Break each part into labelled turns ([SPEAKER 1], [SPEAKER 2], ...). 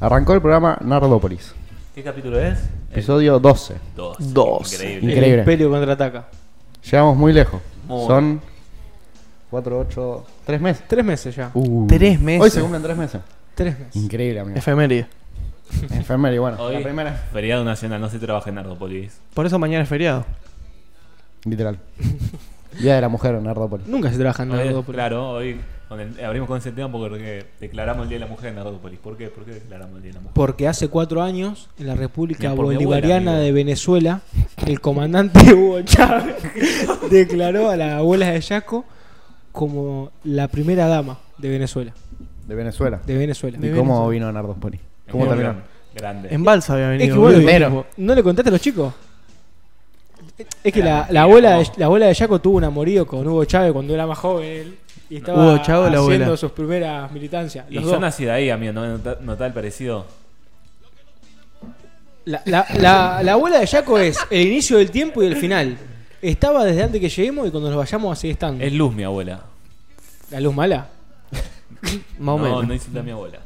[SPEAKER 1] Arrancó el programa Nardópolis,
[SPEAKER 2] ¿Qué capítulo es?
[SPEAKER 1] episodio 12.
[SPEAKER 2] Dos.
[SPEAKER 3] Dos.
[SPEAKER 2] Increíble.
[SPEAKER 1] Increíble.
[SPEAKER 3] El Imperio contraataca.
[SPEAKER 1] Llegamos muy lejos.
[SPEAKER 2] Muy.
[SPEAKER 1] Son 4, 8, 3 meses.
[SPEAKER 3] Tres meses ya.
[SPEAKER 4] Tres meses.
[SPEAKER 1] uh. Hoy se cumplen 3 meses.
[SPEAKER 3] Tres meses.
[SPEAKER 1] Increíble, amigo.
[SPEAKER 4] Efeméride.
[SPEAKER 1] Enfermería, bueno,
[SPEAKER 2] Hoy-
[SPEAKER 1] la primera.
[SPEAKER 2] Feriado nacional, no se trabaja en Nardópolis.
[SPEAKER 4] Por eso mañana es feriado.
[SPEAKER 1] Literal. Día de la mujer en Nardópolis.
[SPEAKER 3] Nunca se trabaja en
[SPEAKER 2] Hoy-
[SPEAKER 3] Nardópolis.
[SPEAKER 2] Claro, hoy con el- abrimos con ese tema porque declaramos el Día de la Mujer en Nardópolis. ¿Por qué? ¿Por qué declaramos el Día de la Mujer?
[SPEAKER 3] Porque hace cuatro años, en la República
[SPEAKER 2] Bien por mi
[SPEAKER 3] Bolivariana
[SPEAKER 2] abuela, amigo.
[SPEAKER 3] de Venezuela, el comandante Hugo Chávez declaró a las abuelas de Yaco como la primera dama de Venezuela.
[SPEAKER 1] De Venezuela.
[SPEAKER 3] De Venezuela.
[SPEAKER 1] ¿Y cómo vino Nardópolis? ¿Cómo
[SPEAKER 2] En
[SPEAKER 1] terminó?
[SPEAKER 2] Grande.
[SPEAKER 4] En Balsa había venido.
[SPEAKER 3] Es que bueno,
[SPEAKER 4] boludo.
[SPEAKER 1] Pero-
[SPEAKER 3] ¿No le contaste a los chicos? Es que la,
[SPEAKER 2] Era
[SPEAKER 3] la
[SPEAKER 2] mentira,
[SPEAKER 3] abuela de,
[SPEAKER 2] ¿cómo?
[SPEAKER 3] la abuela de Yaco tuvo un amorío con Hugo Chávez cuando era más joven él, y estaba
[SPEAKER 4] Hugo Chávez o la
[SPEAKER 3] haciendo
[SPEAKER 4] abuela.
[SPEAKER 3] sus primeras militancias.
[SPEAKER 2] y
[SPEAKER 3] los
[SPEAKER 2] yo
[SPEAKER 3] dos.
[SPEAKER 2] nací de ahí, amigo, ¿no, no, notá el parecido?
[SPEAKER 3] La, la- la- la abuela de Yaco es el inicio del tiempo y el final. Estaba desde antes que lleguemos y cuando nos vayamos así estando.
[SPEAKER 2] Es Luz, mi abuela.
[SPEAKER 3] ¿La luz mala?
[SPEAKER 4] Más
[SPEAKER 2] no,
[SPEAKER 4] o menos.
[SPEAKER 2] no insulta a mi abuela.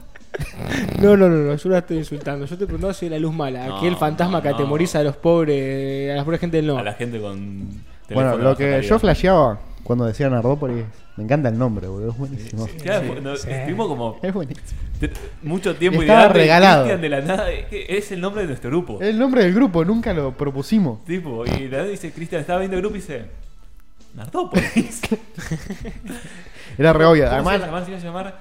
[SPEAKER 3] No, no, no, no, yo no la estoy insultando. Yo te preguntaba si la luz mala.
[SPEAKER 2] No,
[SPEAKER 3] aquel fantasma que
[SPEAKER 2] no.
[SPEAKER 3] atemoriza a los pobres, a la pobre gente del no.
[SPEAKER 2] A la gente con. teléfono
[SPEAKER 1] Bueno,
[SPEAKER 2] de
[SPEAKER 1] lo
[SPEAKER 2] baja
[SPEAKER 1] que
[SPEAKER 2] calidad.
[SPEAKER 1] yo flasheaba cuando decía Nardópolis, me encanta el nombre, boludo, es buenísimo.
[SPEAKER 2] Claro, porque no- estuvimos como
[SPEAKER 1] Es buenísimo.
[SPEAKER 2] te- mucho tiempo
[SPEAKER 1] Estaba
[SPEAKER 2] ideando y
[SPEAKER 1] regalado.
[SPEAKER 2] Cristian de la nada. Es, que es el nombre de nuestro grupo.
[SPEAKER 1] El nombre del grupo nunca lo propusimos.
[SPEAKER 2] Tipo, y de la nada dice Cristian, estaba viendo el grupo y dice. Nardópolis.
[SPEAKER 1] Era re obvio.
[SPEAKER 2] ¿Cómo se
[SPEAKER 1] Además,
[SPEAKER 2] llama? se iba a llamar?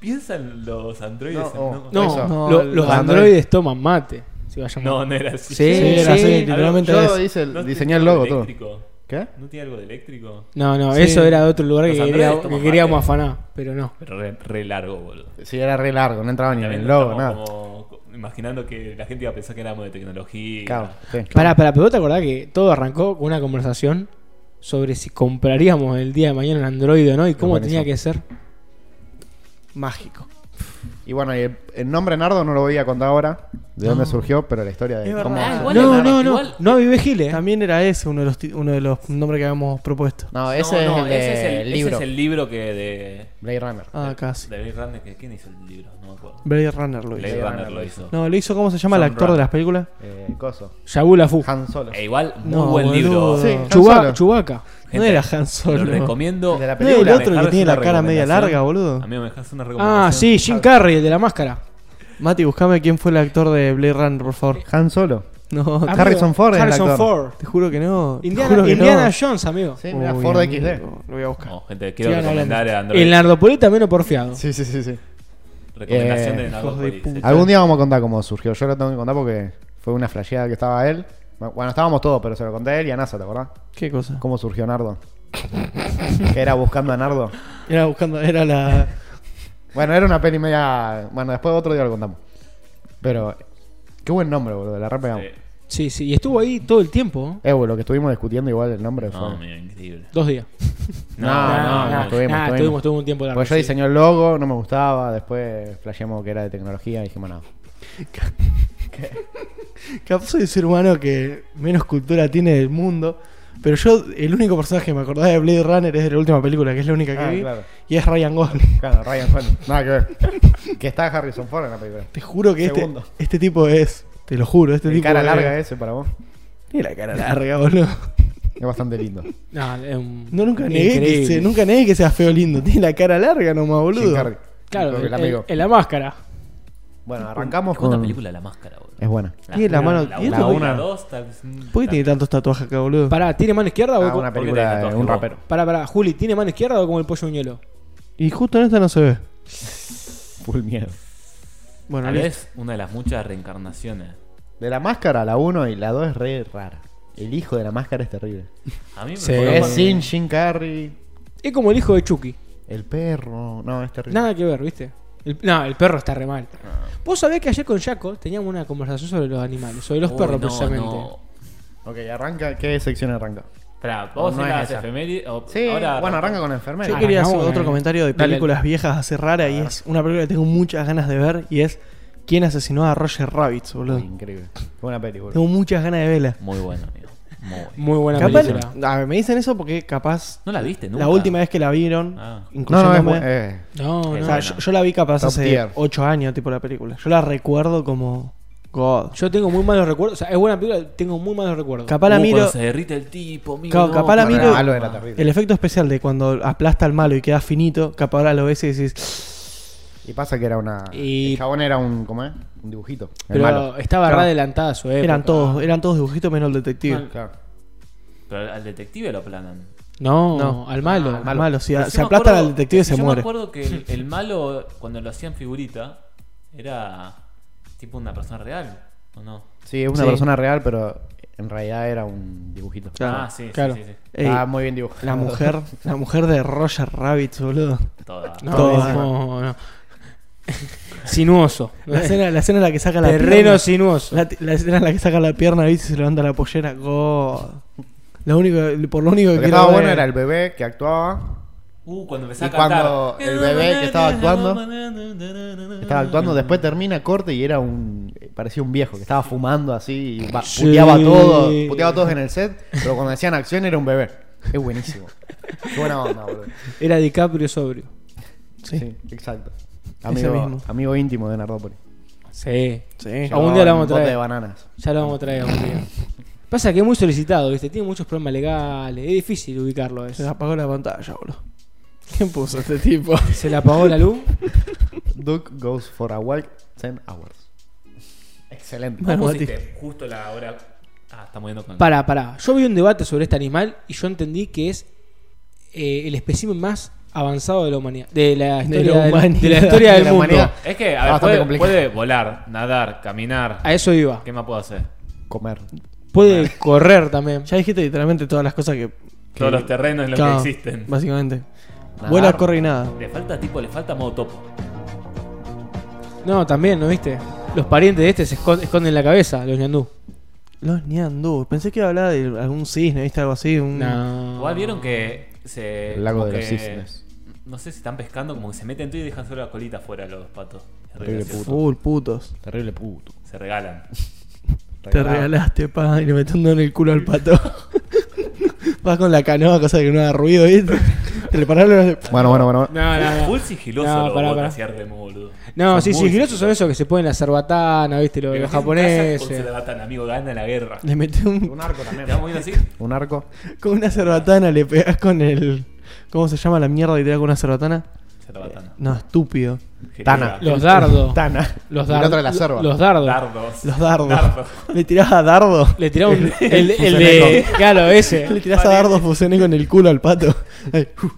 [SPEAKER 2] Piensan los androides.
[SPEAKER 1] No,
[SPEAKER 2] en-
[SPEAKER 1] oh.
[SPEAKER 3] no,
[SPEAKER 1] Eso.
[SPEAKER 3] no,
[SPEAKER 4] No,
[SPEAKER 3] lo- los
[SPEAKER 4] los
[SPEAKER 3] androides toman mate. Se va a llamar.
[SPEAKER 2] No, no era así.
[SPEAKER 4] Sí,
[SPEAKER 3] Sí,
[SPEAKER 4] era
[SPEAKER 3] sí.
[SPEAKER 4] así,
[SPEAKER 3] Algo-
[SPEAKER 4] literalmente era
[SPEAKER 1] yo
[SPEAKER 4] así.
[SPEAKER 1] hice
[SPEAKER 2] ¿No
[SPEAKER 1] el,
[SPEAKER 2] tiene
[SPEAKER 1] diseñé el
[SPEAKER 2] algo
[SPEAKER 1] logo
[SPEAKER 2] de
[SPEAKER 1] todo.
[SPEAKER 2] eléctrico?
[SPEAKER 1] ¿Qué?
[SPEAKER 2] ¿No tiene algo de eléctrico?
[SPEAKER 3] No, no,
[SPEAKER 4] Sí.
[SPEAKER 3] eso era de otro lugar que,
[SPEAKER 2] Los androides
[SPEAKER 3] quería-
[SPEAKER 2] toman
[SPEAKER 3] que queríamos
[SPEAKER 2] mate.
[SPEAKER 3] afanar, pero no.
[SPEAKER 2] Pero re, re largo, boludo.
[SPEAKER 1] Sí, era re largo, no entraba ni en
[SPEAKER 2] También
[SPEAKER 1] el logo,
[SPEAKER 2] estamos
[SPEAKER 1] nada.
[SPEAKER 2] como co- imaginando que la gente iba a pensar que éramos de tecnología.
[SPEAKER 1] Claro, sí.
[SPEAKER 3] Pará, pará, pero vos te acordás que todo arrancó con una conversación sobre si compraríamos el día de mañana un androide o no y cómo
[SPEAKER 1] buenísimo.
[SPEAKER 3] tenía que ser.
[SPEAKER 4] Mágico.
[SPEAKER 1] Y bueno, y el, el nombre Nardo no lo voy a contar ahora, de dónde surgió, pero la historia de
[SPEAKER 4] Es
[SPEAKER 1] cómo.
[SPEAKER 4] verdad,
[SPEAKER 1] se-
[SPEAKER 4] igual-
[SPEAKER 3] no,
[SPEAKER 4] era-
[SPEAKER 3] no, no,
[SPEAKER 4] igual-
[SPEAKER 3] no avivé Giles. ¿eh?
[SPEAKER 4] También era ese uno de los, ti- uno de los nombres que habíamos propuesto.
[SPEAKER 1] No, ese
[SPEAKER 2] No, no,
[SPEAKER 1] es el, de
[SPEAKER 2] ese es el
[SPEAKER 1] libro.
[SPEAKER 2] Ese es el libro que de.
[SPEAKER 1] Blade Runner.
[SPEAKER 4] Ah, casi.
[SPEAKER 2] David Runner, que, ¿quién hizo el libro? No me acuerdo.
[SPEAKER 4] Blade Runner lo hizo.
[SPEAKER 2] Blade
[SPEAKER 1] Runner
[SPEAKER 2] Runner
[SPEAKER 1] lo
[SPEAKER 2] lo hizo.
[SPEAKER 4] No, lo hizo, ¿cómo se llama el
[SPEAKER 2] John
[SPEAKER 4] actor de
[SPEAKER 2] Runner.
[SPEAKER 4] las películas?
[SPEAKER 1] Eh, coso.
[SPEAKER 3] Yabula Fu.
[SPEAKER 1] Han Solo.
[SPEAKER 2] E igual, muy
[SPEAKER 4] No,
[SPEAKER 2] buen libro.
[SPEAKER 4] boludo. Sí.
[SPEAKER 1] Han Solo.
[SPEAKER 3] Chuba- Chubaca.
[SPEAKER 2] Gente,
[SPEAKER 4] no era Han Solo.
[SPEAKER 2] Lo recomiendo.
[SPEAKER 1] El de la
[SPEAKER 4] No, el
[SPEAKER 1] película.
[SPEAKER 4] otro que
[SPEAKER 2] Dejarles
[SPEAKER 4] tiene la
[SPEAKER 2] una
[SPEAKER 4] cara media
[SPEAKER 2] recomendación.
[SPEAKER 4] larga, boludo.
[SPEAKER 2] Amigo, me dejas una recomendación.
[SPEAKER 3] Ah, sí, Jim Carrey, el de la máscara.
[SPEAKER 4] Mati, buscame quién fue el actor de Blade Runner, por favor.
[SPEAKER 1] Han Solo.
[SPEAKER 4] No,
[SPEAKER 3] Amigo,
[SPEAKER 1] Harrison Ford era el
[SPEAKER 3] Harrison
[SPEAKER 1] actor.
[SPEAKER 3] Ford.
[SPEAKER 4] te juro que no. te
[SPEAKER 3] Indiana,
[SPEAKER 4] juro que
[SPEAKER 3] Indiana
[SPEAKER 4] no.
[SPEAKER 3] Jones, amigo.
[SPEAKER 1] Sí, mira,
[SPEAKER 4] Uy,
[SPEAKER 1] Ford
[SPEAKER 4] amigo,
[SPEAKER 1] XD.
[SPEAKER 4] Lo voy a buscar.
[SPEAKER 2] No, gente, quiero
[SPEAKER 3] Sigan
[SPEAKER 2] recomendar a
[SPEAKER 3] hablando.
[SPEAKER 2] Android.
[SPEAKER 3] El Nardopoli también lo porfiado.
[SPEAKER 1] Sí, sí, sí, sí.
[SPEAKER 2] Recomendación
[SPEAKER 1] Eh,
[SPEAKER 2] de
[SPEAKER 4] hijos de
[SPEAKER 2] Nardópolis.
[SPEAKER 4] puta.
[SPEAKER 1] Algún día vamos a contar cómo surgió. Yo lo tengo que contar porque fue una flasheada que estaba él. Bueno, estábamos todos, pero se lo conté a él y a NASA, ¿te acordás?
[SPEAKER 4] ¿Qué cosa?
[SPEAKER 1] ¿Cómo surgió Nardo? Que era buscando a Nardo.
[SPEAKER 4] Era buscando, era la.
[SPEAKER 1] Bueno, era una peli media. Bueno, después otro día lo contamos. Pero. Qué buen nombre, boludo. La repegamos.
[SPEAKER 2] Sí.
[SPEAKER 3] Sí, sí, y estuvo ahí todo el tiempo. ¿eh?
[SPEAKER 1] Eh, boludo, lo que estuvimos discutiendo igual el nombre fue.
[SPEAKER 2] No, amigo, increíble.
[SPEAKER 3] Dos días.
[SPEAKER 1] No, no, no, estuvimos,
[SPEAKER 2] no.
[SPEAKER 3] Nah,
[SPEAKER 1] estuvimos.
[SPEAKER 3] Ah, estuvimos, estuvimos un tiempo largo.
[SPEAKER 1] Porque yo
[SPEAKER 3] sí.
[SPEAKER 1] diseñó el logo, no me gustaba. Después flasheamos que era de tecnología y dijimos, no.
[SPEAKER 4] Capaz soy el ser humano que menos cultura tiene del mundo. Pero yo, el único personaje que me acordaba de Blade Runner es de la última película, que es la única que
[SPEAKER 1] Ah,
[SPEAKER 4] vi.
[SPEAKER 1] claro.
[SPEAKER 4] Y es Ryan Gosling.
[SPEAKER 1] Claro, Ryan Ford. Nada que ver. Que está Harrison Ford en la película.
[SPEAKER 4] Te juro que este,
[SPEAKER 1] Segundo.
[SPEAKER 4] este tipo es. Te lo juro, este
[SPEAKER 1] El
[SPEAKER 4] tipo
[SPEAKER 1] cara
[SPEAKER 4] es-
[SPEAKER 1] larga eh. ese para vos.
[SPEAKER 4] Tiene la cara larga, boludo.
[SPEAKER 1] Es bastante lindo.
[SPEAKER 3] No, es un-
[SPEAKER 4] No, nunca negué, que
[SPEAKER 3] increíble.
[SPEAKER 4] se- nunca negué que sea feo lindo. Tiene la cara larga nomás,
[SPEAKER 1] Jim
[SPEAKER 4] boludo.
[SPEAKER 1] Carrey.
[SPEAKER 3] Claro,
[SPEAKER 1] Porque el
[SPEAKER 3] en-
[SPEAKER 1] amigo.
[SPEAKER 3] en la máscara.
[SPEAKER 1] Bueno, arrancamos
[SPEAKER 2] Qué buena
[SPEAKER 1] con.
[SPEAKER 2] película La Máscara, boludo.
[SPEAKER 1] Es buena.
[SPEAKER 4] Tiene la mano-
[SPEAKER 2] La
[SPEAKER 4] tiene
[SPEAKER 2] una,
[SPEAKER 1] la
[SPEAKER 2] la
[SPEAKER 1] una.
[SPEAKER 2] dos, tal vez, mm,
[SPEAKER 4] ¿Por qué tiene tantos tatuajes acá, boludo?
[SPEAKER 3] Pará, ¿tiene mano izquierda o
[SPEAKER 1] Ah, una
[SPEAKER 2] ¿por qué
[SPEAKER 1] película
[SPEAKER 2] tenés
[SPEAKER 1] de
[SPEAKER 2] tatuaje
[SPEAKER 1] un
[SPEAKER 2] vos?
[SPEAKER 1] rapero.
[SPEAKER 3] Pará, pará, Juli, ¿tiene mano izquierda o como el pollo uñuelo?
[SPEAKER 4] Y justo en esta no se ve.
[SPEAKER 1] Full miedo.
[SPEAKER 4] Bueno,
[SPEAKER 2] Tal
[SPEAKER 4] listo.
[SPEAKER 2] vez una de las muchas reencarnaciones.
[SPEAKER 1] De la máscara, la 1 y la 2 es re rara. El hijo de la máscara es terrible.
[SPEAKER 2] A mí me
[SPEAKER 3] Sí.
[SPEAKER 2] recordó
[SPEAKER 1] es
[SPEAKER 2] cuando-
[SPEAKER 1] sin Jim Carrey,
[SPEAKER 3] Es como el hijo de Chucky.
[SPEAKER 1] el perro. No, es terrible.
[SPEAKER 3] Nada que ver, ¿viste? El- no, el perro está re mal.
[SPEAKER 2] Ah.
[SPEAKER 3] Vos sabés que ayer con Jaco teníamos una conversación sobre los animales, sobre los
[SPEAKER 2] Uy,
[SPEAKER 3] perros
[SPEAKER 2] no,
[SPEAKER 3] precisamente.
[SPEAKER 2] no.
[SPEAKER 1] Ok, arranca. ¿Qué sección arranca?
[SPEAKER 2] Esperá, vamos
[SPEAKER 1] No
[SPEAKER 2] a ir
[SPEAKER 1] es
[SPEAKER 2] a las
[SPEAKER 1] esa.
[SPEAKER 2] efemérides, o-
[SPEAKER 1] Sí,
[SPEAKER 2] ahora
[SPEAKER 1] bueno, arranca con la enfermera.
[SPEAKER 4] Yo
[SPEAKER 3] Ah,
[SPEAKER 4] quería hacer
[SPEAKER 3] arrancamos,
[SPEAKER 4] otro
[SPEAKER 3] eh.
[SPEAKER 4] comentario de
[SPEAKER 3] Dale.
[SPEAKER 4] películas viejas hace rara y es una película que tengo muchas ganas de ver y es ¿Quién asesinó a Roger Rabbit, boludo?
[SPEAKER 1] Increíble. Fue una peli, boludo.
[SPEAKER 4] Tengo muchas ganas de verla.
[SPEAKER 2] Muy bueno, amigo. Muy.
[SPEAKER 3] Muy buena
[SPEAKER 4] Capaz-
[SPEAKER 3] película.
[SPEAKER 4] a ver, me dicen eso porque capaz
[SPEAKER 2] ¿No la viste nunca?
[SPEAKER 4] la última vez que la vieron,
[SPEAKER 2] Ah.
[SPEAKER 1] No, no,
[SPEAKER 4] incluyéndome,
[SPEAKER 1] es bu- eh,
[SPEAKER 3] No, no.
[SPEAKER 4] o sea,
[SPEAKER 2] buena.
[SPEAKER 4] yo, yo la vi capaz
[SPEAKER 1] Top
[SPEAKER 4] hace
[SPEAKER 1] tier.
[SPEAKER 4] 8 años, tipo la película. Yo la recuerdo como God.
[SPEAKER 3] Yo tengo muy malos recuerdos. O sea, es buena película, tengo muy malos recuerdos.
[SPEAKER 4] Capaz la
[SPEAKER 2] Uh,
[SPEAKER 4] miro,
[SPEAKER 2] cuando se derrite el tipo, amigo,
[SPEAKER 4] Claro,
[SPEAKER 2] no,
[SPEAKER 4] capaz la
[SPEAKER 1] no,
[SPEAKER 4] miro-
[SPEAKER 1] era malo, era terrible.
[SPEAKER 4] el efecto especial de cuando aplasta al malo y queda finito, capaz ahora lo ves y decís,
[SPEAKER 1] Y pasa que era una.
[SPEAKER 3] Y-
[SPEAKER 1] El jabón era un. ¿Cómo es? Un dibujito. El
[SPEAKER 3] Pero
[SPEAKER 1] malo.
[SPEAKER 3] estaba
[SPEAKER 1] Claro.
[SPEAKER 3] re adelantada a su
[SPEAKER 2] Eh,
[SPEAKER 3] época.
[SPEAKER 4] eran todos, eran todos dibujitos menos el detective.
[SPEAKER 2] Mal-
[SPEAKER 1] Claro.
[SPEAKER 2] Pero al detective lo aplanan.
[SPEAKER 3] No,
[SPEAKER 4] No. Ah,
[SPEAKER 3] al malo.
[SPEAKER 4] Al malo, si,
[SPEAKER 2] Pero yo
[SPEAKER 4] si
[SPEAKER 2] me
[SPEAKER 4] aplastan
[SPEAKER 2] acuerdo-
[SPEAKER 4] al detective se
[SPEAKER 2] yo
[SPEAKER 4] muere.
[SPEAKER 2] me acuerdo que el, el malo, cuando lo hacían figurita, era tipo una persona real, ¿o no?
[SPEAKER 1] Sí, es una
[SPEAKER 4] Sí.
[SPEAKER 1] persona real, pero en realidad era un dibujito.
[SPEAKER 4] Claro,
[SPEAKER 2] ah, sí, sí,
[SPEAKER 3] claro.
[SPEAKER 2] sí, sí,
[SPEAKER 4] Ey,
[SPEAKER 1] Estaba muy bien dibujado.
[SPEAKER 4] la mujer, la mujer de Roger Rabbit, boludo.
[SPEAKER 2] Toda.
[SPEAKER 3] No,
[SPEAKER 4] Todas.
[SPEAKER 3] no, no. Sinuoso.
[SPEAKER 4] La escena, la escena en la que saca la
[SPEAKER 3] Terreno
[SPEAKER 4] pierna.
[SPEAKER 3] sinuoso.
[SPEAKER 4] La, la escena en la que saca la pierna ¿viste? y se levanta la pollera. God. Lo único, por lo único que
[SPEAKER 1] Lo que
[SPEAKER 4] quiero
[SPEAKER 1] estaba
[SPEAKER 4] ver-
[SPEAKER 1] bueno era el bebé que actuaba.
[SPEAKER 2] Uh, cuando empezaba
[SPEAKER 1] Y
[SPEAKER 2] a cantar.
[SPEAKER 1] cuando el bebé que estaba actuando- Estaba
[SPEAKER 3] Ah.
[SPEAKER 1] actuando, después termina corte y era un. Parecía un viejo que estaba fumando así y va-
[SPEAKER 3] Sí.
[SPEAKER 1] puteaba todo. Puteaba a todos en el set, pero cuando hacían acción era un bebé. Es buenísimo. Qué buena onda, boludo.
[SPEAKER 3] Era DiCaprio sobrio.
[SPEAKER 1] Sí,
[SPEAKER 4] Sí.
[SPEAKER 1] exacto.
[SPEAKER 4] Ese
[SPEAKER 1] Amigo,
[SPEAKER 4] mismo.
[SPEAKER 1] amigo íntimo de Nardópolis.
[SPEAKER 3] Sí.
[SPEAKER 4] Sí.
[SPEAKER 3] Algún día la
[SPEAKER 1] Llevaba
[SPEAKER 3] vamos a
[SPEAKER 1] un bote
[SPEAKER 3] traer.
[SPEAKER 1] de bananas.
[SPEAKER 3] Ya lo vamos a traer algún día. Pasa que es muy solicitado, ¿viste? Tiene muchos problemas legales. Es difícil ubicarlo
[SPEAKER 4] Se le
[SPEAKER 3] eso.
[SPEAKER 4] apagó la pantalla, boludo. ¿Quién puso este tipo?
[SPEAKER 3] Se le apagó la luz.
[SPEAKER 1] Duke goes for a walk 10 hours. Excelente.
[SPEAKER 2] ¿Vos
[SPEAKER 4] Bueno,
[SPEAKER 2] pusiste justo la hora. Ah, está moviendo con.
[SPEAKER 3] Pará, pará. Yo vi un debate sobre este animal y yo entendí que es eh, el espécimen más avanzado de la humanidad. De la
[SPEAKER 4] De la
[SPEAKER 3] historia del-
[SPEAKER 4] humanidad.
[SPEAKER 3] de la historia
[SPEAKER 1] De
[SPEAKER 3] del
[SPEAKER 1] la
[SPEAKER 3] mundo.
[SPEAKER 1] humanidad.
[SPEAKER 2] Es que, a ver,
[SPEAKER 1] Bastante
[SPEAKER 2] puede,
[SPEAKER 1] complicado.
[SPEAKER 2] puede volar, nadar, caminar.
[SPEAKER 3] A eso iba.
[SPEAKER 2] ¿Qué más puedo hacer?
[SPEAKER 1] Comer.
[SPEAKER 3] Puede correr también.
[SPEAKER 4] Ya dijiste literalmente todas las cosas que.
[SPEAKER 2] Todos los terrenos en los
[SPEAKER 4] Claro,
[SPEAKER 2] que existen.
[SPEAKER 4] Básicamente.
[SPEAKER 1] Nadar.
[SPEAKER 4] Vuela, corre y nada.
[SPEAKER 2] Le falta tipo, le falta modo topo.
[SPEAKER 3] No, también, ¿no viste? Los parientes de este se escon- esconden la cabeza, los ñandú.
[SPEAKER 4] Los ñandú. Pensé que iba a hablar de algún cisne, ¿viste? Algo así. Un...
[SPEAKER 3] No.
[SPEAKER 2] Igual vieron que se.
[SPEAKER 1] El lago
[SPEAKER 2] como
[SPEAKER 1] de los
[SPEAKER 2] que-
[SPEAKER 1] cisnes.
[SPEAKER 2] No sé si están pescando, como que se meten todo y dejan solo la colita fuera los patos. Es re
[SPEAKER 1] Horrible
[SPEAKER 2] gracioso.
[SPEAKER 4] Full putos.
[SPEAKER 1] Terrible puto.
[SPEAKER 2] Se regalan.
[SPEAKER 4] Te regalaste, pa. Y le metí un dedo en el culo al pato. Vas con la canoa, cosa que no haga ruido, ¿viste? Te le parás los-
[SPEAKER 1] Ah. Bueno, bueno, bueno. bueno.
[SPEAKER 3] No, no, no.
[SPEAKER 2] Full sigiloso
[SPEAKER 3] No,
[SPEAKER 2] los
[SPEAKER 3] pará,
[SPEAKER 2] botas
[SPEAKER 3] pará.
[SPEAKER 2] hacia Remo, boludo.
[SPEAKER 3] No,
[SPEAKER 2] Son
[SPEAKER 3] sí,
[SPEAKER 2] muy
[SPEAKER 3] sí, girosos son esos que se ponen la cerbatana, ¿viste? Los,
[SPEAKER 2] Pero
[SPEAKER 3] los
[SPEAKER 2] si en casa Con
[SPEAKER 3] japoneses. eh,
[SPEAKER 2] Cerbatana, amigo, gana la guerra.
[SPEAKER 4] Le metí un...
[SPEAKER 1] Un arco
[SPEAKER 2] Te
[SPEAKER 1] también.
[SPEAKER 2] vamos moviendo así.
[SPEAKER 1] Un arco.
[SPEAKER 4] con una cerbatana, le pegás con el. ¿Cómo se llama la mierda que te da con una cerbatana?
[SPEAKER 2] Cerbatana.
[SPEAKER 4] No, estúpido.
[SPEAKER 1] Tana.
[SPEAKER 3] Los dardos.
[SPEAKER 1] Tana.
[SPEAKER 3] Los
[SPEAKER 1] Y el otro de la
[SPEAKER 3] dardos.
[SPEAKER 1] cerva.
[SPEAKER 3] Los dardos.
[SPEAKER 2] Dardos.
[SPEAKER 4] Los dardos.
[SPEAKER 2] Dardos.
[SPEAKER 4] Le tirás a dardo.
[SPEAKER 3] Le tiraron un- el, el de. Claro,
[SPEAKER 4] Le
[SPEAKER 3] ese.
[SPEAKER 4] tirás a dardo fusioné con el culo al pato. Ay, uh.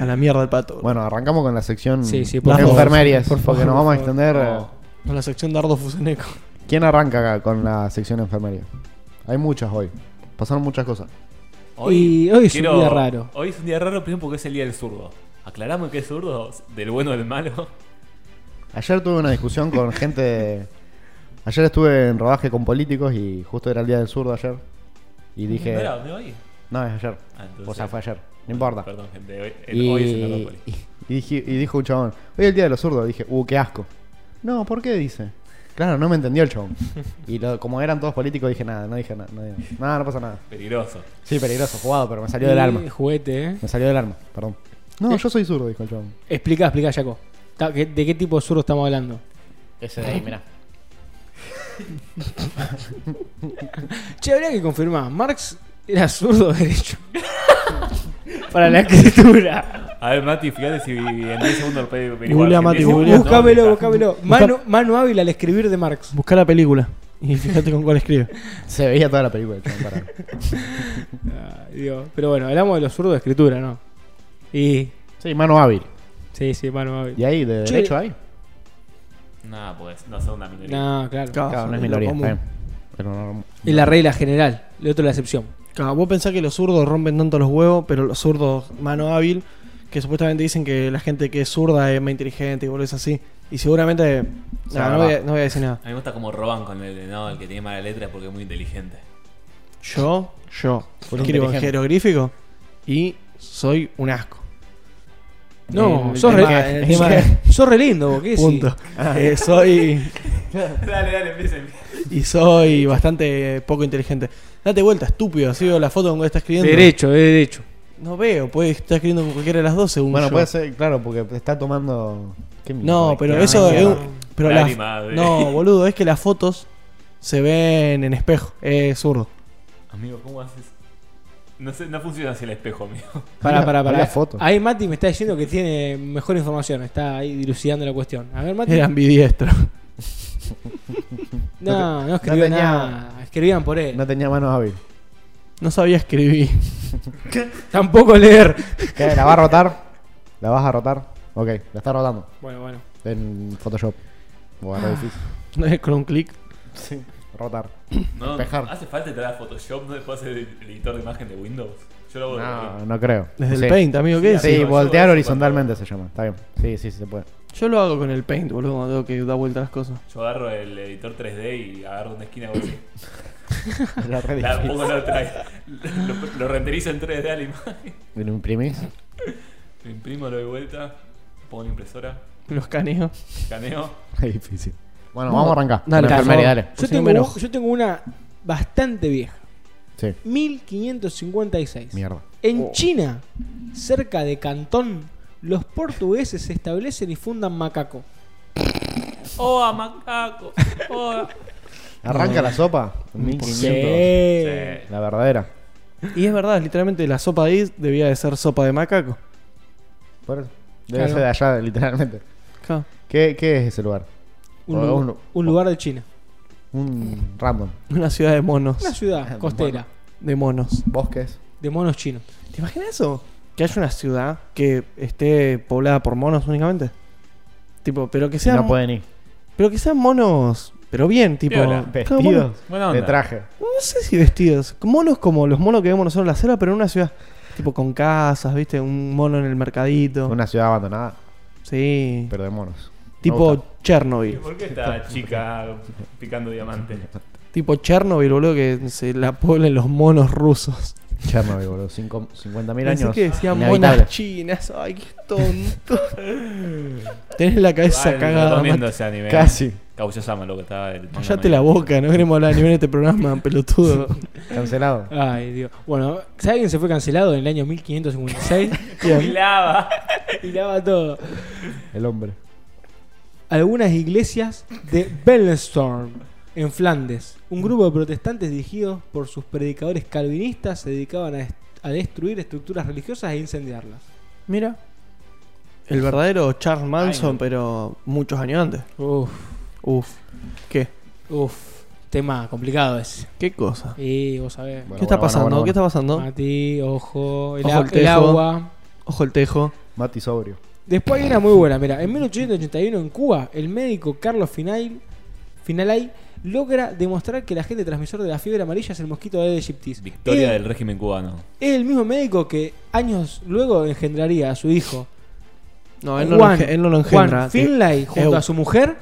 [SPEAKER 4] A la mierda al pato.
[SPEAKER 1] Bueno, arrancamos con la sección
[SPEAKER 3] Sí, sí, por
[SPEAKER 1] de
[SPEAKER 4] favor.
[SPEAKER 1] enfermerías.
[SPEAKER 4] Por favor,
[SPEAKER 1] porque nos vamos a
[SPEAKER 4] por favor.
[SPEAKER 1] extender.
[SPEAKER 2] No.
[SPEAKER 1] eh,
[SPEAKER 4] Con la sección dardo fusioné con-
[SPEAKER 1] ¿Quién arranca acá con la sección de enfermería? Hay muchas hoy. Pasaron muchas cosas.
[SPEAKER 3] Y hoy es un día raro.
[SPEAKER 2] Hoy es un día raro, primero porque es el día del zurdo. Aclaramos que es zurdo, del bueno o del malo.
[SPEAKER 1] Ayer tuve una discusión con gente. de- Ayer estuve en rodaje con políticos y justo era el día del zurdo ayer. Y
[SPEAKER 2] ¿No
[SPEAKER 1] dije.
[SPEAKER 2] era de hoy?
[SPEAKER 1] No, es ayer.
[SPEAKER 2] Ah, entonces-
[SPEAKER 1] O sea, fue ayer. No importa.
[SPEAKER 2] Perdón, gente. Hoy, el-
[SPEAKER 1] Y,
[SPEAKER 2] hoy es el Metrópolis.
[SPEAKER 1] y dije- y dijo un chabón, hoy es el día de los zurdos. Dije, uh, qué asco. No, ¿por qué dice? Claro, no me entendió el chabón. Y lo- como eran todos políticos, dije nada, no dije nada. No, digo nada, no pasa nada.
[SPEAKER 2] Peligroso.
[SPEAKER 1] Sí, peligroso, jugado, pero me salió del alma.
[SPEAKER 3] Y Juguete, ¿eh?
[SPEAKER 1] Me salió del alma, perdón. No, yo soy zurdo, dijo el chabón.
[SPEAKER 3] Explica, explica, Jaco. Ta- ¿qué- ¿De qué tipo de zurdo estamos hablando?
[SPEAKER 1] Ese de ahí, mirá.
[SPEAKER 3] Che, habría que confirmar. Marx era zurdo derecho. Para la escritura.
[SPEAKER 2] A ver, Mati, fíjate si en 10 segundos lo pedí
[SPEAKER 4] Googlea, Mati, googlea.
[SPEAKER 3] Buscámelo, buscámelo. Mano, mano hábil al escribir de Marx.
[SPEAKER 4] Buscá la película. Y fíjate con cuál escribe.
[SPEAKER 1] Se veía toda la película, el chabón, para.
[SPEAKER 3] Ay, Dios. Pero bueno, hablamos de los zurdos de escritura, ¿no? Y.
[SPEAKER 1] Sí, mano hábil.
[SPEAKER 3] Sí, sí, mano hábil.
[SPEAKER 1] ¿Y ahí, de
[SPEAKER 3] Che.
[SPEAKER 1] derecho ahí?
[SPEAKER 2] No, pues, no son una minoría.
[SPEAKER 3] No, claro.
[SPEAKER 1] Claro, no es
[SPEAKER 4] lo
[SPEAKER 1] minoría,
[SPEAKER 4] común.
[SPEAKER 1] está bien. Pero no-
[SPEAKER 3] Es la regla general. Lo otro es la excepción.
[SPEAKER 4] Claro, vos pensás que los zurdos rompen tanto los huevos, pero los zurdos mano hábil, que supuestamente dicen que la gente que es zurda es más inteligente y boludo así. Y seguramente.
[SPEAKER 1] O sea,
[SPEAKER 4] Nah, no,
[SPEAKER 1] va.
[SPEAKER 4] voy a, no voy a decir nada.
[SPEAKER 2] A mí me gusta como roban con el de, no, el que tiene mala letra es porque es muy inteligente.
[SPEAKER 4] Yo, yo,
[SPEAKER 1] Full
[SPEAKER 4] escribo en
[SPEAKER 1] inteligente.
[SPEAKER 4] jeroglífico y soy un asco.
[SPEAKER 3] No,
[SPEAKER 4] El
[SPEAKER 3] sos,
[SPEAKER 4] tema-
[SPEAKER 3] re,
[SPEAKER 4] el tema-
[SPEAKER 1] Ah,
[SPEAKER 3] sos re lindo, vos. ¿qué decís?
[SPEAKER 4] Punto. Eh, soy.
[SPEAKER 2] dale, dale, empieza. empieza.
[SPEAKER 4] y soy bastante poco inteligente. Date vuelta, estúpido. Así veo la foto donde está escribiendo.
[SPEAKER 3] Derecho, es derecho.
[SPEAKER 4] No veo, puede estar escribiendo con cualquiera de las dos según
[SPEAKER 1] Bueno,
[SPEAKER 4] yo.
[SPEAKER 1] puede ser, claro, porque está tomando. ¿Qué
[SPEAKER 4] No,
[SPEAKER 1] mierda?
[SPEAKER 4] pero
[SPEAKER 1] Ah,
[SPEAKER 4] eso
[SPEAKER 1] mierda.
[SPEAKER 4] es un- pero la-
[SPEAKER 2] Lágrima de-
[SPEAKER 4] No, boludo, es que las fotos se ven en espejo. Es zurdo.
[SPEAKER 2] Amigo, ¿cómo haces? No, sé, no funciona así el espejo, amigo.
[SPEAKER 3] Para,
[SPEAKER 1] Mira,
[SPEAKER 3] para, para.
[SPEAKER 1] mira foto.
[SPEAKER 3] Ahí Mati me está diciendo que tiene mejor información. Está ahí dilucidando la cuestión. A ver, Mati.
[SPEAKER 4] Era ambidiestro.
[SPEAKER 3] No, no escribió
[SPEAKER 1] tenía-
[SPEAKER 3] nada. Escribían por él.
[SPEAKER 1] No tenía manos hábiles.
[SPEAKER 4] No sabía escribir.
[SPEAKER 3] Tampoco leer.
[SPEAKER 1] ¿Qué? ¿La va a rotar? ¿La vas a rotar? Ok, la está rotando
[SPEAKER 3] Bueno, bueno.
[SPEAKER 1] en Photoshop. Bueno, difícil.
[SPEAKER 4] Con un clic.
[SPEAKER 1] Sí, rotar.
[SPEAKER 2] No,
[SPEAKER 1] Espejar.
[SPEAKER 2] hace falta entrar a Photoshop, no después hacer el editor de imagen de Windows. Yo lo hago
[SPEAKER 1] No,
[SPEAKER 2] de
[SPEAKER 1] no creo.
[SPEAKER 4] Desde
[SPEAKER 1] Sí.
[SPEAKER 4] el paint, amigo, ¿qué
[SPEAKER 2] Sí,
[SPEAKER 4] es?
[SPEAKER 1] Sí,
[SPEAKER 2] Yo-
[SPEAKER 1] voltear
[SPEAKER 2] yo-
[SPEAKER 1] horizontalmente se llama. Está bien. Sí, sí, sí se puede.
[SPEAKER 4] Yo lo hago con el paint, boludo, cuando tengo que dar vuelta las cosas.
[SPEAKER 2] Yo agarro el editor 3D y agarro una esquina así.
[SPEAKER 1] Era re
[SPEAKER 2] La
[SPEAKER 1] difícil.
[SPEAKER 2] pongo en otra. Lo, lo renderizo en 3D a la imagen.
[SPEAKER 1] ¿Y ¿Lo imprimís?
[SPEAKER 2] Lo imprimo, lo doy vuelta. Pongo una impresora.
[SPEAKER 4] Lo escaneo.
[SPEAKER 2] Escaneo.
[SPEAKER 1] Es difícil. Bueno,
[SPEAKER 4] No,
[SPEAKER 1] vamos a arrancar. Con
[SPEAKER 4] dale,
[SPEAKER 1] la
[SPEAKER 4] por
[SPEAKER 1] enfermería,
[SPEAKER 4] favor.
[SPEAKER 1] dale.
[SPEAKER 3] Yo
[SPEAKER 4] si no
[SPEAKER 3] tengo,
[SPEAKER 4] me enojo.
[SPEAKER 3] yo tengo una bastante vieja.
[SPEAKER 1] Sí,
[SPEAKER 3] 1556.
[SPEAKER 1] mierda.
[SPEAKER 3] En
[SPEAKER 4] Oh.
[SPEAKER 3] China, cerca de Cantón, los portugueses se establecen y fundan Macaco.
[SPEAKER 2] ¡Oh, a macaco! ¡Oh!
[SPEAKER 1] Arranca la sopa. 1500.
[SPEAKER 3] Sí.
[SPEAKER 1] La verdadera.
[SPEAKER 4] Y es verdad, literalmente la sopa de ahí debía de ser sopa de macaco.
[SPEAKER 1] Por eso. Debe
[SPEAKER 3] Claro.
[SPEAKER 1] ser de allá, literalmente.
[SPEAKER 4] Acá.
[SPEAKER 1] ¿Qué, qué es ese lugar?
[SPEAKER 3] Un,
[SPEAKER 1] O
[SPEAKER 3] lu-
[SPEAKER 1] un-
[SPEAKER 3] un lugar de China.
[SPEAKER 1] Un random.
[SPEAKER 4] Una ciudad de monos.
[SPEAKER 3] Una ciudad costera
[SPEAKER 4] De monos.
[SPEAKER 1] Bosques.
[SPEAKER 3] de monos chinos.
[SPEAKER 4] ¿Te imaginas eso? Que haya una ciudad que esté poblada por monos únicamente. Tipo, pero que sean.
[SPEAKER 1] No pueden ir.
[SPEAKER 4] Pero que sean monos. Pero bien, tipo.
[SPEAKER 2] Piola.
[SPEAKER 4] Claro, monos-
[SPEAKER 1] Vestidos.
[SPEAKER 2] Buena onda.
[SPEAKER 1] De traje.
[SPEAKER 4] no sé si vestidos. Monos como los monos que vemos nosotros en la selva, pero en una ciudad. Tipo con casas, ¿viste? Un mono en el mercadito.
[SPEAKER 1] Una ciudad abandonada,
[SPEAKER 4] Sí.
[SPEAKER 1] pero de monos. Me
[SPEAKER 4] tipo
[SPEAKER 1] gusta.
[SPEAKER 4] Chernobyl.
[SPEAKER 2] ¿Por qué esta chica picando diamante?
[SPEAKER 4] Tipo Chernobyl, boludo, que se la poblen los monos rusos.
[SPEAKER 1] Chernobyl, boludo. Cinco- 50.000
[SPEAKER 4] Pensé
[SPEAKER 1] años.
[SPEAKER 4] que decían
[SPEAKER 1] inhabitable.
[SPEAKER 4] monas chinas. Ay, qué tonto. Tenés la cabeza
[SPEAKER 2] Igual,
[SPEAKER 4] cagada.
[SPEAKER 2] recomiendo ese anime.
[SPEAKER 1] Casi.
[SPEAKER 2] Kaguya-sama, lo que estaba el manga
[SPEAKER 4] Cállate la
[SPEAKER 2] medio.
[SPEAKER 4] boca, no queremos hablar ni ver este programa, pelotudo.
[SPEAKER 1] Cancelado.
[SPEAKER 3] Ay, Dios. Bueno, ¿saben quién se fue cancelado en el año 1556?
[SPEAKER 2] Jubilaba.
[SPEAKER 3] y lava todo.
[SPEAKER 1] El hombre.
[SPEAKER 3] Algunas iglesias de Bellenstorm, en Flandes. Un grupo de protestantes dirigidos por sus predicadores calvinistas se dedicaban a, est- a destruir estructuras religiosas e incendiarlas.
[SPEAKER 4] Mira. El verdadero Charles Manson,
[SPEAKER 2] Ay, no.
[SPEAKER 4] pero muchos años antes.
[SPEAKER 3] Uf,
[SPEAKER 4] Uf. ¿Qué?
[SPEAKER 3] uf. Tema complicado ese.
[SPEAKER 4] ¿Qué cosa?
[SPEAKER 3] Y vos sabés.
[SPEAKER 1] Bueno,
[SPEAKER 4] ¿Qué está
[SPEAKER 1] bueno,
[SPEAKER 4] pasando?
[SPEAKER 1] bueno, bueno,
[SPEAKER 4] ¿Qué está pasando?
[SPEAKER 3] Mati, ojo, el,
[SPEAKER 4] Ojo
[SPEAKER 3] a-
[SPEAKER 4] el
[SPEAKER 3] el
[SPEAKER 4] tejo.
[SPEAKER 3] agua.
[SPEAKER 4] Ojo el tejo.
[SPEAKER 1] Mati Sobrio.
[SPEAKER 3] Después hay una muy buena, mira, en 1881 en Cuba, el médico Carlos Final, Finalay logra demostrar que el agente transmisor de la fiebre amarilla es el mosquito de Egyptis.
[SPEAKER 2] Victoria
[SPEAKER 4] Eh.
[SPEAKER 3] Es-
[SPEAKER 2] del régimen cubano.
[SPEAKER 3] Es el mismo médico que años luego engendraría a su hijo.
[SPEAKER 4] No, él no,
[SPEAKER 3] Juan-
[SPEAKER 4] lo, enge- él no lo
[SPEAKER 3] Juan
[SPEAKER 4] engendra.
[SPEAKER 3] Finlay junto
[SPEAKER 4] Eu.
[SPEAKER 3] a su mujer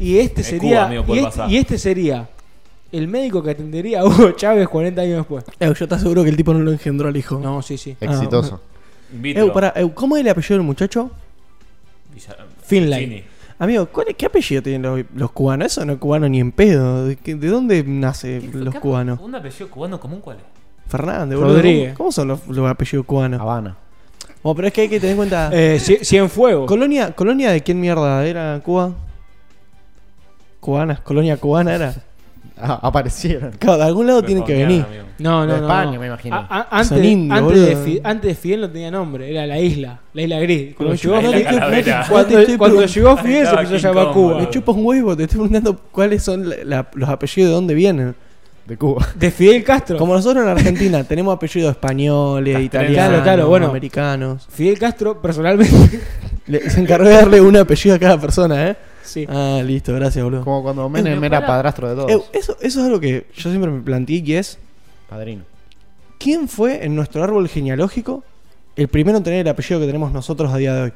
[SPEAKER 3] y este
[SPEAKER 2] Es
[SPEAKER 3] sería
[SPEAKER 2] Cuba, amigo, puede
[SPEAKER 3] y, este,
[SPEAKER 2] pasar.
[SPEAKER 3] y este sería el médico que atendería a Hugo Chávez 40 años después.
[SPEAKER 4] Eu, Eh, yo te aseguro que el tipo no lo engendró al hijo.
[SPEAKER 3] No, sí,
[SPEAKER 4] Ah,
[SPEAKER 3] sí.
[SPEAKER 1] Exitoso.
[SPEAKER 2] In vitro.
[SPEAKER 4] Eu, pará, Eu, ¿cómo es el apellido del muchacho?
[SPEAKER 2] Villa-
[SPEAKER 3] Finlay.
[SPEAKER 2] Chini.
[SPEAKER 4] Amigo, ¿cuál es- ¿qué apellido tienen los, los cubanos? Eso no es cubano ni en pedo. ¿De, qué- de dónde nace
[SPEAKER 2] ¿Qué-
[SPEAKER 4] los
[SPEAKER 2] qué-
[SPEAKER 4] cubanos?
[SPEAKER 2] ¿Un apellido cubano común cuál es?
[SPEAKER 4] Fernández, boludo.
[SPEAKER 3] Rodríguez.
[SPEAKER 4] ¿Cómo, cómo son los, los apellidos cubanos?
[SPEAKER 1] Habana.
[SPEAKER 4] Bueno, pero es que hay que tener en cuenta.
[SPEAKER 3] Eh, Cien- Cienfuegos.
[SPEAKER 4] Colonia, colonia de quién mierda era Cuba? Cubana, colonia cubana era.
[SPEAKER 1] Ah, aparecieron.
[SPEAKER 4] Claro, de algún lado tienen que venir.
[SPEAKER 2] Amigo.
[SPEAKER 3] No, no,
[SPEAKER 1] De
[SPEAKER 3] no.
[SPEAKER 1] España,
[SPEAKER 3] no. Ah,
[SPEAKER 1] me imagino.
[SPEAKER 3] A- a- antes,
[SPEAKER 4] Son
[SPEAKER 3] de-
[SPEAKER 4] indios,
[SPEAKER 3] antes de
[SPEAKER 4] boludo.
[SPEAKER 3] Fi- antes de Fidel no tenía nombre, era la isla, la isla gris.
[SPEAKER 4] Pero
[SPEAKER 3] Cuando llegó,
[SPEAKER 2] yo- La isla
[SPEAKER 3] Fidel-
[SPEAKER 2] Calavera.
[SPEAKER 3] cuando-
[SPEAKER 4] Yo te estoy
[SPEAKER 3] cuando
[SPEAKER 4] pregun-
[SPEAKER 3] llegó Fidel se
[SPEAKER 2] Estaba
[SPEAKER 3] empezó a
[SPEAKER 2] King
[SPEAKER 3] llamar
[SPEAKER 2] Kong,
[SPEAKER 3] Cuba.
[SPEAKER 2] boludo.
[SPEAKER 4] Me chupa un huevo, te estoy preguntando cuáles son la- la- los apellidos de dónde vienen.
[SPEAKER 1] De Cuba.
[SPEAKER 3] De Fidel Castro.
[SPEAKER 4] Como nosotros en Argentina tenemos apellidos españoles, italianos,
[SPEAKER 3] Claro, claro, bueno.
[SPEAKER 4] americanos.
[SPEAKER 3] Fidel Castro, personalmente.
[SPEAKER 4] Le- se encargó de darle un apellido a cada persona, ¿eh?
[SPEAKER 3] sí.
[SPEAKER 4] Ah, listo, gracias, boludo.
[SPEAKER 1] Como cuando Menem
[SPEAKER 2] Pero
[SPEAKER 1] era
[SPEAKER 2] pará.
[SPEAKER 1] padrastro de todos.
[SPEAKER 4] Eh, eso, eso es algo que yo siempre me planteé y es,
[SPEAKER 1] Padrino.
[SPEAKER 4] ¿quién fue en nuestro árbol genealógico el primero en tener el apellido que tenemos nosotros a día de hoy?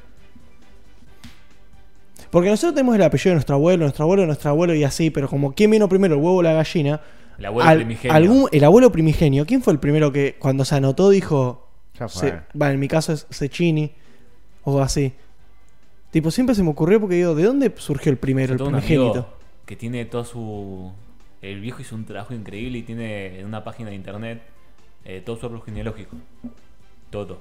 [SPEAKER 4] Porque nosotros tenemos el apellido de nuestro abuelo, nuestro abuelo, nuestro abuelo y así, pero como quién vino primero, el huevo o la gallina,
[SPEAKER 2] El abuelo
[SPEAKER 4] Al-
[SPEAKER 2] primigenio.
[SPEAKER 4] algún- el abuelo primigenio, ¿quién fue el primero que cuando se anotó dijo,
[SPEAKER 1] Ya fue.
[SPEAKER 4] se- va, en mi caso es Cecchini o así? Tipo, siempre se me ocurrió porque digo, ¿de dónde surgió el primero,
[SPEAKER 2] Yo
[SPEAKER 4] el
[SPEAKER 2] tengo un amigo
[SPEAKER 4] primogénito?
[SPEAKER 2] que tiene todo su el viejo hizo un trabajo increíble y tiene en una página de internet eh, todo su árbol genealógico. Todo.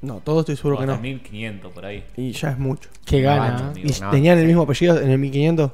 [SPEAKER 4] No, todo estoy seguro que
[SPEAKER 2] Hasta
[SPEAKER 4] no.
[SPEAKER 2] 1500 por ahí.
[SPEAKER 4] Y ya es mucho.
[SPEAKER 3] Qué
[SPEAKER 1] No,
[SPEAKER 3] gana.
[SPEAKER 2] no,
[SPEAKER 3] ¿eh?
[SPEAKER 2] Digo,
[SPEAKER 4] ¿Y tenían el mismo apellido en el 1500?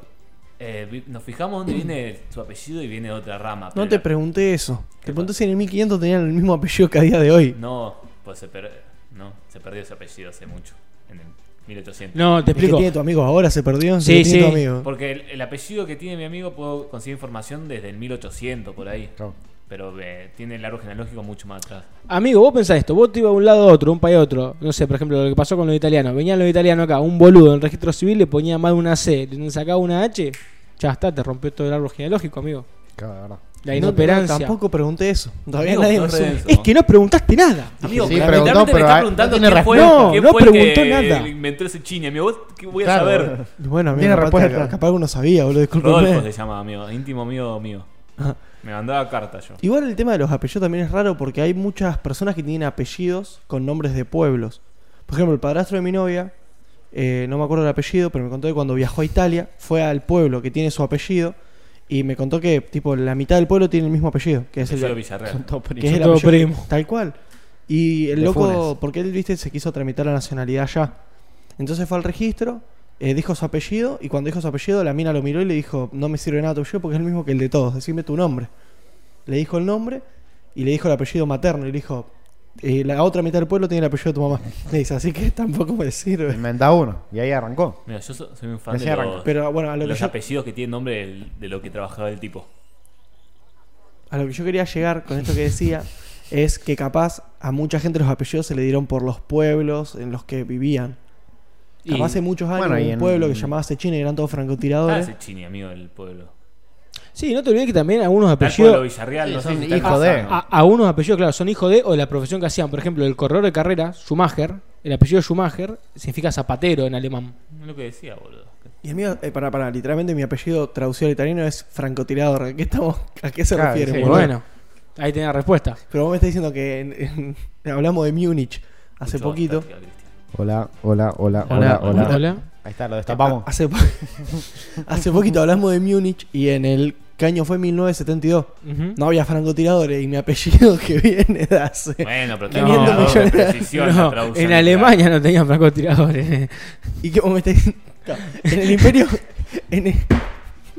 [SPEAKER 2] Eh, vi- nos fijamos dónde viene su apellido y viene otra rama.
[SPEAKER 4] No
[SPEAKER 2] pero
[SPEAKER 4] te
[SPEAKER 2] la-
[SPEAKER 4] pregunté eso. Te
[SPEAKER 2] ¿Qué
[SPEAKER 4] pregunté
[SPEAKER 2] pasa?
[SPEAKER 4] si en el 1500 tenían el mismo apellido que a día de hoy.
[SPEAKER 2] No, pues se, per- no, se perdió ese apellido hace mucho, en el 1800.
[SPEAKER 3] No, te
[SPEAKER 4] ¿Y ¿Qué
[SPEAKER 3] explico.
[SPEAKER 4] tiene tu amigo ahora? ¿Se perdió?
[SPEAKER 3] Sí,
[SPEAKER 4] ¿Qué tiene
[SPEAKER 3] sí.
[SPEAKER 4] tu amigo?
[SPEAKER 2] Porque el, el apellido que tiene mi amigo puedo conseguir información desde el 1800 por ahí.
[SPEAKER 1] Claro.
[SPEAKER 2] Pero eh, tiene el árbol genealógico mucho más atrás.
[SPEAKER 3] Amigo, vos pensás esto, vos te ibas de un lado a otro, un país a otro. No sé, por ejemplo, lo que pasó con los italianos. Venían los italianos acá, un boludo en el registro civil le ponía más de una C, le sacaba una H, ya está, te rompió todo el árbol genealógico, amigo.
[SPEAKER 1] Claro, de verdad.
[SPEAKER 4] No,
[SPEAKER 3] La
[SPEAKER 4] no,
[SPEAKER 3] inoperancia.
[SPEAKER 4] tampoco pregunté eso. Todavía
[SPEAKER 2] Amigo,
[SPEAKER 4] nadie
[SPEAKER 2] no
[SPEAKER 4] me
[SPEAKER 2] es
[SPEAKER 4] supo.
[SPEAKER 2] denso.
[SPEAKER 3] Es que no preguntaste nada.
[SPEAKER 2] Amigo,
[SPEAKER 1] Sí,
[SPEAKER 2] lamentablemente
[SPEAKER 1] preguntó,
[SPEAKER 2] me
[SPEAKER 1] pero,
[SPEAKER 2] está
[SPEAKER 1] ah,
[SPEAKER 2] preguntando
[SPEAKER 1] no tiene
[SPEAKER 2] quién fue,
[SPEAKER 3] razón.
[SPEAKER 2] quién
[SPEAKER 3] No,
[SPEAKER 2] fue el
[SPEAKER 3] no
[SPEAKER 2] que
[SPEAKER 3] preguntó nada.
[SPEAKER 2] inventó ese chini, amigo. ¿Vos ¿Qué voy a
[SPEAKER 1] Claro,
[SPEAKER 2] saber?
[SPEAKER 4] Bueno, amigo,
[SPEAKER 1] Tiene
[SPEAKER 4] capaz, que-
[SPEAKER 1] respuesta.
[SPEAKER 4] capaz que uno sabía, boludo.
[SPEAKER 2] Rodolfo
[SPEAKER 4] Disculpenme.
[SPEAKER 2] se llama, amigo. Íntimo amigo mío. Me mandaba carta yo.
[SPEAKER 4] Igual el tema de los apellidos también es raro porque hay muchas personas que tienen apellidos con nombres de pueblos. Por ejemplo, el padrastro de mi novia, eh, no me acuerdo el apellido, pero me contó que cuando viajó a Italia fue al pueblo que tiene su apellido y me contó que tipo la mitad del pueblo tiene el mismo apellido, que es el,
[SPEAKER 2] Apellido Villarreal.
[SPEAKER 4] que es el
[SPEAKER 3] Son todos
[SPEAKER 4] apellido-
[SPEAKER 3] primos.
[SPEAKER 4] Tal cual. Y el
[SPEAKER 1] De
[SPEAKER 4] loco,
[SPEAKER 1] Funes.
[SPEAKER 4] porque él, viste, se quiso tramitar la nacionalidad ya. Entonces fue al registro, eh, dijo su apellido, y cuando dijo su apellido, la mina lo miró y le dijo, no me sirve nada tu apellido porque es el mismo que el de todos, decime tu nombre. Le dijo el nombre y le dijo el apellido materno, y le dijo, "Eh, la otra mitad del pueblo tiene el apellido de tu mamá. Le dice, así que tampoco me sirve.
[SPEAKER 1] Inventa uno. Y ahí arrancó.
[SPEAKER 2] Mira, yo so- soy un fan
[SPEAKER 1] Decí
[SPEAKER 2] de
[SPEAKER 1] arranca.
[SPEAKER 2] los,
[SPEAKER 4] Pero bueno, a lo, que
[SPEAKER 2] los
[SPEAKER 4] yo,
[SPEAKER 2] apellidos que tienen nombre del- de lo que trabajaba el tipo.
[SPEAKER 4] a lo que yo quería llegar con esto que decía es que capaz a mucha gente los apellidos se le dieron por los pueblos en los que vivían.
[SPEAKER 3] Y-
[SPEAKER 4] Capaz hace muchos años
[SPEAKER 1] bueno,
[SPEAKER 4] hubo
[SPEAKER 1] y
[SPEAKER 4] un
[SPEAKER 1] en-
[SPEAKER 4] pueblo que llamaba Sechina y eran todos
[SPEAKER 2] Ah,
[SPEAKER 4] francotiradores.
[SPEAKER 2] ese chini, amigo del pueblo.
[SPEAKER 3] Sí, no te olvides que también algunos
[SPEAKER 2] Tal pueblo
[SPEAKER 3] apellidos.
[SPEAKER 2] Villarreal,
[SPEAKER 1] Sí,
[SPEAKER 2] no sé
[SPEAKER 1] son
[SPEAKER 2] si está en
[SPEAKER 1] hijo de-
[SPEAKER 2] Casano.
[SPEAKER 3] A, algunos apellidos, claro, son hijos de o de la profesión que hacían. Por ejemplo, el corredor de carrera, Schumacher, el apellido Schumacher significa zapatero en alemán.
[SPEAKER 2] Es lo que decía, boludo.
[SPEAKER 4] Y el mío, eh, para, para, literalmente mi apellido traducido al italiano es francotirador. ¿A qué, estamos, a qué se
[SPEAKER 1] Claro,
[SPEAKER 4] refiere?
[SPEAKER 1] sí,
[SPEAKER 3] Y
[SPEAKER 4] boludo?
[SPEAKER 3] bueno, ahí tenés la respuesta.
[SPEAKER 4] Pero vos me estás diciendo que en- en- hablamos de Múnich hace
[SPEAKER 2] Mucho
[SPEAKER 4] poquito.
[SPEAKER 2] táctica, Cristian.
[SPEAKER 1] Hola, hola, hola,
[SPEAKER 4] Hola,
[SPEAKER 1] hola, hola.
[SPEAKER 4] hola.
[SPEAKER 1] Ahí está, lo destapamos.
[SPEAKER 4] A- Hace, po- hace poquito hablamos de Múnich y en el ¿qué año fue 1972.
[SPEAKER 3] Ujú.
[SPEAKER 4] No había francotiradores y mi apellido que viene de hace.
[SPEAKER 2] Bueno, pero
[SPEAKER 4] 500
[SPEAKER 2] tiene millones de
[SPEAKER 4] millones de-
[SPEAKER 2] precisión la
[SPEAKER 3] No,
[SPEAKER 2] traducción
[SPEAKER 3] en
[SPEAKER 2] literal.
[SPEAKER 3] Alemania no tenían francotiradores.
[SPEAKER 4] ¿Y qué vos me estás diciendo? No, En el imperio. En el,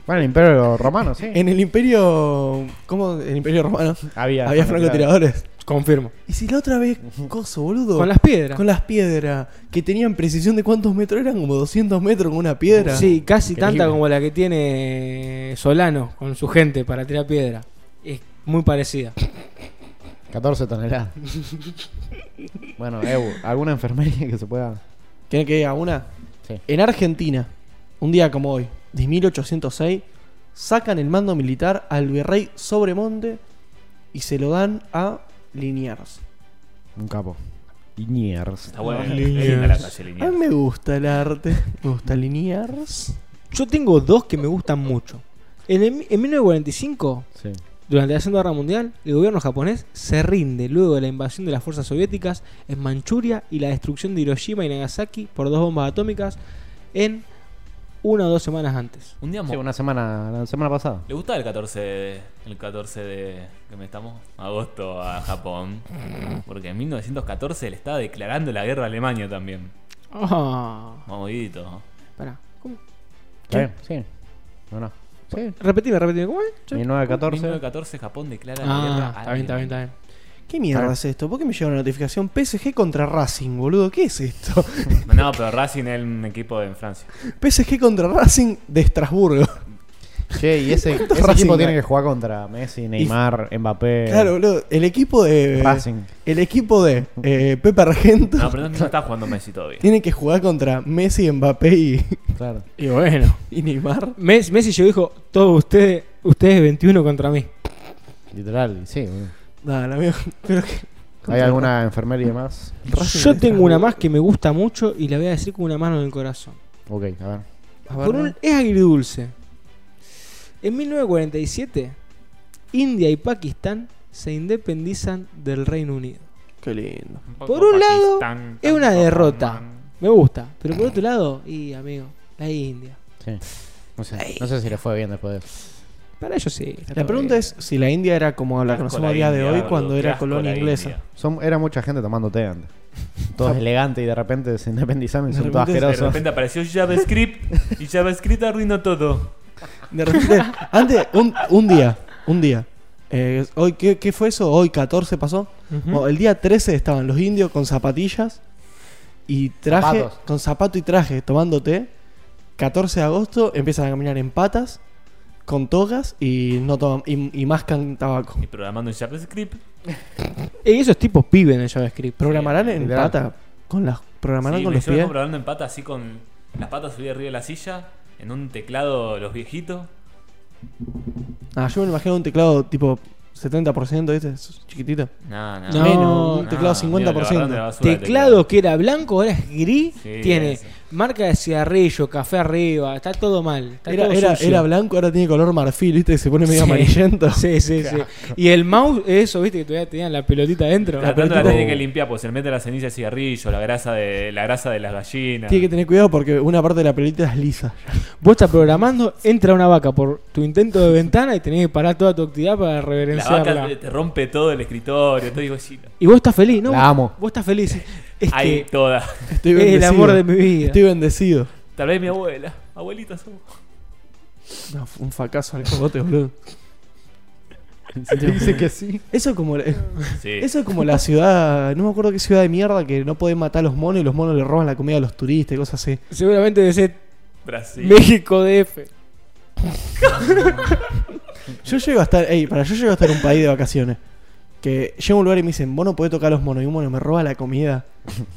[SPEAKER 1] Bueno, el imperio romano, sí.
[SPEAKER 4] en el imperio. ¿Cómo? El imperio romano.
[SPEAKER 1] Había,
[SPEAKER 4] Había francotiradores.
[SPEAKER 3] Confirmo.
[SPEAKER 4] ¿Y si la otra vez, coso, boludo?
[SPEAKER 3] Con las piedras.
[SPEAKER 4] Con las piedras. Que tenían precisión de cuántos metros eran, como 200 metros con una piedra.
[SPEAKER 3] Sí, casi
[SPEAKER 1] Increíble.
[SPEAKER 3] tanta como la que tiene Solano con su gente para tirar piedra. Es muy parecida.
[SPEAKER 1] 14 toneladas. bueno, Evo, ¿alguna enfermería que se pueda...?
[SPEAKER 4] ¿Quieren que diga una?
[SPEAKER 1] Sí.
[SPEAKER 4] En Argentina, un día como hoy, de 1806, sacan el mando militar al virrey Sobremonte y se lo dan a Liniers.
[SPEAKER 1] Un capo. Iñers.
[SPEAKER 2] Está bueno,
[SPEAKER 4] Las
[SPEAKER 2] es linda la calle
[SPEAKER 4] A
[SPEAKER 2] lineal.
[SPEAKER 4] mí me gusta el arte. Me gusta Liniers.
[SPEAKER 3] Yo tengo dos que me gustan mucho. En, el- en 1945,
[SPEAKER 1] Sí.
[SPEAKER 3] durante la Segunda Guerra Mundial, el gobierno japonés se rinde luego de la invasión de las fuerzas soviéticas en Manchuria y la destrucción de Hiroshima y Nagasaki por dos bombas atómicas en una o dos semanas antes.
[SPEAKER 2] Un día mo-
[SPEAKER 1] Sí, una semana, la semana pasada.
[SPEAKER 2] ¿Le gustaba el 14 de, el 14 de que me estamos agosto a Japón? Porque en 1914 le estaba declarando la guerra a Alemania también.
[SPEAKER 3] Ah,
[SPEAKER 2] Movidito. ¿no?
[SPEAKER 3] pará. ¿Cómo?
[SPEAKER 1] ¿Está bien? Sí. No, no. Sí.
[SPEAKER 3] Repetime, repetime. ¿Cómo es?
[SPEAKER 1] 1914.
[SPEAKER 2] 1914 Japón declara la guerra
[SPEAKER 3] Ah,
[SPEAKER 2] a
[SPEAKER 3] está bien, está bien, está bien.
[SPEAKER 4] ¿Qué mierda
[SPEAKER 1] Ah.
[SPEAKER 4] es esto? ¿Por qué me llega una notificación PSG contra Racing, boludo? ¿Qué es esto?
[SPEAKER 2] bien. No, pero Racing es un equipo en Francia.
[SPEAKER 4] PSG contra Racing de Estrasburgo.
[SPEAKER 1] Che, y ese, ese
[SPEAKER 4] Racing
[SPEAKER 1] equipo
[SPEAKER 4] hay?
[SPEAKER 1] tiene que jugar contra Messi, Neymar, Mbappé.
[SPEAKER 4] Claro, eh. boludo. El equipo de.
[SPEAKER 1] Eh. Racing.
[SPEAKER 4] El equipo de eh, Pepe Argento
[SPEAKER 2] No, pero no está jugando Messi todavía.
[SPEAKER 4] tiene que jugar contra Messi, Mbappé y,
[SPEAKER 1] Claro.
[SPEAKER 3] Y bueno.
[SPEAKER 4] y Neymar.
[SPEAKER 3] Messi, Messi llegó y dijo, todos ustedes, ustedes 21 contra mí.
[SPEAKER 1] Literal, y sí. boludo.
[SPEAKER 4] Nada, la veo- Pero que-
[SPEAKER 1] ¿Hay alguna enfermería más?
[SPEAKER 4] Racing
[SPEAKER 3] Yo
[SPEAKER 4] de
[SPEAKER 3] tengo una
[SPEAKER 4] Estrasburgo.
[SPEAKER 3] más que me gusta mucho y la voy a decir con una mano en el corazón.
[SPEAKER 1] Ok, a ver.
[SPEAKER 4] A ver,
[SPEAKER 3] Por un, es agridulce. En 1947, India y Pakistán se independizan del Reino Unido.
[SPEAKER 4] Qué lindo.
[SPEAKER 3] Por un lado, es una derrota. Me gusta, pero
[SPEAKER 2] Eh.
[SPEAKER 3] por otro lado, y amigo, la India.
[SPEAKER 1] Sí. No sé, no sé si le fue bien después de eso.
[SPEAKER 3] Para ellos sí. está
[SPEAKER 4] La
[SPEAKER 3] todo
[SPEAKER 4] pregunta
[SPEAKER 3] bien.
[SPEAKER 4] es si la India era como la conocemos a día de hoy cuando era colonia inglesa.
[SPEAKER 1] Son- era mucha gente tomando té antes. Todos elegantes y de repente se independizaron y
[SPEAKER 4] De
[SPEAKER 1] son todos
[SPEAKER 4] repente se-
[SPEAKER 2] De
[SPEAKER 1] asquerosos.
[SPEAKER 2] repente apareció JavaScript y JavaScript arruinó todo.
[SPEAKER 4] De repente, antes, un, un día, un día. Eh, hoy, ¿qué, qué fue eso? Hoy 14 pasó.
[SPEAKER 3] Ujú.
[SPEAKER 4] Bueno, el día 13 estaban los indios con zapatillas y traje,
[SPEAKER 1] Zapatos.
[SPEAKER 4] con zapato y traje, tomando té. 14 de agosto empiezan a caminar en patas, con togas y no toman, y, y mascan tabaco.
[SPEAKER 2] Y programando en JavaScript.
[SPEAKER 3] Y Eh, esos tipos viven en JavaScript.
[SPEAKER 4] Programarán en
[SPEAKER 1] literal.
[SPEAKER 4] patas, con las programarán
[SPEAKER 2] Sí,
[SPEAKER 4] con
[SPEAKER 2] me-
[SPEAKER 4] los
[SPEAKER 2] yo vengo
[SPEAKER 4] pies.
[SPEAKER 2] programando en pata así con las patas subidas arriba de la silla, en un teclado los viejitos.
[SPEAKER 4] Ah, yo me imagino un teclado tipo 70%, ¿viste? Es Chiquitito.
[SPEAKER 2] No, no.
[SPEAKER 3] No,
[SPEAKER 4] Menos, un teclado
[SPEAKER 2] No,
[SPEAKER 4] 50%.
[SPEAKER 2] amigo, lo agarraron de la basura del
[SPEAKER 3] Teclado que era blanco, ahora es gris.
[SPEAKER 2] Sí,
[SPEAKER 3] tiene
[SPEAKER 2] ese.
[SPEAKER 3] marca de cigarrillo, café arriba. Está todo mal. Está
[SPEAKER 4] Era,
[SPEAKER 3] todo
[SPEAKER 4] era-
[SPEAKER 3] sucio.
[SPEAKER 4] era blanco, ahora tiene color marfil, ¿viste? Que se pone medio
[SPEAKER 3] Sí.
[SPEAKER 4] amarillento.
[SPEAKER 3] Sí, sí, sí. Y el mouse, eso, viste que todavía tenían la pelotita adentro.
[SPEAKER 2] La planta la
[SPEAKER 4] Ah, tipo-
[SPEAKER 2] tiene que limpiar, pues se le mete la ceniza del cigarrillo, la grasa de, la grasa de las gallinas.
[SPEAKER 4] Tiene que tener cuidado porque una parte de la pelita es lisa.
[SPEAKER 3] Vos estás programando, entra una vaca por tu intento de ventana y tenés que parar toda tu actividad para
[SPEAKER 2] la vaca
[SPEAKER 3] reverenciarla.
[SPEAKER 2] te- te rompe todo el escritorio, todo digo, sí,
[SPEAKER 3] Y vos estás feliz, ¿no?
[SPEAKER 1] La amo.
[SPEAKER 3] Vos estás feliz. Es
[SPEAKER 2] ahí
[SPEAKER 3] que
[SPEAKER 2] toda.
[SPEAKER 4] Estoy
[SPEAKER 3] es el
[SPEAKER 4] bendecido.
[SPEAKER 3] amor de mi vida.
[SPEAKER 4] Estoy bendecido.
[SPEAKER 2] Tal vez mi abuela, abuelita somos.
[SPEAKER 4] No, fue un fracaso al cogote, boludo.
[SPEAKER 1] Dice que sí.
[SPEAKER 4] Eso es como la,
[SPEAKER 2] Sí.
[SPEAKER 4] eso es como la ciudad, no me acuerdo qué ciudad de mierda que no podés matar a los monos y los monos le roban la comida a los turistas y cosas así.
[SPEAKER 3] Seguramente debe ser
[SPEAKER 2] Brasil.
[SPEAKER 3] México DF.
[SPEAKER 4] Yo llego a estar, ey, para yo llego a estar en un país de vacaciones. Que llego a un lugar y me dicen, vos no podés tocar a los monos y un mono me roba la comida.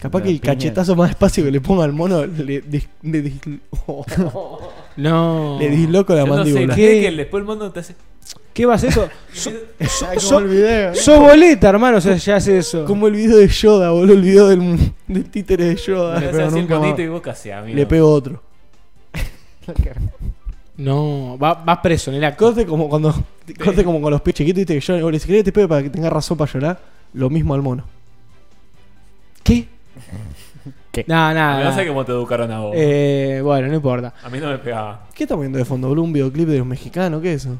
[SPEAKER 4] Capaz
[SPEAKER 1] La
[SPEAKER 4] que el
[SPEAKER 1] piña.
[SPEAKER 4] cachetazo más espacio que le ponga al mono le, dis- le dis-
[SPEAKER 3] No.
[SPEAKER 4] le disloco la
[SPEAKER 2] Yo no sé,
[SPEAKER 4] mandíbula.
[SPEAKER 2] ¿qué? Que después el mundo te hace.
[SPEAKER 3] ¿Qué vas a hacer eso? So- so- so-
[SPEAKER 1] video.
[SPEAKER 3] sos boleta, hermano, o sea, ya hace eso.
[SPEAKER 4] Como el video de Yoda, boludo, el video del, del títere de Yoda.
[SPEAKER 2] te hace
[SPEAKER 1] pego
[SPEAKER 2] así el
[SPEAKER 1] nunca más.
[SPEAKER 2] monito y vos casi, amigo.
[SPEAKER 4] Le pego otro.
[SPEAKER 3] No, va- vas preso en el acto.
[SPEAKER 4] Corte como cuando. Corte como con los pies chiquitos, viste que yo le si querés te pego para que tenga razón para llorar. Lo mismo al mono.
[SPEAKER 3] ¿Qué?
[SPEAKER 1] ¿Qué?
[SPEAKER 3] No, nada.
[SPEAKER 2] No sé cómo te educaron a vos.
[SPEAKER 3] Eh, bueno, no importa.
[SPEAKER 2] A mí no me pegaba.
[SPEAKER 4] ¿Qué está poniendo de fondo, boludo? ¿Un videoclip de los mexicanos? ¿Qué es eso?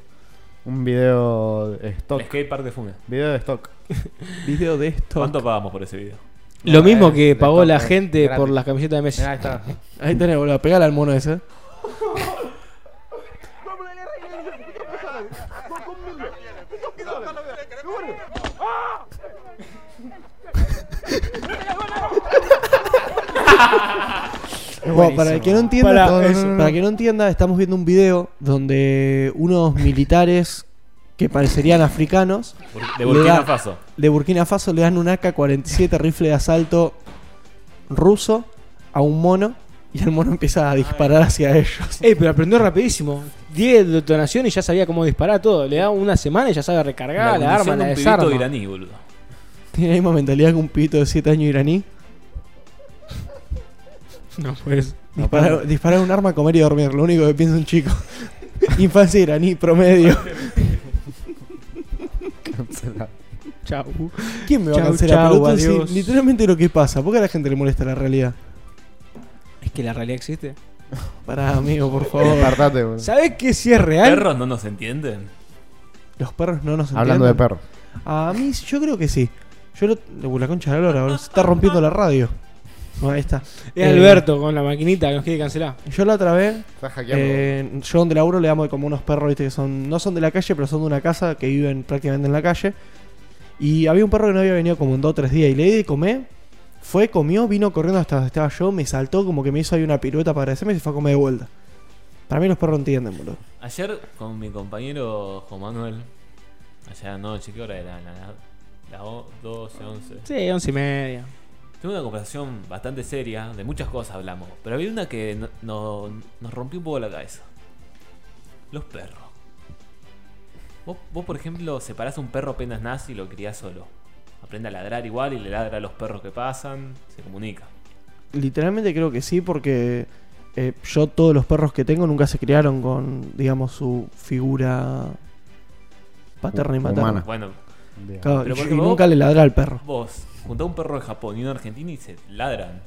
[SPEAKER 1] Un video de
[SPEAKER 2] El
[SPEAKER 1] stock.
[SPEAKER 2] skate park de Funes.
[SPEAKER 1] Video de stock.
[SPEAKER 4] Video de esto.
[SPEAKER 2] ¿Cuánto pagamos por ese video?
[SPEAKER 3] Lo
[SPEAKER 1] No,
[SPEAKER 3] mismo
[SPEAKER 1] es
[SPEAKER 3] que
[SPEAKER 1] de
[SPEAKER 3] pagó
[SPEAKER 1] todo,
[SPEAKER 3] la
[SPEAKER 1] es
[SPEAKER 3] gente
[SPEAKER 1] gratis.
[SPEAKER 3] por las camisetas de Messi.
[SPEAKER 1] Mirá, ahí está.
[SPEAKER 4] Ahí tenés, boludo. Pegale al mono ese. Bueno, para el que no entienda,
[SPEAKER 3] Para-
[SPEAKER 4] para,
[SPEAKER 3] eso.
[SPEAKER 4] que no entienda, estamos viendo un video donde unos militares que parecerían africanos
[SPEAKER 2] Bur- De
[SPEAKER 4] Le
[SPEAKER 2] Burkina
[SPEAKER 4] da-
[SPEAKER 2] Faso.
[SPEAKER 4] de Burkina Faso le dan un AK-47 rifle de asalto ruso a un mono y el mono empieza a disparar hacia ellos.
[SPEAKER 3] Ey, Eh, pero aprendió rapidísimo. 10 detonaciones y ya sabía cómo disparar todo. Le da una semana y ya sabe recargar la,
[SPEAKER 2] condición
[SPEAKER 3] arma,
[SPEAKER 2] de
[SPEAKER 3] la
[SPEAKER 2] un pibito
[SPEAKER 3] desarma.
[SPEAKER 2] iraní, boludo.
[SPEAKER 4] Tiene la misma mentalidad que un pito de 7 años iraní.
[SPEAKER 3] No, pues.
[SPEAKER 4] Disparar, disparar un arma, comer y dormir, lo único que piensa un chico. Infancia iraní promedio.
[SPEAKER 1] Cancelado.
[SPEAKER 3] Chau.
[SPEAKER 4] ¿Quién me va
[SPEAKER 3] Chau,
[SPEAKER 4] a cancelar?
[SPEAKER 3] chau,
[SPEAKER 4] Pero tú decís
[SPEAKER 3] adiós.
[SPEAKER 4] literalmente lo que pasa. ¿Por qué a la gente le molesta la realidad?
[SPEAKER 3] Es que la realidad existe.
[SPEAKER 4] Pará, amigo, por favor.
[SPEAKER 1] Apartate, boludo.
[SPEAKER 3] ¿Sabés qué si es real?
[SPEAKER 2] ¿Perros no nos entienden?
[SPEAKER 4] Los perros no nos
[SPEAKER 1] Hablando de
[SPEAKER 4] entienden.
[SPEAKER 1] perros.
[SPEAKER 4] A mí, yo creo que sí. Yo lo, la concha de la lora, boludo, se está rompiendo la radio. No, ahí está.
[SPEAKER 3] Es Alberto con la maquinita que nos quiere cancelar.
[SPEAKER 4] Yo la otra vez,
[SPEAKER 1] Estás hackeando.
[SPEAKER 4] eh, yo donde laburo le damos como unos perros, viste, que son, no son de la calle, pero son de una casa que viven prácticamente en la calle. Y había un perro que no había venido como en dos o tres días y le di de comer. Fue, comió, vino corriendo hasta donde estaba yo, me saltó, como que me hizo ahí una pirueta para agradecerme y se fue a comer de vuelta. Para mí los perros entienden, boludo.
[SPEAKER 2] Ayer con mi compañero Juan Manuel, allá anoche, ¿qué hora era? La, la, la o- 12, 11.
[SPEAKER 3] Sí, once y media.
[SPEAKER 2] Tuve una conversación bastante seria, de muchas cosas hablamos, pero había una que no- no- nos rompió un poco la cabeza. Los perros. Vos, vos, por ejemplo, separás un perro apenas nace y lo criás solo. Aprende a ladrar igual y le ladra a los perros que pasan, se comunica.
[SPEAKER 4] Literalmente creo que sí, porque eh, yo todos los perros que tengo nunca se criaron con, digamos, su figura paterna y materna.
[SPEAKER 1] Humana.
[SPEAKER 2] Bueno,
[SPEAKER 1] Bien.
[SPEAKER 4] Claro,
[SPEAKER 2] Pero
[SPEAKER 4] y-
[SPEAKER 2] porque
[SPEAKER 4] y
[SPEAKER 2] vos-
[SPEAKER 4] nunca le ladra al perro.
[SPEAKER 2] vos juntá un perro de Japón y uno de Argentina y se ladran.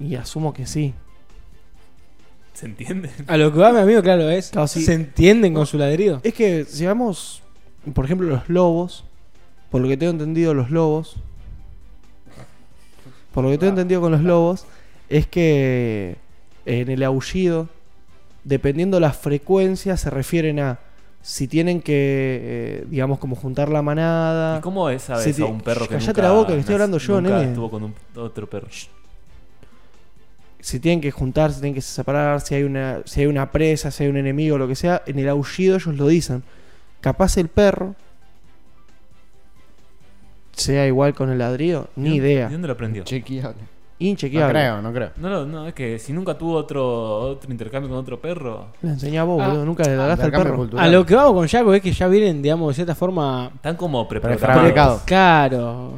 [SPEAKER 4] Y asumo que sí.
[SPEAKER 2] ¿Se entiende?
[SPEAKER 3] A lo que va mi amigo, claro, es.
[SPEAKER 4] Claro, sí. Eh,
[SPEAKER 3] ¿Se entienden con su ladrido?
[SPEAKER 4] Es que si vamos, por ejemplo, los lobos, por lo que tengo entendido, los lobos, por lo que tengo entendido con los lobos, es que en el aullido, dependiendo la frecuencia, se refieren a si tienen que, eh, digamos, como juntar la manada.
[SPEAKER 2] ¿Y cómo es a
[SPEAKER 4] Ah, Se
[SPEAKER 2] veces
[SPEAKER 4] te-
[SPEAKER 2] a un perro que
[SPEAKER 4] Callate
[SPEAKER 2] nunca
[SPEAKER 4] la boca, que estoy
[SPEAKER 2] nac-
[SPEAKER 4] hablando yo,
[SPEAKER 2] nunca
[SPEAKER 4] nene.
[SPEAKER 2] estuvo con un- otro perro?
[SPEAKER 4] Si tienen que juntar, si tienen que separar, si hay una, si hay una presa, si hay un enemigo, lo que sea, en el aullido ellos lo dicen. Capaz el perro sea igual con el ladrillo, ni
[SPEAKER 2] ¿De
[SPEAKER 4] idea.
[SPEAKER 2] dónde lo aprendió?
[SPEAKER 1] Chequeable. No
[SPEAKER 4] Inchequeable.
[SPEAKER 1] creo, no creo.
[SPEAKER 2] No, no, no, es que si nunca tuvo otro, otro intercambio con otro perro,
[SPEAKER 4] Le enseñé a vos,
[SPEAKER 3] Ah.
[SPEAKER 4] boludo, nunca le daste al
[SPEAKER 1] Intercambio
[SPEAKER 4] perro.
[SPEAKER 1] cultural.
[SPEAKER 3] A lo que vamos con Jaco es que ya vienen, digamos, de cierta forma.
[SPEAKER 2] están como
[SPEAKER 1] Prefabricado.
[SPEAKER 2] preprogramados.
[SPEAKER 3] Claro.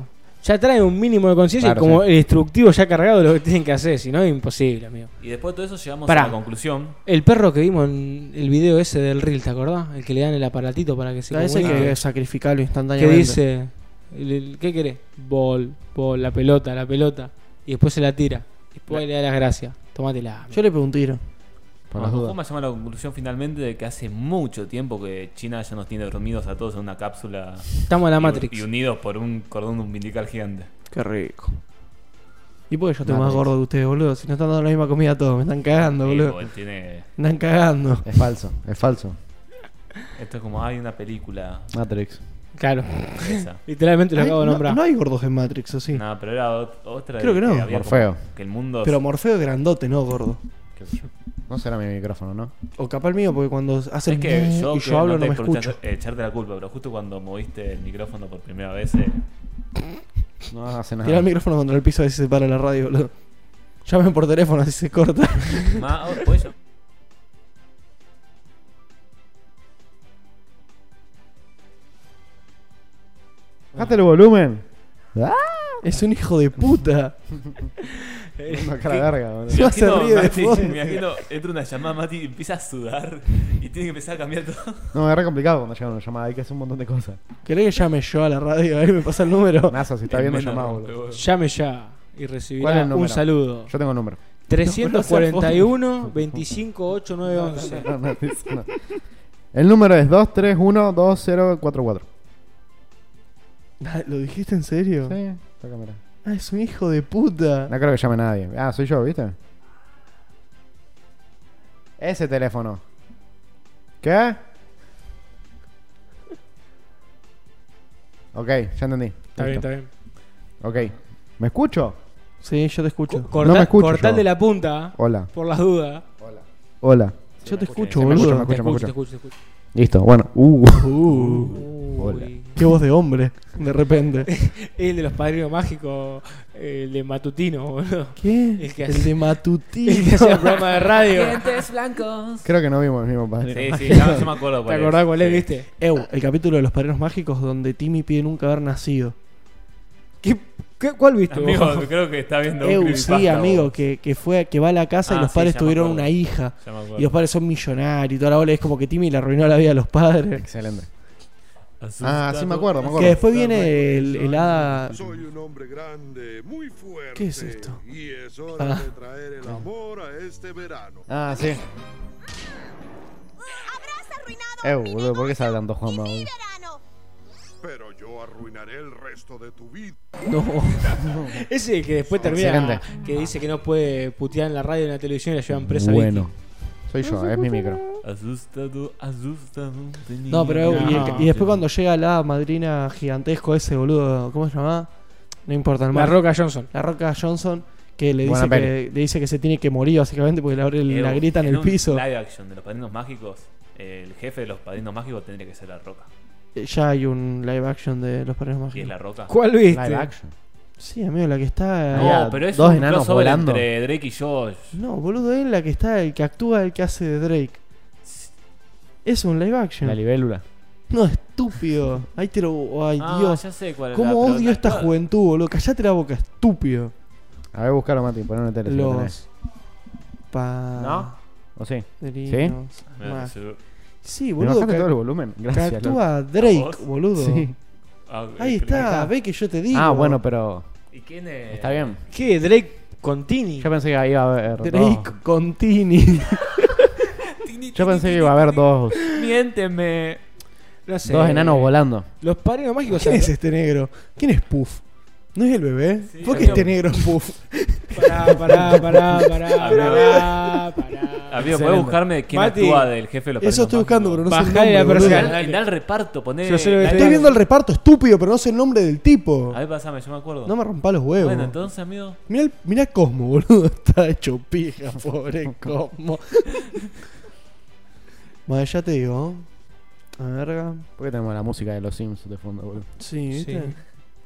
[SPEAKER 3] Ya traen un mínimo de conciencia
[SPEAKER 1] Claro,
[SPEAKER 3] y como el instructivo ya cargado de lo que tienen que hacer, si no es imposible, amigo.
[SPEAKER 2] Y después de todo eso llegamos
[SPEAKER 3] Pará.
[SPEAKER 2] a la conclusión.
[SPEAKER 3] El perro que vimos en el video ese del reel, ¿te acordás? El que le dan el aparatito para que se
[SPEAKER 4] Parece
[SPEAKER 3] comunique.
[SPEAKER 4] Ah, que sacrificarlo
[SPEAKER 3] que
[SPEAKER 4] instantáneamente.
[SPEAKER 3] dice, el- el- ¿qué querés? Bol, bol, la pelota, la pelota. Y después se la tira. Después le da las gracias. Tómatela.
[SPEAKER 4] Yo le pego un tiro.
[SPEAKER 1] Por las
[SPEAKER 2] Nos
[SPEAKER 1] dudas.
[SPEAKER 2] llegamos a la conclusión finalmente de que hace mucho tiempo que China ya nos tiene dormidos a todos en una cápsula
[SPEAKER 3] Estamos en la
[SPEAKER 2] y-
[SPEAKER 3] Matrix.
[SPEAKER 2] y unidos por un cordón umbilical gigante.
[SPEAKER 4] Qué rico. Y porque yo estoy más
[SPEAKER 1] Matrix.
[SPEAKER 4] gordo que ustedes, boludo. Si no están dando la misma comida a todos, me están cagando,
[SPEAKER 2] Sí,
[SPEAKER 4] boludo.
[SPEAKER 2] porque tiene-
[SPEAKER 4] Me están cagando.
[SPEAKER 1] Es falso, es falso.
[SPEAKER 2] Esto es como, hay una película
[SPEAKER 1] Matrix.
[SPEAKER 3] Claro.
[SPEAKER 2] esa.
[SPEAKER 3] Literalmente lo
[SPEAKER 4] Ay,
[SPEAKER 3] acabo de
[SPEAKER 4] no-
[SPEAKER 3] nombrar.
[SPEAKER 4] No, hay gordos en Matrix, ¿o sí?
[SPEAKER 2] No, pero era ot- otra de
[SPEAKER 4] Creo que no.
[SPEAKER 2] había como-
[SPEAKER 1] Morfeo.
[SPEAKER 2] Que el mundo...
[SPEAKER 4] Pero Morfeo es grandote, no gordo.
[SPEAKER 2] qué sé yo.
[SPEAKER 1] No será mi micrófono, ¿no?
[SPEAKER 4] O capaz el mío, porque cuando hacen
[SPEAKER 2] Es que
[SPEAKER 4] "buh"
[SPEAKER 2] yo,
[SPEAKER 4] y
[SPEAKER 2] que
[SPEAKER 4] yo hablo no
[SPEAKER 2] te
[SPEAKER 4] me
[SPEAKER 2] escuché
[SPEAKER 4] escucho.
[SPEAKER 2] echarte la culpa, pero justo cuando moviste el micrófono por primera vez... eh,
[SPEAKER 1] No hace
[SPEAKER 4] Tira
[SPEAKER 1] nada.
[SPEAKER 4] el micrófono contra el piso y se separa la radio, boludo. Llamen por teléfono, así se corta.
[SPEAKER 2] ma- oh, oye,
[SPEAKER 1] Bajate el volumen.
[SPEAKER 4] es un hijo de puta.
[SPEAKER 1] Una cara de verga, boludo.
[SPEAKER 4] Sí.
[SPEAKER 2] Me
[SPEAKER 4] Ya se
[SPEAKER 2] imagino,
[SPEAKER 4] ríe de
[SPEAKER 2] Mati,
[SPEAKER 4] fondo.
[SPEAKER 2] me imagino, entra una llamada, Mati, y empieza a sudar y tiene que empezar a cambiar todo.
[SPEAKER 1] No, es re complicado cuando llega una llamada. Hay que hacer un montón de cosas.
[SPEAKER 4] ¿Querés que llame yo a la radio? Ahí me pasa el número.
[SPEAKER 1] NASA, si está
[SPEAKER 2] El
[SPEAKER 1] viendo,
[SPEAKER 2] menos
[SPEAKER 1] llamado,
[SPEAKER 2] rompe
[SPEAKER 1] boludo.
[SPEAKER 2] huevos.
[SPEAKER 3] Llame ya y
[SPEAKER 1] ¿Cuál es el
[SPEAKER 3] recibirá un
[SPEAKER 1] número?
[SPEAKER 3] saludo.
[SPEAKER 1] Yo tengo el número.
[SPEAKER 3] 341 25 8 9 11.
[SPEAKER 1] No, no, no. El número es 2312044.
[SPEAKER 4] Ah, ¿Lo dijiste en serio?
[SPEAKER 1] Sí, está cámara.
[SPEAKER 4] Ah, es un hijo de puta.
[SPEAKER 1] No creo que llame nadie. Ah, soy yo, ¿viste? Ese teléfono. ¿Qué? Ok, ya entendí.
[SPEAKER 3] Está bien, está bien.
[SPEAKER 1] Ok. ¿Me escucho?
[SPEAKER 4] Sí, yo te escucho.
[SPEAKER 3] Co- cortá-
[SPEAKER 1] No me escucho
[SPEAKER 3] cortá el
[SPEAKER 1] yo.
[SPEAKER 3] de la punta, ¿eh?
[SPEAKER 1] Hola.
[SPEAKER 3] por las dudas.
[SPEAKER 1] Hola. Hola.
[SPEAKER 4] yo te
[SPEAKER 2] me escucha,
[SPEAKER 4] escucho,
[SPEAKER 1] se me
[SPEAKER 4] boludo.
[SPEAKER 1] escucha, me
[SPEAKER 3] Te
[SPEAKER 1] escucho,
[SPEAKER 3] escucho, te escucho, te escucho.
[SPEAKER 1] Listo, bueno. Uh.
[SPEAKER 4] Uh,
[SPEAKER 1] Hola.
[SPEAKER 3] Uy.
[SPEAKER 4] qué voz de hombre, de repente.
[SPEAKER 3] El de los padrinos mágicos, el de Matutino, boludo.
[SPEAKER 4] ¿Qué?
[SPEAKER 3] El que
[SPEAKER 4] El de
[SPEAKER 3] hace- El que
[SPEAKER 4] Matutino.
[SPEAKER 3] hacía el programa de radio.
[SPEAKER 1] Creo que no vimos el mismo padre.
[SPEAKER 2] Sí, sí, ya, yo me acuerdo.
[SPEAKER 3] ¿Te
[SPEAKER 2] cuál es.
[SPEAKER 3] acordás cuál es, este
[SPEAKER 2] Sí.
[SPEAKER 3] viste?
[SPEAKER 4] Ew, el capítulo de los padrinos mágicos donde Timmy pide nunca haber nacido.
[SPEAKER 3] ¿Qué, qué- cuál viste vos?
[SPEAKER 2] Amigo, creo que está viendo un
[SPEAKER 4] Ew,
[SPEAKER 2] creepypasta,
[SPEAKER 4] sí, amigo,
[SPEAKER 2] vos.
[SPEAKER 4] que, que fue que va a la casa y
[SPEAKER 2] Ah,
[SPEAKER 4] los
[SPEAKER 2] sí,
[SPEAKER 4] padres
[SPEAKER 2] ya me
[SPEAKER 4] tuvieron
[SPEAKER 2] acuerdo.
[SPEAKER 4] una hija.
[SPEAKER 2] Ya me acuerdo.
[SPEAKER 4] Y los padres son millonarios y toda la bola. Es como que Timmy le arruinó la vida a los padres.
[SPEAKER 1] Excelente.
[SPEAKER 2] Asustado.
[SPEAKER 1] Ah, sí, me acuerdo, me acuerdo.
[SPEAKER 4] Que después viene el, el hada.
[SPEAKER 5] Soy un hombre grande, muy fuerte.
[SPEAKER 4] ¿Qué es esto?
[SPEAKER 5] Y es hora
[SPEAKER 4] Ah.
[SPEAKER 5] de traer el amor a este verano.
[SPEAKER 1] Ah, sí.
[SPEAKER 6] Habrás arruinado
[SPEAKER 1] Eh,
[SPEAKER 6] mi
[SPEAKER 1] boludo, ¿por qué sabe tanto Juanma,
[SPEAKER 6] negocio y mi
[SPEAKER 1] boludo?
[SPEAKER 6] verano.
[SPEAKER 5] Pero yo arruinaré el resto de tu vida.
[SPEAKER 4] No,
[SPEAKER 3] Ese que después termina,
[SPEAKER 1] Excelente.
[SPEAKER 3] que dice que no puede putear en la radio y en la televisión y la llevan presa a
[SPEAKER 1] Bueno.
[SPEAKER 3] Vicky.
[SPEAKER 1] Soy yo, es mi micro.
[SPEAKER 2] Asustado, asustado. tenía-
[SPEAKER 4] no pero Ew,
[SPEAKER 2] Ah,
[SPEAKER 4] y, el-
[SPEAKER 3] No.
[SPEAKER 4] y después cuando llega la madrina gigantesco ese, boludo. ¿Cómo se llama? No importa, el
[SPEAKER 3] La
[SPEAKER 4] mar.
[SPEAKER 3] Roca Johnson.
[SPEAKER 4] La Roca Johnson. Que le,
[SPEAKER 1] Buena
[SPEAKER 4] dice que
[SPEAKER 1] peli.
[SPEAKER 4] le dice que se tiene que morir básicamente porque le abre
[SPEAKER 2] Ew,
[SPEAKER 4] la grieta en el
[SPEAKER 2] Eh, un
[SPEAKER 4] piso.
[SPEAKER 2] live action de los padrinos mágicos, el jefe de los padrinos mágicos tendría que ser la roca.
[SPEAKER 4] Eh, Ya hay un live action de los padres
[SPEAKER 2] ¿Y es
[SPEAKER 4] mágicos.
[SPEAKER 2] la roca?
[SPEAKER 3] ¿Cuál viste?
[SPEAKER 1] Live action.
[SPEAKER 4] Sí, amigo, la que está. eh,
[SPEAKER 1] No. Había dos enanos
[SPEAKER 2] crossover
[SPEAKER 1] volando.
[SPEAKER 2] entre Drake y Josh.
[SPEAKER 4] No, boludo, es la que está, el que actúa, el que hace de Drake. Es un live action.
[SPEAKER 1] La libélula.
[SPEAKER 4] No, estúpido. Ahí te lo. Ay,
[SPEAKER 2] Ah,
[SPEAKER 4] Dios.
[SPEAKER 2] ya sé cuál era,
[SPEAKER 4] ¿Cómo
[SPEAKER 2] pero
[SPEAKER 4] odio
[SPEAKER 2] la-
[SPEAKER 4] esta
[SPEAKER 2] no,
[SPEAKER 4] juventud, boludo? Callate la boca, estúpido.
[SPEAKER 1] A ver, buscalo, Mati, ponelo en el teléfono.
[SPEAKER 4] Los. Pa.
[SPEAKER 1] ¿O sí?
[SPEAKER 4] ¿No?
[SPEAKER 2] no, no sé.
[SPEAKER 4] Sí,
[SPEAKER 1] ¿Me
[SPEAKER 4] boludo.
[SPEAKER 1] bajaste
[SPEAKER 4] Que,
[SPEAKER 1] todo el volumen?
[SPEAKER 4] que
[SPEAKER 1] Gracias. loco.
[SPEAKER 4] actúa Drake,
[SPEAKER 2] ¿Vos?
[SPEAKER 4] boludo.
[SPEAKER 1] Sí.
[SPEAKER 2] Ah,
[SPEAKER 4] Ahí
[SPEAKER 2] eh,
[SPEAKER 4] está, ve que yo te digo.
[SPEAKER 1] Ah, bueno, pero
[SPEAKER 2] ¿Y quién es?
[SPEAKER 1] está bien.
[SPEAKER 3] ¿Qué? ¿Drake Contini.
[SPEAKER 1] Yo pensé que iba a haber dos.
[SPEAKER 4] Drake Contini.
[SPEAKER 1] Yo pensé que iba a haber dos,
[SPEAKER 3] Miénteme. No sé.
[SPEAKER 1] dos enanos volando.
[SPEAKER 3] Los padrinos mágicos.
[SPEAKER 4] ¿Quién es este negro? ¿Quién es Puff? ¿No es el bebé?
[SPEAKER 2] Sí,
[SPEAKER 4] ¿Por qué
[SPEAKER 2] yo-
[SPEAKER 4] este negro es Puff?
[SPEAKER 3] Pará, pará, pará, pará,
[SPEAKER 2] Pero- Ah,
[SPEAKER 3] pará, pará.
[SPEAKER 2] Amigo,
[SPEAKER 3] Excelente.
[SPEAKER 2] ¿puedes buscarme quién
[SPEAKER 3] Mati,
[SPEAKER 2] actúa del jefe de los
[SPEAKER 4] Eso estoy buscando, pero no sé el
[SPEAKER 3] Bajale la
[SPEAKER 4] nombre. boludo.
[SPEAKER 3] persiana.
[SPEAKER 2] En el reparto, poné.
[SPEAKER 3] Yo sé lo que
[SPEAKER 2] dale-
[SPEAKER 4] Estoy viendo el reparto estúpido, pero no sé el nombre del tipo.
[SPEAKER 2] A ver, pasame, yo me acuerdo.
[SPEAKER 4] No me rompa los huevos.
[SPEAKER 2] bueno, entonces, amigo.
[SPEAKER 4] Mirá, el- mirá Cosmo, boludo. Está hecho pija, pobre Cosmo. bueno, ya te digo. ¿eh? A verga.
[SPEAKER 1] ¿Por qué tenemos la música de los Sims de fondo, boludo?
[SPEAKER 4] Sí,
[SPEAKER 3] Sí.
[SPEAKER 4] ¿viste?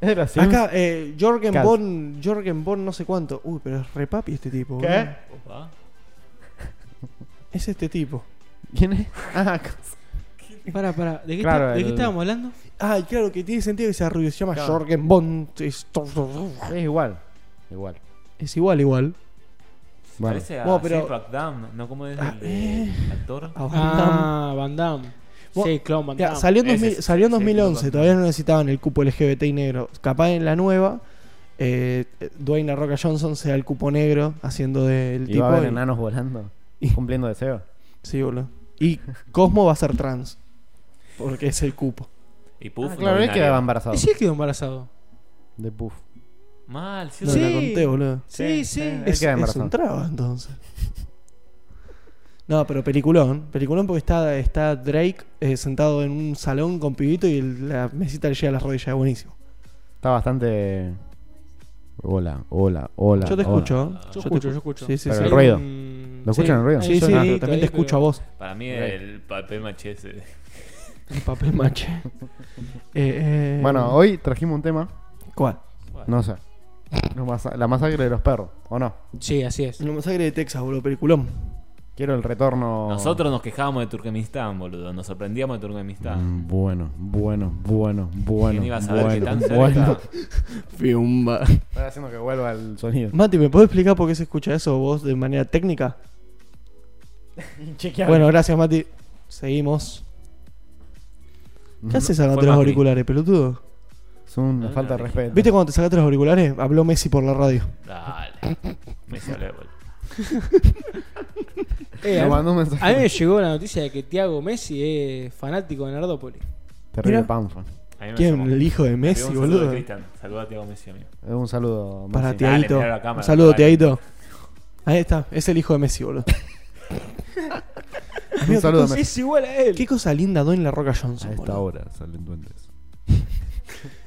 [SPEAKER 1] ¿Es de los Sims?
[SPEAKER 4] Acá, eh, Jorgen
[SPEAKER 1] Cal.
[SPEAKER 4] Bon, Jorgen Bon no sé cuánto. Uy, pero es repapi este tipo.
[SPEAKER 1] ¿Qué?
[SPEAKER 4] boludo.
[SPEAKER 2] Opa.
[SPEAKER 4] Es este tipo.
[SPEAKER 1] ¿Quién es? Ah, c-
[SPEAKER 3] Pará, pará. ¿De qué,
[SPEAKER 1] Claro,
[SPEAKER 3] está- de qué
[SPEAKER 1] el-
[SPEAKER 3] estábamos hablando?
[SPEAKER 4] Ay, claro que tiene sentido que sea rubio. Se llama
[SPEAKER 1] Claro.
[SPEAKER 4] Jorgen Bon. Es,
[SPEAKER 1] es igual. Igual.
[SPEAKER 4] es igual, igual.
[SPEAKER 1] Bueno,
[SPEAKER 2] Parece a
[SPEAKER 4] Bueno, pero-
[SPEAKER 2] Seyfried Dunn, ¿no? ¿Cómo es
[SPEAKER 4] Ah,
[SPEAKER 2] el de- actor?
[SPEAKER 4] Ah,
[SPEAKER 3] Ah, Van Damme.
[SPEAKER 4] Vos-
[SPEAKER 3] Sí, Clown Van
[SPEAKER 4] Ya,
[SPEAKER 3] Damme.
[SPEAKER 4] salió, en
[SPEAKER 2] Ese
[SPEAKER 4] 2000
[SPEAKER 2] es-
[SPEAKER 4] salió en
[SPEAKER 2] sí,
[SPEAKER 4] 2011,
[SPEAKER 2] sí,
[SPEAKER 4] todavía no necesitaban el cupo LGBT y negro. Capaz en la nueva, eh, Dwayne La Roca Johnson sea el cupo negro haciendo del
[SPEAKER 1] y
[SPEAKER 4] tipo.
[SPEAKER 1] va a haber
[SPEAKER 4] y-
[SPEAKER 1] enanos volando.
[SPEAKER 4] y-
[SPEAKER 1] Cumpliendo deseos.
[SPEAKER 4] sí, boludo. Y Cosmo va a ser trans, porque es el cupo.
[SPEAKER 2] Y Puff.
[SPEAKER 1] Ah,
[SPEAKER 2] no
[SPEAKER 1] claro, él
[SPEAKER 2] binario.
[SPEAKER 1] quedaba embarazado.
[SPEAKER 3] Y sí quedó embarazado.
[SPEAKER 1] De puff.
[SPEAKER 2] Mal, sí,
[SPEAKER 4] No
[SPEAKER 3] Sí.
[SPEAKER 4] la conté, boludo.
[SPEAKER 3] Sí, sí.
[SPEAKER 1] sí. Él
[SPEAKER 4] Es,
[SPEAKER 1] queda
[SPEAKER 4] es
[SPEAKER 1] embarazado.
[SPEAKER 4] un traba, entonces. No, pero peliculón. Peliculón porque está, está Drake eh, sentado en un salón con pibito y el- la mesita le llega a las rodillas. Es buenísimo.
[SPEAKER 1] Está bastante. Hola, hola, hola.
[SPEAKER 4] yo te
[SPEAKER 1] hola.
[SPEAKER 4] escucho.
[SPEAKER 2] Yo
[SPEAKER 4] te
[SPEAKER 3] Yo escucho, yo escucho.
[SPEAKER 4] Sí, sí,
[SPEAKER 1] Pero
[SPEAKER 4] sí.
[SPEAKER 1] el ruido.
[SPEAKER 3] Mm,
[SPEAKER 1] ¿Lo escuchan el ruido?
[SPEAKER 4] Sí, sí,
[SPEAKER 1] Ah,
[SPEAKER 4] pero también te escucho a vos.
[SPEAKER 2] Para mí
[SPEAKER 1] Bien.
[SPEAKER 2] el papel maché ese.
[SPEAKER 4] Un papel mache. Eh, eh,
[SPEAKER 1] Bueno, hoy trajimos un tema.
[SPEAKER 4] ¿Cuál?
[SPEAKER 1] No sé. Los masa- La masacre de los perros, ¿o no?
[SPEAKER 3] Sí, así es.
[SPEAKER 4] La masacre de Texas, boludo, peliculón.
[SPEAKER 1] Quiero el retorno.
[SPEAKER 2] Nosotros nos quejábamos de Turkmenistán, boludo. Nos sorprendíamos de Turkmenistán.
[SPEAKER 1] Mm, Bueno, bueno, bueno, bueno.
[SPEAKER 2] ¿Quién iba a saber que
[SPEAKER 1] bueno,
[SPEAKER 2] tan cerca?
[SPEAKER 1] bueno.
[SPEAKER 4] Fiumba.
[SPEAKER 1] Estoy haciendo que vuelva el sonido.
[SPEAKER 4] Mati, ¿me podés explicar por qué se escucha eso vos de manera técnica? Bueno, gracias, Mati. Seguimos. ¿Qué haces
[SPEAKER 2] Fue
[SPEAKER 4] sacándote los
[SPEAKER 2] Macri.
[SPEAKER 4] auriculares, pelotudo?
[SPEAKER 1] Es una
[SPEAKER 2] No,
[SPEAKER 1] falta de
[SPEAKER 2] no,
[SPEAKER 1] respeto.
[SPEAKER 4] ¿Viste cuando te sacaste los auriculares? Habló Messi por la radio.
[SPEAKER 2] Dale. Me sale, boludo.
[SPEAKER 3] Eh,
[SPEAKER 1] Me
[SPEAKER 3] a,
[SPEAKER 1] mandó un
[SPEAKER 3] a mí
[SPEAKER 1] mensaje.
[SPEAKER 3] me llegó la noticia de que Thiago Messi es fanático de Nardópolis.
[SPEAKER 1] Terrible
[SPEAKER 4] Ah, Mira.
[SPEAKER 1] panfa.
[SPEAKER 2] A mí me
[SPEAKER 4] ¿Quién?
[SPEAKER 2] llamó.
[SPEAKER 4] El hijo de
[SPEAKER 2] Le pido
[SPEAKER 4] Messi,
[SPEAKER 2] un saludo a
[SPEAKER 4] boludo.
[SPEAKER 2] Cristian. Saluda a Tiago Messi, amigo.
[SPEAKER 1] Eh, Un saludo.
[SPEAKER 4] Para
[SPEAKER 1] Messi.
[SPEAKER 2] ti. Dale,
[SPEAKER 4] Tiaguito.
[SPEAKER 2] mirá la cámara,
[SPEAKER 4] Un saludo,
[SPEAKER 2] dale.
[SPEAKER 4] Tiaguito. Ahí está, es el hijo de Messi, boludo.
[SPEAKER 1] Un saludo. a Messi.
[SPEAKER 3] Es igual a él.
[SPEAKER 4] Qué cosa linda Dwayne La Roca
[SPEAKER 1] A
[SPEAKER 4] Johnson,
[SPEAKER 1] esta
[SPEAKER 4] boludo.
[SPEAKER 1] hora salen duendes.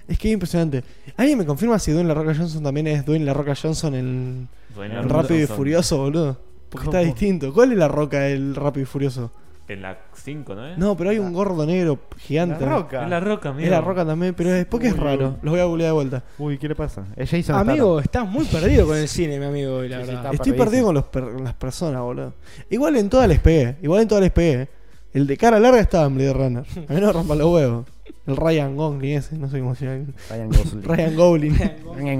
[SPEAKER 4] Es que es impresionante. ¿Alguien me confirma si Dwayne La Roca Johnson también es Dwayne La Roca Johnson en
[SPEAKER 2] Bueno,
[SPEAKER 4] en
[SPEAKER 2] Johnson.
[SPEAKER 4] Rápido y Furioso, boludo? Porque está
[SPEAKER 1] ¿Cómo?
[SPEAKER 4] distinto. ¿Cuál es La Roca del Rápido y Furioso?
[SPEAKER 2] En la 5, ¿no es?
[SPEAKER 4] No, pero hay un gordo negro gigante.
[SPEAKER 2] Es la roca, amigo.
[SPEAKER 4] Es La Roca también, pero es porque es
[SPEAKER 1] Uy, uy.
[SPEAKER 4] raro. Los voy a googlear de vuelta.
[SPEAKER 1] Uy, ¿qué le pasa? Es Jason
[SPEAKER 3] Amigo, estás muy perdido con el cine, mi amigo, hoy, la
[SPEAKER 1] Sí, sí,
[SPEAKER 3] verdad.
[SPEAKER 1] está-
[SPEAKER 4] Estoy
[SPEAKER 1] perdido.
[SPEAKER 4] perdido con, los per- con las personas, boludo. Igual en todas les pegué. Igual en todas les pegué. El de cara larga estaba en Blade Runner. A mí no me rompan los huevos. El Ryan Gosling ese, no sé cómo se llama.
[SPEAKER 1] Statham. Ryan Gosling.
[SPEAKER 4] Ryan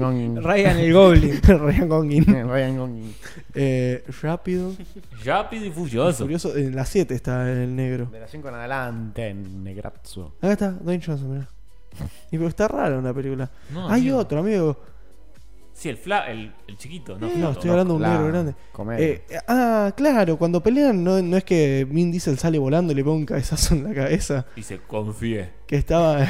[SPEAKER 1] Ryan
[SPEAKER 4] Gosling.
[SPEAKER 1] Gosling.
[SPEAKER 3] Ryan el Goblin.
[SPEAKER 4] Ryan Gosling.
[SPEAKER 1] Ryan Gosling.
[SPEAKER 4] Eh, rápido.
[SPEAKER 2] Rápido y furioso.
[SPEAKER 4] Furioso, en la 7 está el negro.
[SPEAKER 1] De las 5 en adelante, negrazzo.
[SPEAKER 4] Acá está, Dwayne Johnson, mirá. Y pero está raro una película.
[SPEAKER 2] No,
[SPEAKER 4] Hay
[SPEAKER 2] amigo.
[SPEAKER 4] otro, amigo.
[SPEAKER 2] Sí, el, fla el, el chiquito. No,
[SPEAKER 4] Eh,
[SPEAKER 2] flaco,
[SPEAKER 4] no, estoy hablando de un
[SPEAKER 1] La
[SPEAKER 4] negro grande.
[SPEAKER 1] Comedia.
[SPEAKER 4] Eh, eh, ah, claro, cuando pelean no, no es que Min Diesel sale volando y le pone un cabezazo en la cabeza.
[SPEAKER 2] Y se confíe.
[SPEAKER 4] Que estaba.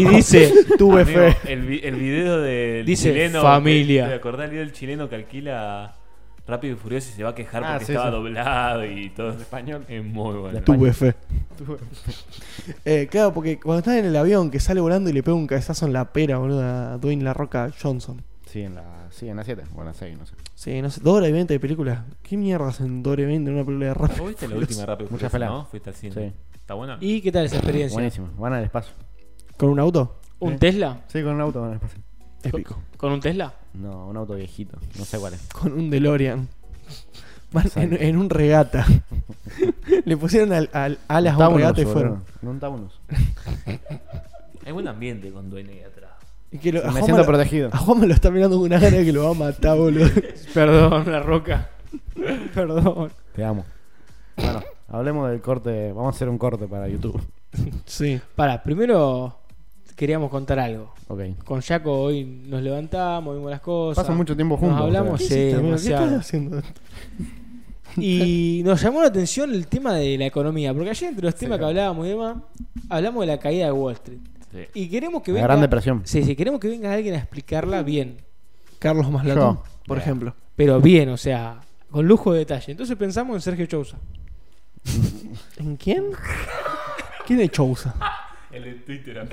[SPEAKER 3] y dice,
[SPEAKER 4] Tuve
[SPEAKER 2] Amigo,
[SPEAKER 4] fe.
[SPEAKER 2] El, vi- el video del
[SPEAKER 3] Dice,
[SPEAKER 2] chileno.
[SPEAKER 3] "Familia".
[SPEAKER 2] ¿Te acordás el video del chileno que alquila Rápido y Furioso y se va a quejar
[SPEAKER 1] Ah,
[SPEAKER 2] porque
[SPEAKER 1] sí,
[SPEAKER 2] estaba
[SPEAKER 1] sí.
[SPEAKER 2] doblado y todo?
[SPEAKER 1] español.
[SPEAKER 2] Es muy bueno.
[SPEAKER 4] Tuve fe. Eh, claro, porque cuando están en el avión que sale volando y le pega un cabezazo en la pera, boludo, a Dwayne La Roca Johnson.
[SPEAKER 1] Sí, en la 7. en la siete. Bueno, 6, no sé.
[SPEAKER 4] Sí, no sé, 2 horas y 20 de película. ¿Qué mierda hacen 2 horas y 20 en una película de rap?
[SPEAKER 2] ¿Vos viste la última de Rápido y
[SPEAKER 1] Muchas
[SPEAKER 2] Furioso,
[SPEAKER 1] peleas.
[SPEAKER 2] no? Fuiste al cine.
[SPEAKER 1] Sí.
[SPEAKER 2] ¿Está buena?
[SPEAKER 3] ¿y qué tal esa experiencia?
[SPEAKER 1] Buenísimo. Van al espacio.
[SPEAKER 4] ¿Con un auto?
[SPEAKER 3] ¿Un Tesla?
[SPEAKER 1] Sí, con un auto van al espacio.
[SPEAKER 4] Épico.
[SPEAKER 3] ¿Con un Tesla?
[SPEAKER 1] No, un auto viejito. No sé cuál es.
[SPEAKER 4] Con un DeLorean. Van en, en un regata. le pusieron al, al- alas a un
[SPEAKER 1] Taunus,
[SPEAKER 4] regata y
[SPEAKER 1] boludo.
[SPEAKER 4] fueron.
[SPEAKER 1] En un Taunus.
[SPEAKER 2] Hay buen ambiente con Duene ahí atrás.
[SPEAKER 4] Y que lo- a
[SPEAKER 1] Me
[SPEAKER 4] Juanma
[SPEAKER 1] siento
[SPEAKER 4] lo-
[SPEAKER 1] protegido.
[SPEAKER 4] a Juanma lo está mirando con una gana que lo va a matar, boludo.
[SPEAKER 3] Perdón, la roca. Perdón.
[SPEAKER 1] Te amo. Bueno, hablemos del corte. Vamos a hacer un corte para YouTube.
[SPEAKER 4] Sí.
[SPEAKER 3] Para, primero, queríamos contar algo.
[SPEAKER 1] Ok.
[SPEAKER 3] Con Jaco hoy nos levantamos, vimos las cosas.
[SPEAKER 1] Pasan mucho tiempo
[SPEAKER 3] nos
[SPEAKER 1] juntos.
[SPEAKER 3] hablamos.
[SPEAKER 1] ustedes.
[SPEAKER 3] Sí,
[SPEAKER 4] hiciste, amigo? ¿Qué
[SPEAKER 3] demasiado.
[SPEAKER 4] estás haciendo?
[SPEAKER 3] Y nos llamó la atención el tema de la economía, porque ayer entre los temas que hablábamos y demás, hablamos de la caída de Wall Street.
[SPEAKER 2] Sí.
[SPEAKER 3] Y queremos que
[SPEAKER 1] La
[SPEAKER 3] venga...
[SPEAKER 1] Gran Depresión.
[SPEAKER 3] Sí, sí, queremos que venga alguien a explicarla bien.
[SPEAKER 4] Carlos Maslatón,
[SPEAKER 1] Yo.
[SPEAKER 4] por
[SPEAKER 2] Eh.
[SPEAKER 4] ejemplo.
[SPEAKER 3] Pero bien, o sea, con lujo de detalle. Entonces pensamos en Sergio Chousa.
[SPEAKER 4] ¿En quién? ¿Quién es Chousa?
[SPEAKER 2] El de Twitter.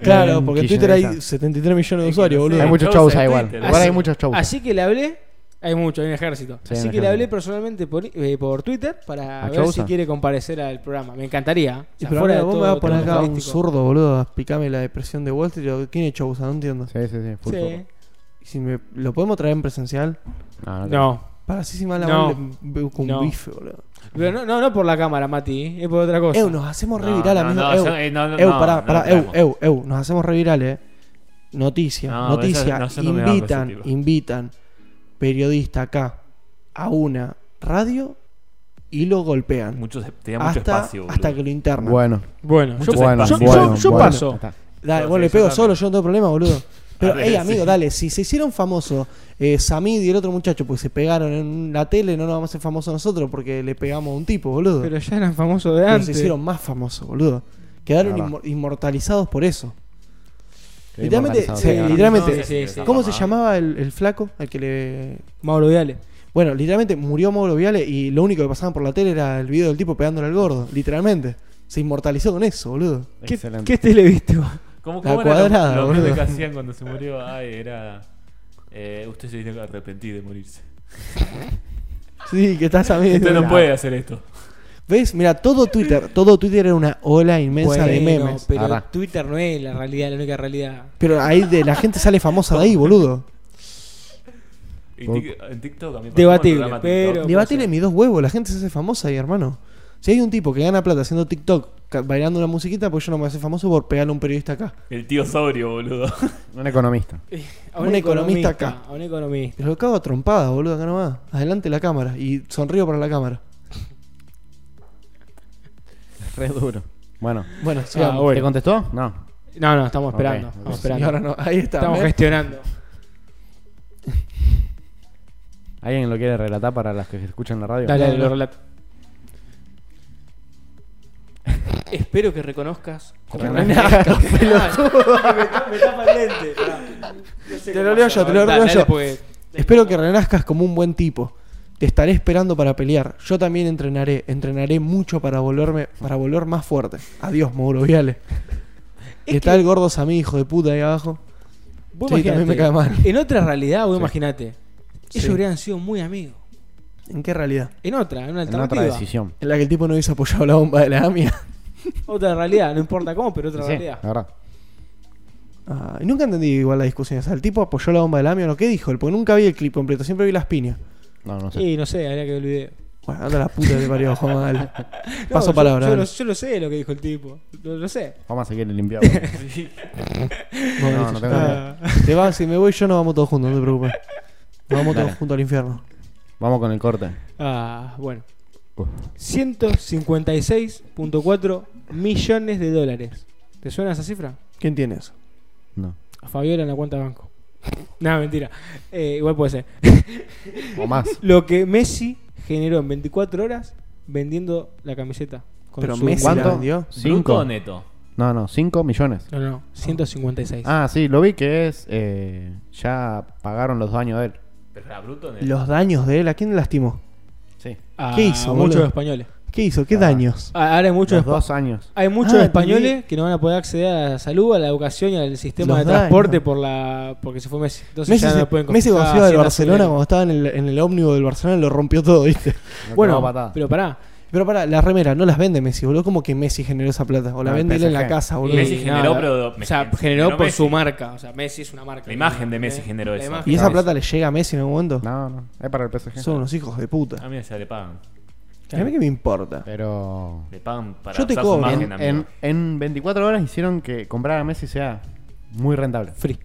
[SPEAKER 4] Claro, porque en Twitter hay
[SPEAKER 1] Kirchnerista.
[SPEAKER 4] 73 millones de usuarios,
[SPEAKER 2] no sé.
[SPEAKER 4] boludo.
[SPEAKER 1] Hay muchos
[SPEAKER 2] Chausa
[SPEAKER 1] shows
[SPEAKER 2] en
[SPEAKER 1] ahí igual.
[SPEAKER 2] Twitter.
[SPEAKER 1] Igual hay
[SPEAKER 3] Así-
[SPEAKER 1] muchos shows.
[SPEAKER 3] Así que le hablé. Hay mucho, hay un ejército.
[SPEAKER 1] Sí,
[SPEAKER 3] Así
[SPEAKER 1] un
[SPEAKER 3] que le hablé
[SPEAKER 1] ejército.
[SPEAKER 3] personalmente por, eh, por Twitter para
[SPEAKER 1] ¿A
[SPEAKER 3] ver
[SPEAKER 1] Chousa?
[SPEAKER 3] si quiere comparecer al programa. Me encantaría. O
[SPEAKER 4] Sí,
[SPEAKER 3] sea,
[SPEAKER 4] pero amigo,
[SPEAKER 3] fuera de
[SPEAKER 4] vos
[SPEAKER 3] todo
[SPEAKER 4] me vas a poner
[SPEAKER 3] tema
[SPEAKER 4] acá un
[SPEAKER 3] estadístico.
[SPEAKER 4] zurdo, boludo, a explicarme la depresión de Wall Street. o- ¿Quién es Chousa? No entiendo.
[SPEAKER 1] Sí, sí, sí. full
[SPEAKER 3] Sí.
[SPEAKER 1] show.
[SPEAKER 4] Y Si me, ¿Lo podemos traer en presencial?
[SPEAKER 1] No, no. creo.
[SPEAKER 3] No.
[SPEAKER 4] Para así si mala
[SPEAKER 3] No.
[SPEAKER 4] no. veo con
[SPEAKER 3] No.
[SPEAKER 4] bife, boludo.
[SPEAKER 3] Pero no, no, no por la cámara, Mati. ¿eh? Es por otra cosa.
[SPEAKER 4] Eu, nos hacemos
[SPEAKER 2] No,
[SPEAKER 4] reviral,
[SPEAKER 2] no,
[SPEAKER 4] amigo.
[SPEAKER 2] no,
[SPEAKER 4] eu,
[SPEAKER 2] yo- eh, no, no,
[SPEAKER 4] eu,
[SPEAKER 2] no,
[SPEAKER 4] pará,
[SPEAKER 2] no
[SPEAKER 4] pará,
[SPEAKER 2] lo
[SPEAKER 4] eu,
[SPEAKER 2] traemos.
[SPEAKER 4] eu, eu, nos hacemos reviral, eh. Noticia,
[SPEAKER 2] No,
[SPEAKER 4] noticia.
[SPEAKER 2] eso- no, yo no me banco
[SPEAKER 4] invitan,
[SPEAKER 2] ese tipo.
[SPEAKER 4] invitan periodista acá a una radio y lo golpean.
[SPEAKER 2] Mucho, se- tenía mucho
[SPEAKER 4] hasta,
[SPEAKER 2] espacio, boludo.
[SPEAKER 4] hasta que lo internan.
[SPEAKER 1] Bueno,
[SPEAKER 3] Bueno, yo,
[SPEAKER 2] Muchos
[SPEAKER 1] bueno,
[SPEAKER 3] yo-
[SPEAKER 2] espacios.
[SPEAKER 3] yo-
[SPEAKER 1] bueno,
[SPEAKER 3] yo
[SPEAKER 1] bueno.
[SPEAKER 3] paso.
[SPEAKER 1] Está.
[SPEAKER 4] Dale,
[SPEAKER 2] Yo
[SPEAKER 4] vos
[SPEAKER 2] sí,
[SPEAKER 4] le
[SPEAKER 2] yo
[SPEAKER 4] pego
[SPEAKER 2] también.
[SPEAKER 4] solo, yo no tengo problema, boludo. Pero,
[SPEAKER 2] ver,
[SPEAKER 4] hey, amigo,
[SPEAKER 2] sí.
[SPEAKER 4] dale, si se hicieron famosos eh, Samid y el otro muchacho, porque se pegaron en la tele, no nos vamos a hacer famosos nosotros porque le pegamos a un tipo, boludo.
[SPEAKER 3] Pero ya eran famosos de
[SPEAKER 4] Pero
[SPEAKER 3] antes.
[SPEAKER 4] se hicieron más famosos, boludo. Quedaron
[SPEAKER 1] Claro.
[SPEAKER 4] inmo- inmortalizados por eso.
[SPEAKER 1] Qué
[SPEAKER 4] Literalmente,
[SPEAKER 1] inmortalizado,
[SPEAKER 4] se-
[SPEAKER 1] sí, ahora.
[SPEAKER 4] literalmente-
[SPEAKER 2] No,
[SPEAKER 3] sí, sí, sí.
[SPEAKER 4] ¿Cómo se
[SPEAKER 2] Mamá.
[SPEAKER 4] llamaba el, el flaco? El que le.
[SPEAKER 3] Mauro Viale.
[SPEAKER 4] Bueno, literalmente murió Mauro Viale y lo único que pasaban por la tele era el video del tipo pegándole al gordo. Literalmente. Se inmortalizó con eso, boludo.
[SPEAKER 3] ¿Qué,
[SPEAKER 1] Excelente.
[SPEAKER 3] ¿Qué tele viste vos?
[SPEAKER 2] ¿Cómo,
[SPEAKER 4] La
[SPEAKER 2] cómo era
[SPEAKER 4] cuadrada,
[SPEAKER 2] lo, lo meme
[SPEAKER 4] boludo.
[SPEAKER 2] que hacían cuando se murió? Ay, era. Eh, usted se tiene que arrepentir de morirse.
[SPEAKER 4] Sí, que estás a mí.
[SPEAKER 2] Usted no puede hacer esto.
[SPEAKER 4] ¿Ves? Mira, todo Twitter, todo Twitter era una ola inmensa de
[SPEAKER 3] Bueno,
[SPEAKER 4] memes.
[SPEAKER 3] Pero
[SPEAKER 1] Arra.
[SPEAKER 3] Twitter no es la realidad, la única realidad.
[SPEAKER 4] Pero ahí de la gente sale famosa de ahí, boludo.
[SPEAKER 2] Y tic- en TikTok a mí me pasó
[SPEAKER 3] Debatible,
[SPEAKER 2] con el programa
[SPEAKER 3] pero-
[SPEAKER 2] TikTok.
[SPEAKER 4] Debatile mis dos huevos, la gente se hace famosa ahí, hermano. Si hay un tipo que gana plata haciendo TikTok, ca- bailando una musiquita, pues yo no me hace famoso por pegarle a un periodista acá.
[SPEAKER 2] El tío sobrio, boludo.
[SPEAKER 1] Un economista.
[SPEAKER 3] A
[SPEAKER 4] Un economista acá.
[SPEAKER 3] A un economista.
[SPEAKER 4] Pero lo cago a trompadas, boludo, acá nomás. Adelante la cámara. Y sonrío para la cámara.
[SPEAKER 1] Re duro. Bueno.
[SPEAKER 4] Bueno,
[SPEAKER 3] Ah,
[SPEAKER 4] sigamos.
[SPEAKER 3] bueno.
[SPEAKER 1] ¿Te contestó? No.
[SPEAKER 3] No, no, estamos
[SPEAKER 1] Ok,
[SPEAKER 3] esperando.
[SPEAKER 1] ok.
[SPEAKER 3] Estamos
[SPEAKER 4] Y
[SPEAKER 3] esperando.
[SPEAKER 4] ahora no, ahí está.
[SPEAKER 3] Estamos
[SPEAKER 4] ¿ves?
[SPEAKER 3] gestionando.
[SPEAKER 1] ¿Alguien lo quiere relatar para las que escuchan la radio?
[SPEAKER 3] Dale,
[SPEAKER 4] No,
[SPEAKER 3] dale,
[SPEAKER 4] no.
[SPEAKER 3] lo relato. Espero que reconozcas.
[SPEAKER 1] Reconozcas,
[SPEAKER 3] me tapa el
[SPEAKER 4] Te
[SPEAKER 3] lente.
[SPEAKER 4] lo leo yo, te lo leo yo.
[SPEAKER 3] pues.
[SPEAKER 4] Espero que renazcas como un buen tipo. Te estaré esperando para pelear. Yo también entrenaré. Entrenaré mucho para volverme, para volver más fuerte. Adiós, Mauro Viale. Y está el gordo Samí, hijo de puta, ahí abajo. Sí, también me cae mal.
[SPEAKER 3] En otra realidad, vos imaginate. Ellos
[SPEAKER 4] Sí.
[SPEAKER 3] hubieran sido muy amigos.
[SPEAKER 4] ¿En qué realidad?
[SPEAKER 3] En otra, en una
[SPEAKER 1] En otra
[SPEAKER 3] alternativa.
[SPEAKER 1] decisión.
[SPEAKER 4] En la que el tipo no hubiese apoyado la bomba de la AMIA.
[SPEAKER 3] Otra realidad, no importa cómo, pero otra
[SPEAKER 1] Sí, la
[SPEAKER 3] realidad.
[SPEAKER 1] verdad.
[SPEAKER 4] Ah, y nunca entendí igual la discusión. O sea, el tipo apoyó la bomba de la AMIA o no. ¿Qué dijo? él? Porque nunca vi el clip completo. Siempre vi las piñas.
[SPEAKER 1] No, no sé.
[SPEAKER 3] Y no sé, habría que ver el video.
[SPEAKER 4] Bueno, anda la puta de parió, Juan Mal.
[SPEAKER 3] No,
[SPEAKER 4] Paso
[SPEAKER 3] yo-
[SPEAKER 4] palabra.
[SPEAKER 3] Yo,
[SPEAKER 4] dale.
[SPEAKER 3] lo, yo lo sé lo que dijo el tipo. Lo, lo sé.
[SPEAKER 1] Vamos a seguir limpiando.
[SPEAKER 2] Sí.
[SPEAKER 4] No,
[SPEAKER 1] No, no
[SPEAKER 4] listo, ya
[SPEAKER 1] tengo
[SPEAKER 4] está.
[SPEAKER 1] idea.
[SPEAKER 3] Ah,
[SPEAKER 4] "Ah, Te vas, si me voy yo, nos vamos todos juntos, no te preocupes. Nos vamos
[SPEAKER 1] Dale.
[SPEAKER 4] todos juntos al infierno.
[SPEAKER 1] Vamos con el corte.
[SPEAKER 3] Ah, bueno.
[SPEAKER 1] Uf.
[SPEAKER 3] 156.4 millones de dólares. ¿Te suena esa cifra?
[SPEAKER 4] ¿Quién tiene eso?
[SPEAKER 1] No.
[SPEAKER 3] A Fabiola en la cuenta de banco. Nada, mentira. Eh, igual puede ser.
[SPEAKER 1] O más.
[SPEAKER 3] Lo que Messi generó en 24 horas vendiendo la camiseta. con
[SPEAKER 4] Pero
[SPEAKER 3] su-
[SPEAKER 4] Messi la
[SPEAKER 1] ¿Cuánto?
[SPEAKER 4] vendió.
[SPEAKER 2] ¿Bruto o
[SPEAKER 1] Cinco.
[SPEAKER 2] neto?
[SPEAKER 1] No, no, cinco millones.
[SPEAKER 3] No, no, 156.
[SPEAKER 1] Ah, sí, lo vi que es. eh, ya pagaron los daños de él.
[SPEAKER 2] Pero era bruto o neto.
[SPEAKER 4] Eh. Los daños de él, ¿a quién lastimó?
[SPEAKER 1] Sí.
[SPEAKER 3] A
[SPEAKER 4] ¿qué hizo,
[SPEAKER 3] Muchos
[SPEAKER 4] boludo?
[SPEAKER 3] Ah, españoles.
[SPEAKER 4] ¿Qué hizo? ¿Qué
[SPEAKER 1] Ah.
[SPEAKER 4] daños?
[SPEAKER 3] Ah, Ahora hay muchos,
[SPEAKER 1] Los
[SPEAKER 3] espa-
[SPEAKER 1] dos años.
[SPEAKER 3] hay muchos
[SPEAKER 4] Ah,
[SPEAKER 3] españoles
[SPEAKER 4] entendí.
[SPEAKER 3] que no van a poder acceder a la salud, a la educación y al sistema
[SPEAKER 4] Los
[SPEAKER 3] de
[SPEAKER 4] daños.
[SPEAKER 3] transporte por la porque se fue Messi. Entonces
[SPEAKER 4] Messi,
[SPEAKER 3] ya no
[SPEAKER 4] se-
[SPEAKER 3] lo pueden
[SPEAKER 4] Messi
[SPEAKER 3] contratar,
[SPEAKER 4] cuando se iba del
[SPEAKER 3] haciendo
[SPEAKER 4] Barcelona,
[SPEAKER 3] así.
[SPEAKER 4] cuando estaba en el, en el ómnibus del Barcelona, lo rompió todo, ¿viste?
[SPEAKER 1] No,
[SPEAKER 3] Bueno,
[SPEAKER 1] patada.
[SPEAKER 3] pero pará.
[SPEAKER 4] Pero para, las remeras no las vende Messi, boludo. ¿Cómo que Messi generó esa plata? O la
[SPEAKER 1] No, el
[SPEAKER 4] vende él en la
[SPEAKER 1] PSG.
[SPEAKER 4] casa, boludo.
[SPEAKER 2] Messi
[SPEAKER 3] Eh,
[SPEAKER 2] generó,
[SPEAKER 3] no,
[SPEAKER 2] pero-
[SPEAKER 3] o sea,
[SPEAKER 2] Messi
[SPEAKER 3] generó
[SPEAKER 2] generó
[SPEAKER 3] por
[SPEAKER 2] Messi.
[SPEAKER 3] su marca. O sea, Messi es una marca.
[SPEAKER 2] La imagen de Messi generó
[SPEAKER 3] La
[SPEAKER 2] eso.
[SPEAKER 3] imagen.
[SPEAKER 4] ¿Y esa
[SPEAKER 1] No,
[SPEAKER 4] plata le llega a Messi en algún momento?
[SPEAKER 1] No, no. Es para el PSG.
[SPEAKER 4] Son unos hijos de
[SPEAKER 2] A
[SPEAKER 4] puta.
[SPEAKER 2] mí ya le pagan.
[SPEAKER 4] A mí que me importa.
[SPEAKER 1] Eh. Pero.
[SPEAKER 2] Le pagan para
[SPEAKER 4] Yo te
[SPEAKER 2] usar su
[SPEAKER 4] cobro.
[SPEAKER 2] imagen,
[SPEAKER 1] En,
[SPEAKER 2] amigo.
[SPEAKER 1] en- en 24 horas hicieron que comprar a Messi sea muy rentable.
[SPEAKER 3] Free.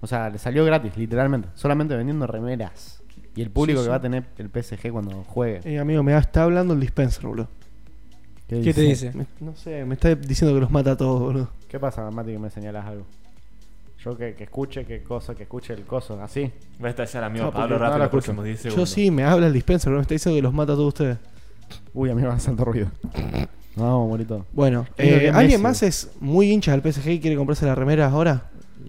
[SPEAKER 1] O sea, le salió gratis, literalmente. Solamente vendiendo remeras. Y el público
[SPEAKER 4] Sí, sí.
[SPEAKER 1] que va a tener el PSG cuando juegue.
[SPEAKER 4] Eh, amigo, me va- está hablando el dispenser, boludo.
[SPEAKER 3] Eh, ¿Qué te dice?
[SPEAKER 4] Me- no sé, me está diciendo que los mata a todos, boludo.
[SPEAKER 1] ¿Qué pasa, Mati, que me señalas algo? Yo que, que escuche qué cosa, que escuche el coso, así.
[SPEAKER 2] Va a estallar, amigo
[SPEAKER 1] No, porque
[SPEAKER 2] Pablo
[SPEAKER 1] no la
[SPEAKER 2] Rato los
[SPEAKER 1] escucho.
[SPEAKER 2] próximos 10
[SPEAKER 4] Yo
[SPEAKER 2] segundos.
[SPEAKER 4] sí, me habla el dispenser, pero me está diciendo que los mata a todos ustedes.
[SPEAKER 1] Uy, a mí me va tanto ruido. Vamos, bonito.
[SPEAKER 4] Bueno,
[SPEAKER 1] Digo
[SPEAKER 4] eh,
[SPEAKER 1] que
[SPEAKER 4] ¿alguien
[SPEAKER 1] Messi.
[SPEAKER 4] más es muy hincha del PSG y quiere comprarse la remera ahora?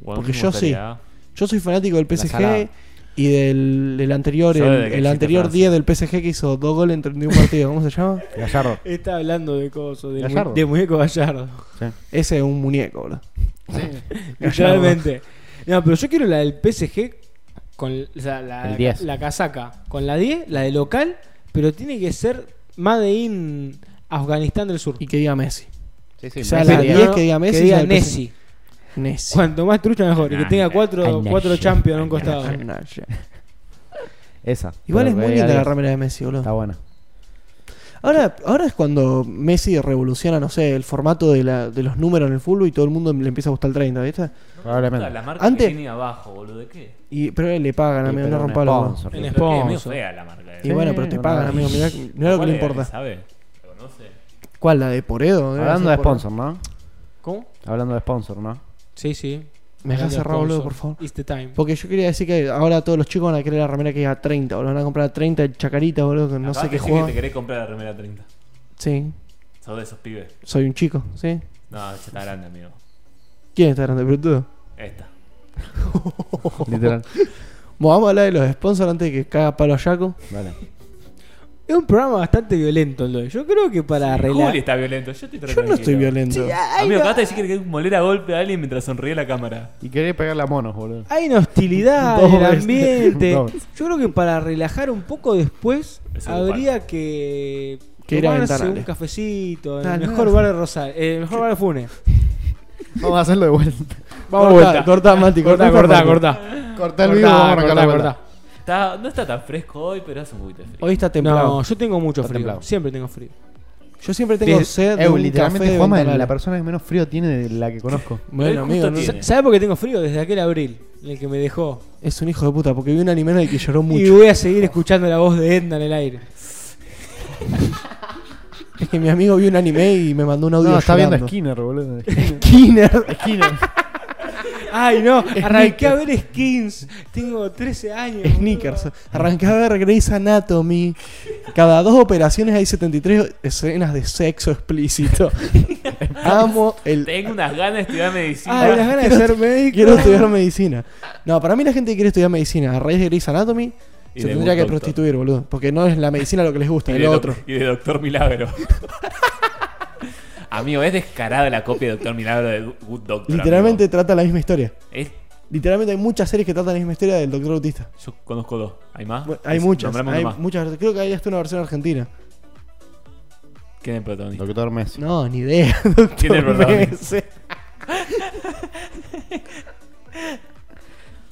[SPEAKER 2] Bueno,
[SPEAKER 4] porque
[SPEAKER 2] me
[SPEAKER 4] yo
[SPEAKER 2] gustaría-
[SPEAKER 4] Yo soy fanático del
[SPEAKER 1] salada.
[SPEAKER 4] PSG y del, del anterior,
[SPEAKER 2] Yo desde
[SPEAKER 4] el,
[SPEAKER 2] que
[SPEAKER 4] el
[SPEAKER 2] existe
[SPEAKER 4] anterior
[SPEAKER 2] Francia.
[SPEAKER 4] día del PSG que hizo dos goles en 31 partidos. ¿Cómo se llama?
[SPEAKER 1] Gallardo.
[SPEAKER 3] Está hablando de cosas, de,
[SPEAKER 1] Gallardo.
[SPEAKER 3] de muñeco gallardo.
[SPEAKER 4] Ese es un muñeco, boludo.
[SPEAKER 3] Literalmente. No, pero yo quiero la del PSG con o sea, la,
[SPEAKER 1] El 10.
[SPEAKER 3] la casaca. Con la 10, la de local, pero tiene que ser Made in Afganistán del Sur.
[SPEAKER 4] Y que diga Messi.
[SPEAKER 1] Sí, sí,
[SPEAKER 4] O sea,
[SPEAKER 1] Messi
[SPEAKER 4] la
[SPEAKER 1] diría-
[SPEAKER 4] diez- que diga Messi,
[SPEAKER 3] Que diga
[SPEAKER 4] la del
[SPEAKER 3] Messi.
[SPEAKER 4] Messi.
[SPEAKER 3] Cuanto más trucha mejor. Y que tenga cuatro,
[SPEAKER 1] Ay,
[SPEAKER 3] cuatro
[SPEAKER 1] Messi.
[SPEAKER 3] champions a un costado.
[SPEAKER 4] Ah,
[SPEAKER 1] Esa.
[SPEAKER 4] Igual
[SPEAKER 1] Pero
[SPEAKER 4] es muy
[SPEAKER 1] regala-
[SPEAKER 4] linda la remera de Messi,
[SPEAKER 1] Está
[SPEAKER 4] boludo.
[SPEAKER 1] buena.
[SPEAKER 4] Ahora, ahora es cuando Messi revoluciona, no sé, el formato de, la- de los números en el fútbol y todo el mundo le empieza a gustar el 30, ¿viste?
[SPEAKER 1] Probablemente.
[SPEAKER 2] Puta, La marca
[SPEAKER 4] Antes-
[SPEAKER 2] que tiene abajo, boludo, ¿de qué?
[SPEAKER 4] Y, pero le pagan,
[SPEAKER 1] Sí,
[SPEAKER 4] amigo,
[SPEAKER 1] pero
[SPEAKER 4] no
[SPEAKER 1] un
[SPEAKER 4] rompa los huevos.
[SPEAKER 1] sponsor.
[SPEAKER 3] En
[SPEAKER 2] Pero
[SPEAKER 3] Sponsor.
[SPEAKER 2] que Es medio fea la marca. ¿eh?
[SPEAKER 4] Y bueno, pero te
[SPEAKER 1] Sí,
[SPEAKER 4] pagan,
[SPEAKER 1] no.
[SPEAKER 4] amigo, mirá, mirá lo que le importa.
[SPEAKER 2] ¿Sabe? ¿Lo conoce?
[SPEAKER 4] ¿Cuál? ¿La de Poredo? Debe
[SPEAKER 1] Hablando de
[SPEAKER 4] ser Poredo.
[SPEAKER 1] sponsor, ¿no?
[SPEAKER 3] ¿Cómo?
[SPEAKER 1] Hablando de sponsor, ¿no?
[SPEAKER 3] Sí, sí.
[SPEAKER 4] Me dejás
[SPEAKER 3] Grande
[SPEAKER 4] cerrar, boludo,
[SPEAKER 3] sponsor.
[SPEAKER 4] por favor.
[SPEAKER 3] It's the time.
[SPEAKER 4] Porque yo quería decir que ahora todos los chicos van a querer la remera que diga 30, boludo. Van a comprar 30 el Chacarita, boludo, que no
[SPEAKER 2] Acabas
[SPEAKER 4] sé
[SPEAKER 2] de
[SPEAKER 4] qué
[SPEAKER 2] decir
[SPEAKER 4] juega.
[SPEAKER 2] que te querés comprar la remera 30.
[SPEAKER 4] Sí,
[SPEAKER 2] Sos de esos pibes.
[SPEAKER 4] soy un chico, ¿sí?
[SPEAKER 2] No, ya está grande, amigo.
[SPEAKER 4] ¿Quién está grande, pelotudo?
[SPEAKER 2] Esta.
[SPEAKER 1] Literal.
[SPEAKER 4] Bueno, vamos a hablar de los sponsors antes de que caga palo a Jaco.
[SPEAKER 1] Vale.
[SPEAKER 3] Es un programa bastante violento el de hoy. Yo creo que para arreglar.
[SPEAKER 2] Juli está violento. Yo estoy
[SPEAKER 4] Yo no estoy violento.
[SPEAKER 2] Amigo, acabas de decir que le querés moler a golpe a alguien mientras sonríe la cámara.
[SPEAKER 1] Y quería pegarle a monos, boludo.
[SPEAKER 3] Hay una hostilidad
[SPEAKER 4] Dos
[SPEAKER 3] en el
[SPEAKER 4] veces.
[SPEAKER 3] ambiente.
[SPEAKER 1] Dos.
[SPEAKER 3] Yo creo que para relajar un poco después
[SPEAKER 2] Es un
[SPEAKER 3] habría que
[SPEAKER 4] Que ir a
[SPEAKER 3] tomarse
[SPEAKER 1] eh.
[SPEAKER 4] ventanales.
[SPEAKER 3] un cafecito en
[SPEAKER 4] Tal
[SPEAKER 3] el
[SPEAKER 4] vez.
[SPEAKER 3] mejor bar de Rosario, eh, el mejor bar de Funes.
[SPEAKER 1] Vamos a hacerlo de vuelta.
[SPEAKER 3] Vamos
[SPEAKER 4] cortá,
[SPEAKER 3] vuelta.
[SPEAKER 4] cortá, Mati, cortá,
[SPEAKER 3] Cortá,
[SPEAKER 4] esta
[SPEAKER 3] cortá,
[SPEAKER 4] parte.
[SPEAKER 3] cortá.
[SPEAKER 1] Cortá el
[SPEAKER 3] Cortá,
[SPEAKER 1] vivo, vamos a arrancar
[SPEAKER 3] cortá,
[SPEAKER 1] la
[SPEAKER 3] cortá.
[SPEAKER 1] vuelta.
[SPEAKER 2] Está, no está tan fresco hoy, pero hace un poquito de frío.
[SPEAKER 4] Hoy está templado.
[SPEAKER 3] No, yo tengo mucho
[SPEAKER 1] Está
[SPEAKER 3] frío.
[SPEAKER 1] templado.
[SPEAKER 3] Siempre tengo frío.
[SPEAKER 4] yo siempre tengo
[SPEAKER 3] Des-
[SPEAKER 4] sed de
[SPEAKER 1] Eu,
[SPEAKER 4] un café
[SPEAKER 1] Eh, literalmente
[SPEAKER 4] de
[SPEAKER 1] Juanma es
[SPEAKER 4] ventanal.
[SPEAKER 1] la persona que menos frío tiene de la que conozco.
[SPEAKER 4] Bueno,
[SPEAKER 2] Él justo
[SPEAKER 4] amigo, no-
[SPEAKER 2] tiene.
[SPEAKER 3] ¿Sabes por qué tengo frío? Desde aquel abril, en el que me dejó.
[SPEAKER 4] es un hijo de puta porque vi un anime en el que lloró
[SPEAKER 3] Y
[SPEAKER 4] mucho.
[SPEAKER 3] voy a seguir escuchando la voz de Edna en el aire.
[SPEAKER 4] Es que mi amigo vio un anime y me mandó un audio
[SPEAKER 1] No, está viendo
[SPEAKER 4] llorando.
[SPEAKER 1] Skinner, boludo.
[SPEAKER 4] Skinner.
[SPEAKER 1] Skinner.
[SPEAKER 3] Ay, no, arranqué a ver skins. Tengo 13 años.
[SPEAKER 4] Sneakers. Arranqué a ver Grey's Anatomy. Cada dos operaciones hay 73 escenas de sexo explícito. Amo el
[SPEAKER 2] Tengo unas ganas de estudiar medicina.
[SPEAKER 4] Ah,
[SPEAKER 3] Ay, las ganas de ser médico.
[SPEAKER 4] Quiero estudiar medicina. No, para mí la gente que quiere estudiar medicina a raíz de Grey's Anatomy
[SPEAKER 2] Y
[SPEAKER 4] se
[SPEAKER 2] de
[SPEAKER 4] tendría
[SPEAKER 2] un
[SPEAKER 4] que
[SPEAKER 2] doctor.
[SPEAKER 4] prostituir, boludo. Porque no es la medicina lo que les gusta,
[SPEAKER 2] y,
[SPEAKER 4] es
[SPEAKER 2] de
[SPEAKER 4] lo
[SPEAKER 2] doc-
[SPEAKER 4] otro.
[SPEAKER 2] y de Doctor Milagro. amigo, es descarada la copia de Doctor Milagro de Good Doctor.
[SPEAKER 4] Literalmente
[SPEAKER 2] amigo.
[SPEAKER 4] trata la misma historia.
[SPEAKER 2] Es-
[SPEAKER 4] Literalmente hay muchas series que tratan la misma historia del Doctor Autista.
[SPEAKER 2] yo conozco dos. ¿Hay más?
[SPEAKER 4] Bueno, Hay
[SPEAKER 2] Es-
[SPEAKER 4] muchas.
[SPEAKER 2] nombrame uno
[SPEAKER 4] Hay
[SPEAKER 2] más.
[SPEAKER 4] muchas. Creo que hay hasta una versión argentina.
[SPEAKER 2] ¿Quién es el protagonista?
[SPEAKER 1] Doctor Messi.
[SPEAKER 4] No, ni idea. Doctor
[SPEAKER 2] ¿Quién es el protagonista?
[SPEAKER 4] Messi.